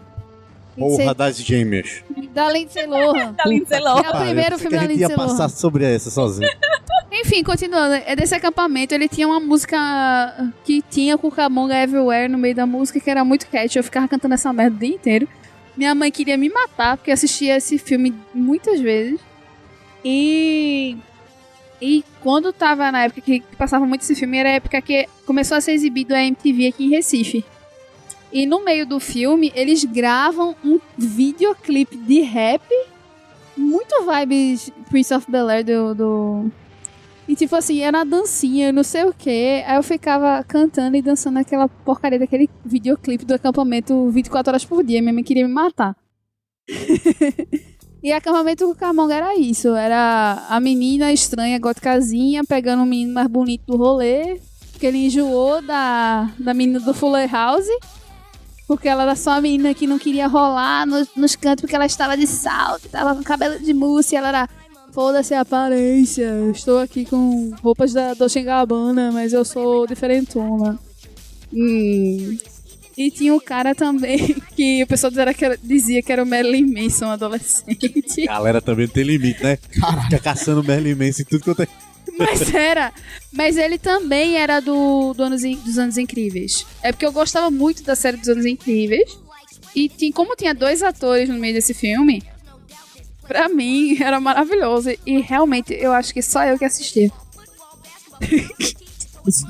[SPEAKER 4] Morra das gêmeas.
[SPEAKER 3] Da Lindsay Lohan.
[SPEAKER 2] Da Lindsay Lohan.
[SPEAKER 3] É o primeiro filme da
[SPEAKER 4] a gente ia
[SPEAKER 3] Lindsay Lohan.
[SPEAKER 4] passar sobre essa
[SPEAKER 2] <laughs>
[SPEAKER 4] sozinho.
[SPEAKER 3] Enfim, continuando. É desse acampamento, ele tinha uma música que tinha Cucamonga Everywhere no meio da música, que era muito catchy. Eu ficava cantando essa merda o dia inteiro. Minha mãe queria me matar, porque eu assistia esse filme muitas vezes. E...
[SPEAKER 8] E quando tava na época que, que passava muito esse filme, era a época que começou a ser exibido a MTV aqui em Recife. E no meio do filme, eles gravam um videoclipe de rap. Muito vibes Prince of Bel-Air do, do... E tipo assim, era uma dancinha, não sei o quê. Aí eu ficava cantando e dançando aquela porcaria daquele videoclipe do acampamento 24 horas por dia. Minha mãe queria me matar. E acampamento com Carmonga era isso. Era a menina estranha, góticazinha, pegando o menino mais bonito do rolê. Porque ele enjoou da, da menina do Fuller House. Porque ela era só a menina que não queria rolar nos, nos cantos porque ela estava de salto, tava com cabelo de mousse. Ela era, foda-se a aparência, eu estou aqui com roupas da Dolce Gabbana, mas eu sou diferentona. Hum. E tinha um cara também <laughs> que o pessoal dizia que era, dizia que era o Marilyn Manson adolescente.
[SPEAKER 4] Galera também tem limite, né? Fica caçando Merlin Manson e tudo quanto é.
[SPEAKER 8] Mas era. Mas ele também era do, do anos, In- dos Anos Incríveis. É porque eu gostava muito da série dos Anos Incríveis. E tinha, como tinha dois atores no meio desse filme, pra mim era maravilhoso. E realmente eu acho que só eu que assisti.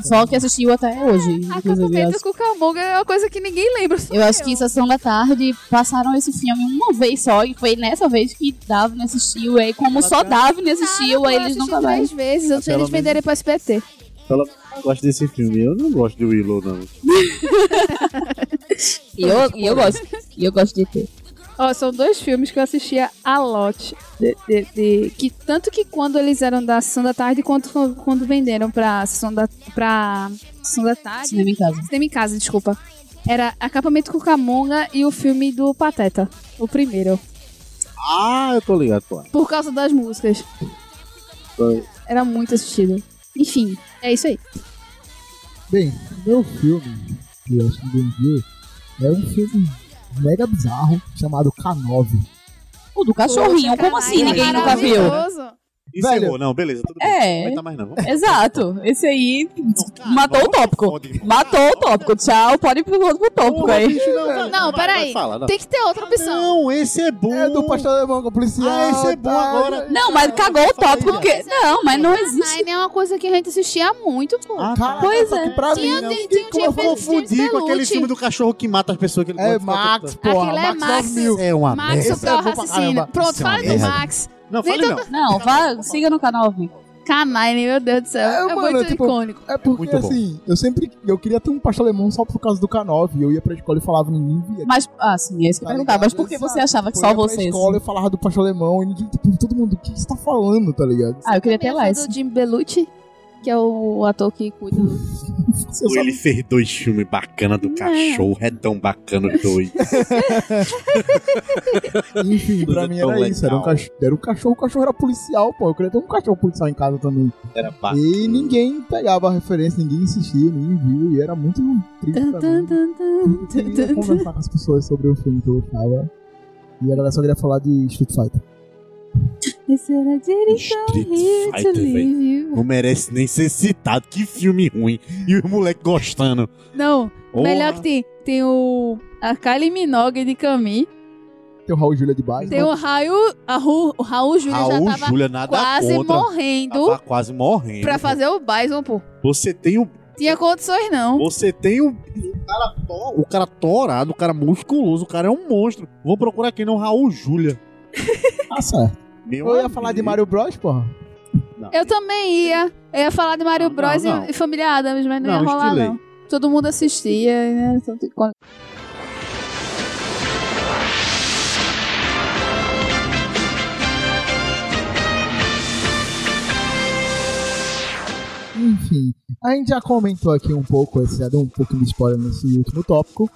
[SPEAKER 2] Só que assistiu até hoje. Inclusive, eu
[SPEAKER 8] Acampamento
[SPEAKER 2] acho.
[SPEAKER 8] com Camonga é uma coisa que ninguém lembra. só
[SPEAKER 2] Eu acho que em Sessão da Tarde passaram esse filme uma vez só e foi nessa vez que Daphne assistiu. Aí, como só Daphne assistiu, aí
[SPEAKER 8] eu
[SPEAKER 2] eles
[SPEAKER 8] assisti
[SPEAKER 2] nunca mais.
[SPEAKER 8] três vezes, antes
[SPEAKER 4] Pelo
[SPEAKER 8] eles
[SPEAKER 4] menos-
[SPEAKER 8] venderem pro SBT.
[SPEAKER 4] Ela gosta desse filme. Eu não gosto de Willow, não.
[SPEAKER 2] E eu, e eu gosto. E eu gosto de ter.
[SPEAKER 8] Ó, são dois filmes que eu assistia a lote. De, de- de- que, tanto que quando eles eram da Sessão da Tarde, quanto fo- quando venderam pra Sessão da, pra Sessão da Tarde.
[SPEAKER 2] Cinema em casa.
[SPEAKER 8] Cinema em Casa, desculpa. Era Acampamento com Camonga e o filme do Pateta. O primeiro.
[SPEAKER 4] Ah, eu tô ligado, pô.
[SPEAKER 8] Por causa das músicas. Era muito assistido. Enfim, é isso aí.
[SPEAKER 1] Bem, o meu filme, que eu acho que ninguém viu, é um filme mega bizarro chamado K9.
[SPEAKER 2] O do cachorrinho, como
[SPEAKER 3] é
[SPEAKER 2] assim
[SPEAKER 8] Caralho,
[SPEAKER 2] ninguém nunca viu?
[SPEAKER 8] maravilhoso.
[SPEAKER 4] Encerrou, não, beleza, tudo bem.
[SPEAKER 2] É.
[SPEAKER 4] Não aguenta mais, não. Vamos-
[SPEAKER 2] Exato. Esse aí
[SPEAKER 4] cara,
[SPEAKER 2] <laughs> matou o
[SPEAKER 4] não,
[SPEAKER 2] tópico.
[SPEAKER 4] foda, irmão.
[SPEAKER 2] Matou o tópico. Tchau, pode ir pro outro tópico aí.
[SPEAKER 4] <laughs> bicho, não, vai,
[SPEAKER 8] Não,
[SPEAKER 4] vai,
[SPEAKER 8] peraí.
[SPEAKER 4] vai falar, não.
[SPEAKER 8] Tem que ter outra opção.
[SPEAKER 4] Não, esse é bom.
[SPEAKER 1] É do pastor alemão com o policial.
[SPEAKER 4] Ah, esse é bom
[SPEAKER 1] tá?
[SPEAKER 4] agora.
[SPEAKER 2] Não, mas cagou o tópico
[SPEAKER 4] é.
[SPEAKER 2] porque. Não, mas não existe.
[SPEAKER 3] Nine é uma coisa que a gente assistia muito, pô.
[SPEAKER 4] Ah,
[SPEAKER 1] Caraca,
[SPEAKER 2] Pois
[SPEAKER 1] só
[SPEAKER 2] é.
[SPEAKER 1] que pra mim,
[SPEAKER 8] um
[SPEAKER 3] Tinha-
[SPEAKER 1] não.
[SPEAKER 3] tinha-
[SPEAKER 2] um
[SPEAKER 3] tinha-
[SPEAKER 1] Como eu
[SPEAKER 4] Eu
[SPEAKER 3] Feliz
[SPEAKER 4] confundi
[SPEAKER 3] Dia
[SPEAKER 4] com aquele
[SPEAKER 3] Lute.
[SPEAKER 4] filme do cachorro que mata as pessoas que ele
[SPEAKER 1] É
[SPEAKER 4] gosta de ficar
[SPEAKER 1] Max,
[SPEAKER 4] tocando.
[SPEAKER 1] porra.
[SPEAKER 8] Aquilo é
[SPEAKER 1] Max,
[SPEAKER 8] Max.
[SPEAKER 1] 9000.
[SPEAKER 4] É uma
[SPEAKER 8] Max,
[SPEAKER 4] merda.
[SPEAKER 8] o pior
[SPEAKER 1] pra
[SPEAKER 8] raciocínio.
[SPEAKER 1] caramba.
[SPEAKER 8] Pronto,
[SPEAKER 4] Isso é uma
[SPEAKER 8] fala do
[SPEAKER 4] merda.
[SPEAKER 8] Max. tá-
[SPEAKER 4] Não, fale não.
[SPEAKER 2] Não, vá, siga no canal 9.
[SPEAKER 8] Canine, meu Deus do céu.
[SPEAKER 1] É,
[SPEAKER 8] É,
[SPEAKER 1] mano,
[SPEAKER 8] muito
[SPEAKER 1] tipo,
[SPEAKER 8] icônico.
[SPEAKER 1] É porque,
[SPEAKER 4] Muito bom.
[SPEAKER 1] assim, eu sempre... Eu queria ter um pastor alemão só por causa do K9. Eu ia pra escola e falava, ninguém via.
[SPEAKER 2] Mas, ah, sim, é isso que eu
[SPEAKER 1] Tá
[SPEAKER 2] ia perguntar. Mas
[SPEAKER 1] ligado?
[SPEAKER 2] por que
[SPEAKER 1] Exato.
[SPEAKER 2] você achava que
[SPEAKER 1] Tipo,
[SPEAKER 2] só
[SPEAKER 1] eu ia pra
[SPEAKER 2] vocês?
[SPEAKER 1] escola eu falava do pastor alemão e ninguém, tipo, todo mundo, o que você tá falando, tá ligado?
[SPEAKER 2] Ah, eu queria ter lá
[SPEAKER 8] Também é
[SPEAKER 2] esse.
[SPEAKER 8] do Jim Belucci, que é o ator que cuida do...
[SPEAKER 1] Você
[SPEAKER 4] Ele fez dois filmes bacana do cachorro, é tão bacana dois.
[SPEAKER 1] sabe? Enfim, pra mim era
[SPEAKER 4] Legal.
[SPEAKER 1] isso. Era um, cachorro, era um cachorro, o cachorro era policial, pô. Eu queria ter um cachorro policial em casa também.
[SPEAKER 4] Era bacana.
[SPEAKER 1] E ninguém pegava a referência, ninguém insistia, ninguém viu. E era muito triste pra mim. Eu queria conversar com as pessoas sobre o filme que eu gostava. E a galera só queria falar de Street Fighter.
[SPEAKER 8] Esse era
[SPEAKER 4] Street Fighter, velho. Não merece nem ser citado. Que filme ruim. E os moleque gostando.
[SPEAKER 8] Não,
[SPEAKER 4] Porra.
[SPEAKER 8] melhor que tem. Tem o... A Kylie Minogue de Camille.
[SPEAKER 1] Tem o Raul Júlia de né? baixo.
[SPEAKER 8] Tem o Raul... A Ru, o Raul Júlia já
[SPEAKER 4] Raul
[SPEAKER 8] tava
[SPEAKER 4] Júlia, nada
[SPEAKER 8] quase
[SPEAKER 4] contra.
[SPEAKER 8] morrendo
[SPEAKER 4] Tava quase morrendo.
[SPEAKER 8] pra fazer o Bison, pô.
[SPEAKER 4] Você tem o.
[SPEAKER 8] Tinha condições, não.
[SPEAKER 4] Você tem o. O cara, to- o cara torado, o cara musculoso, o cara é um monstro. Vou procurar aqui não, Raul Júlia.
[SPEAKER 1] Ah, certo.
[SPEAKER 4] Meu
[SPEAKER 1] Eu ia
[SPEAKER 4] amigo.
[SPEAKER 1] falar de Mario Bros, porra.
[SPEAKER 4] Não.
[SPEAKER 8] Eu também ia. Eu ia falar de Mario
[SPEAKER 4] Não,
[SPEAKER 8] Bros
[SPEAKER 4] não, não.
[SPEAKER 8] e Família Adams, mas não,
[SPEAKER 4] Não,
[SPEAKER 8] ia rolar,
[SPEAKER 4] estilei.
[SPEAKER 8] não. Todo mundo assistia, né?
[SPEAKER 1] Enfim, a gente já comentou aqui um pouco, esse já deu um pouco de spoiler nesse último tópico,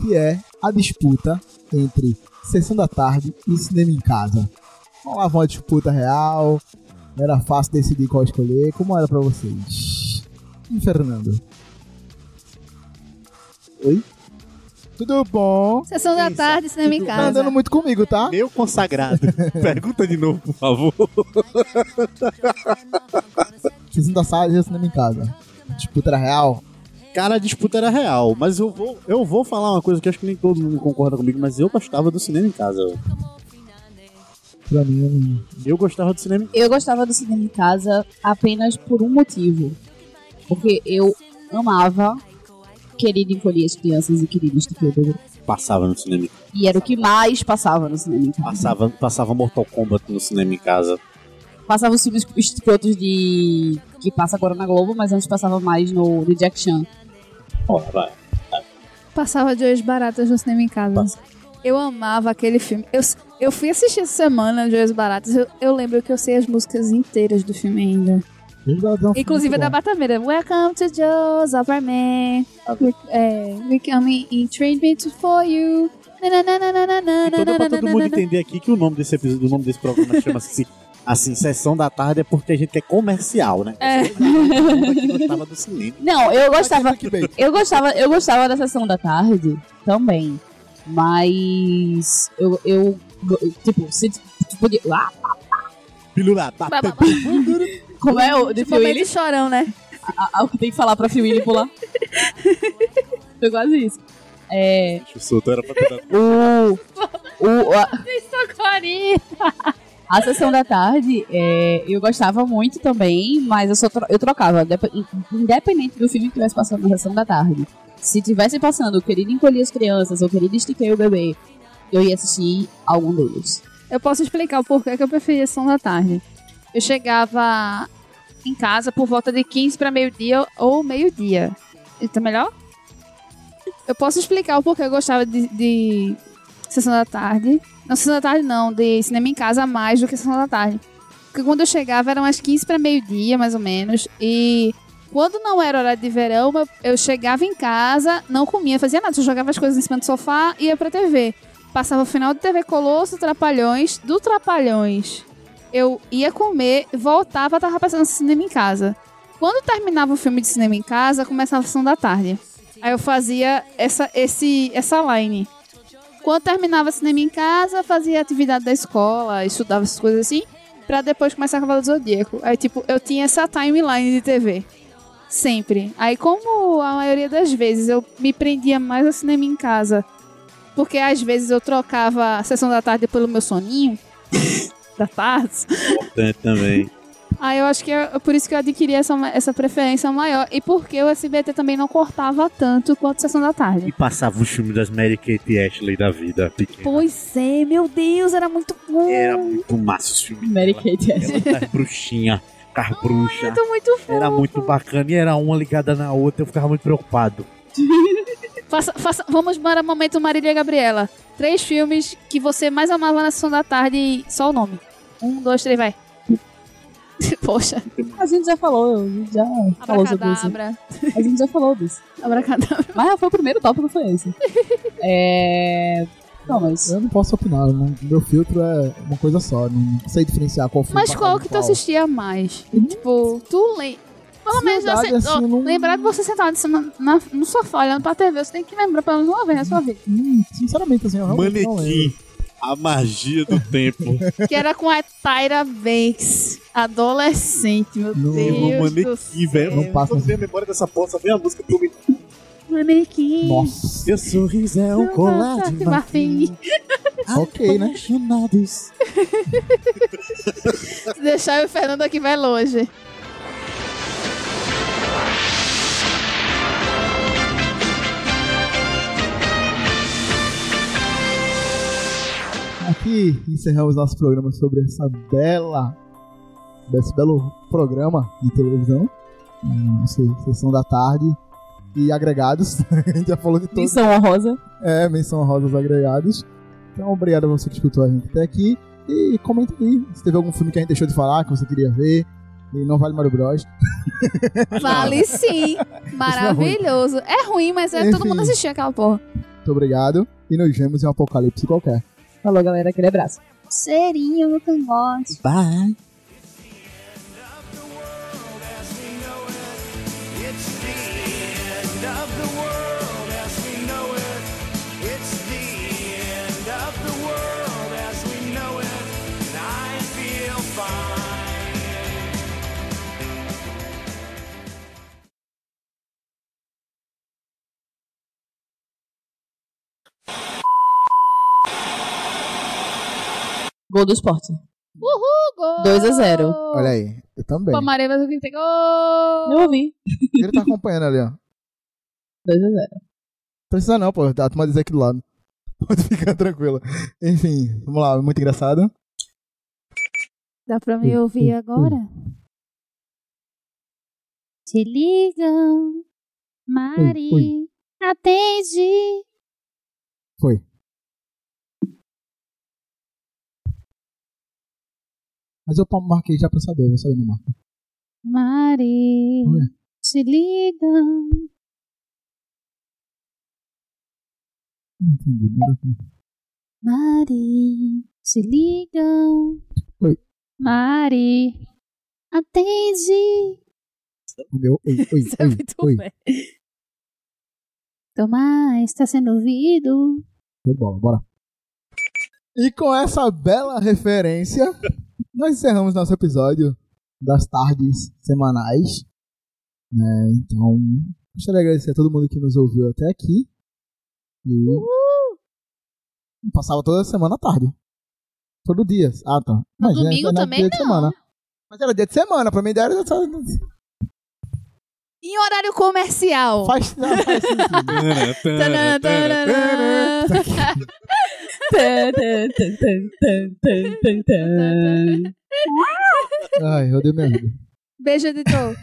[SPEAKER 1] que é a disputa entre Sessão da Tarde e Cinema em Casa. Vamos lá, foi uma disputa real, era fácil decidir qual escolher, como era pra vocês? E Fernando? Oi? Tudo bom?
[SPEAKER 8] Sessão da
[SPEAKER 4] Isso.
[SPEAKER 8] tarde, cinema em
[SPEAKER 1] Tá andando
[SPEAKER 8] casa.
[SPEAKER 1] muito comigo, tá?
[SPEAKER 4] Meu consagrado. Pergunta de novo, por favor.
[SPEAKER 1] Sessão da Tarde e Cinema em Casa. Disputa era real?
[SPEAKER 4] Cara, a disputa era real, mas eu vou, eu vou falar uma coisa que acho que nem todo mundo concorda comigo, mas eu gostava do cinema em casa.
[SPEAKER 1] Pra mim, é um- eu não-
[SPEAKER 4] Eu gostava do cinema.
[SPEAKER 2] Eu gostava do cinema em casa apenas por um motivo. Porque eu amava Querido Encolher as Crianças e Querido Estupendo.
[SPEAKER 4] Passava no cinema.
[SPEAKER 2] E era o que mais passava no cinema em casa.
[SPEAKER 4] Passava, passava Mortal Kombat no cinema em casa.
[SPEAKER 2] Passava os filmes escrotos de... que passa agora na Globo, mas antes passava mais no, no Jack Chan.
[SPEAKER 4] Ora, vai.
[SPEAKER 8] Passava Joias Baratas no cinema em casa.
[SPEAKER 4] Passa.
[SPEAKER 8] Eu amava aquele filme. Eu, eu fui assistir essa semana Joias Baratas. Eu, eu lembro que eu sei as músicas inteiras do filme ainda.
[SPEAKER 1] Joias Baratas é um filme
[SPEAKER 8] Inclusive a
[SPEAKER 1] muito
[SPEAKER 8] da
[SPEAKER 1] bom.
[SPEAKER 8] Batameira. Welcome to Joe's Apartment. We- É, we come in treatment for you.
[SPEAKER 4] Então dá pra todo mundo entender aqui que o nome desse episódio, o nome desse programa chama-se assim, Sessão da Tarde é porque a gente é comercial, né?
[SPEAKER 8] É.
[SPEAKER 4] Aqui gostava do cinema.
[SPEAKER 2] Não, eu gostava...
[SPEAKER 1] Aqui, bem.
[SPEAKER 2] Eu gostava, eu gostava da sessão da tarde também, mas eu, eu tipo, se tu podia, ah,
[SPEAKER 4] Pilula, tá,
[SPEAKER 8] Ba- ba-
[SPEAKER 4] pe-
[SPEAKER 8] ba-
[SPEAKER 2] como é o de
[SPEAKER 8] Tipo,
[SPEAKER 2] Phil
[SPEAKER 8] momento
[SPEAKER 2] Willis?
[SPEAKER 8] chorão, né?
[SPEAKER 2] Ah, ah, o que tem que falar pra Phil Willis <laughs> pular? Foi quase isso. É,
[SPEAKER 4] Deixa eu soltar, era pra ter dado-
[SPEAKER 2] o, o, a-
[SPEAKER 8] Socorri!
[SPEAKER 2] A sessão da tarde, é, eu gostava muito também, mas eu, só tro- eu trocava, dep- in- independente do filme que estivesse passando na sessão da tarde. Se tivesse passando o Querido Encolher as Crianças ou Querido Estiquei o Bebê, eu ia assistir algum deles.
[SPEAKER 8] Eu posso explicar o porquê que eu preferia Sessão da Tarde. Eu chegava em casa por volta de 15 para meio-dia ou meio-dia. Tá melhor? Eu posso explicar o porquê eu gostava de, de Sessão da Tarde. Não, Sessão da Tarde não, de cinema em casa mais do que Sessão da Tarde. Porque quando eu chegava eram as 15 para meio-dia, mais ou menos. E quando não era hora de verão, eu- eu chegava em casa, não comia, fazia nada. Só jogava as coisas em cima do sofá e ia pra TV passava o final de TV Colosso, Trapalhões, do Trapalhões. Eu ia comer, voltava, tava passando cinema em casa. Quando terminava o filme de cinema em casa, começava a sessão da tarde. Aí eu fazia essa, esse, essa line. Quando terminava cinema em casa, fazia atividade da escola, estudava essas coisas assim, pra depois começar a Cavalo do Zodíaco. Aí, tipo, eu tinha essa timeline de TV. Sempre. Aí, como a maioria das vezes eu me prendia mais a cinema em casa porque às vezes eu trocava a sessão da tarde pelo meu soninho. da tarde.
[SPEAKER 4] importante também.
[SPEAKER 8] Aí eu acho que é por isso que eu adquiri essa, ma- essa preferência maior. E porque o SBT também não cortava tanto quanto a sessão da tarde.
[SPEAKER 4] E passava o filme das Mary Kate e Ashley da vida pequena.
[SPEAKER 8] Pois é, meu Deus, era muito bom.
[SPEAKER 4] Era muito massa os filmes.
[SPEAKER 2] Mary
[SPEAKER 4] dela.
[SPEAKER 2] Kate é.
[SPEAKER 4] Ela das bruxinhas, com as bruxas.
[SPEAKER 8] Muito, muito fofo.
[SPEAKER 4] Era muito bacana e era uma ligada na outra, eu ficava muito preocupado.
[SPEAKER 8] Faça, faça, vamos para o momento Marília e Gabriela. Três filmes que você mais amava na sessão da tarde e só o nome. <laughs> Um, dois, três, vai. Poxa,
[SPEAKER 2] A gente já falou, a gente já falou sobre isso.
[SPEAKER 8] abracadabra.
[SPEAKER 2] A gente já falou disso.
[SPEAKER 8] Abracadabra.
[SPEAKER 2] Mas Ah, foi o primeiro tópico, foi esse. É... Thomas,
[SPEAKER 1] Eu não posso opinar, eu não- meu filtro é uma coisa só, não sei diferenciar qual filme.
[SPEAKER 8] Mas
[SPEAKER 1] tá
[SPEAKER 8] qual
[SPEAKER 1] falando
[SPEAKER 8] que tu assistia mais? Tipo, tu lembra. Pelo
[SPEAKER 1] Se
[SPEAKER 8] menos
[SPEAKER 1] verdade,
[SPEAKER 8] você.
[SPEAKER 1] assim,
[SPEAKER 8] ó,
[SPEAKER 1] eu não-
[SPEAKER 8] Lembrar que você sentado assim na, na- no sofá olhando pra TV, você tem que lembrar pelo menos uma vez na sua vida.
[SPEAKER 1] Hum, sinceramente, assim, eu realmente não lembro.
[SPEAKER 4] Manequim, a magia <laughs> do tempo.
[SPEAKER 8] Que era com a Tyra Banks, adolescente, meu
[SPEAKER 1] Não,
[SPEAKER 8] Deus.
[SPEAKER 4] Meu
[SPEAKER 8] do
[SPEAKER 4] manequim,
[SPEAKER 8] céu.
[SPEAKER 4] velho.
[SPEAKER 1] Não passa.
[SPEAKER 10] Quando vem a memória dessa porra, só vem a música pro
[SPEAKER 8] Manequim.
[SPEAKER 1] Nossa,
[SPEAKER 4] Meu sorriso é um colar de marfim.
[SPEAKER 8] Marfim.
[SPEAKER 1] ok, né?
[SPEAKER 4] Apaixonados.
[SPEAKER 8] Se deixar eu e o Fernando aqui vai longe.
[SPEAKER 1] Aqui encerramos nosso programa sobre essa bela. desse belo programa de televisão. Hum, Não sei, sessão da tarde. E agregados. <laughs> a gente já falou de todos.
[SPEAKER 2] missão honrosa.
[SPEAKER 1] É, menção rosa aos agregados. Então, obrigado a você que escutou a gente até aqui. E comenta aí se teve algum filme que a gente deixou de falar, que você queria ver. E não vale Mario Bros.
[SPEAKER 8] Vale sim. Maravilhoso. É ruim, mas é, todo
[SPEAKER 1] Enfim.
[SPEAKER 8] mundo assistia aquela porra.
[SPEAKER 1] Muito obrigado. E nos vemos em um apocalipse qualquer.
[SPEAKER 2] Falou, galera, aquele abraço.
[SPEAKER 11] Serinho no cangote.
[SPEAKER 4] Bye.
[SPEAKER 8] <laughs>
[SPEAKER 2] Gol do esporte.
[SPEAKER 3] Uhul, gol!
[SPEAKER 2] 2 a 0.
[SPEAKER 3] Oh.
[SPEAKER 1] Olha aí, eu também.
[SPEAKER 3] O Amarei vai ter gol!
[SPEAKER 2] Eu ouvi.
[SPEAKER 1] Ele tá acompanhando ali, ó.
[SPEAKER 2] 2 a 0.
[SPEAKER 1] Precisa não, pô. A turma diz aqui do lado. <laughs> Pode ficar tranquila. Enfim, vamos lá. Muito engraçado.
[SPEAKER 8] Dá pra me ouvir agora?
[SPEAKER 3] Te ligam, Mari,
[SPEAKER 1] Ui,
[SPEAKER 3] atende.
[SPEAKER 1] Mas eu marquei já pra saber. Vou saber no mapa.
[SPEAKER 3] Mari,
[SPEAKER 1] Ué.
[SPEAKER 3] te ligam.
[SPEAKER 1] Não entendi. Né?
[SPEAKER 3] Mari, te ligam.
[SPEAKER 1] Oi.
[SPEAKER 3] Mari, atende.
[SPEAKER 1] O meu. Oi,
[SPEAKER 8] <laughs>
[SPEAKER 1] oi,
[SPEAKER 2] Isso é
[SPEAKER 1] oi,
[SPEAKER 2] muito
[SPEAKER 1] oi.
[SPEAKER 2] bem.
[SPEAKER 3] Tomás está sendo ouvido.
[SPEAKER 1] Foi bola, bora. E com essa bela
[SPEAKER 3] <laughs>
[SPEAKER 1] referência, nós encerramos nosso episódio das tardes semanais. Né, então, gostaria de agradecer a todo mundo que nos ouviu até aqui. E passava toda semana à tarde. Todo dia. Ah, tá.
[SPEAKER 3] No
[SPEAKER 1] Mas, né,
[SPEAKER 3] domingo
[SPEAKER 1] era
[SPEAKER 3] também
[SPEAKER 1] dia de
[SPEAKER 3] não.
[SPEAKER 1] semana. Mas era dia de semana, pra mim era essa...
[SPEAKER 8] Em horário comercial.
[SPEAKER 1] faz, <laughs> não, faz sentido.
[SPEAKER 8] Tanã, tanã, tanã.
[SPEAKER 2] Tan, tan, tan, tan, tan, tan, tan, tan.
[SPEAKER 1] Ai, eu dei minha vida.
[SPEAKER 8] Beijo, editor.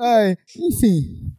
[SPEAKER 1] Ai, enfim.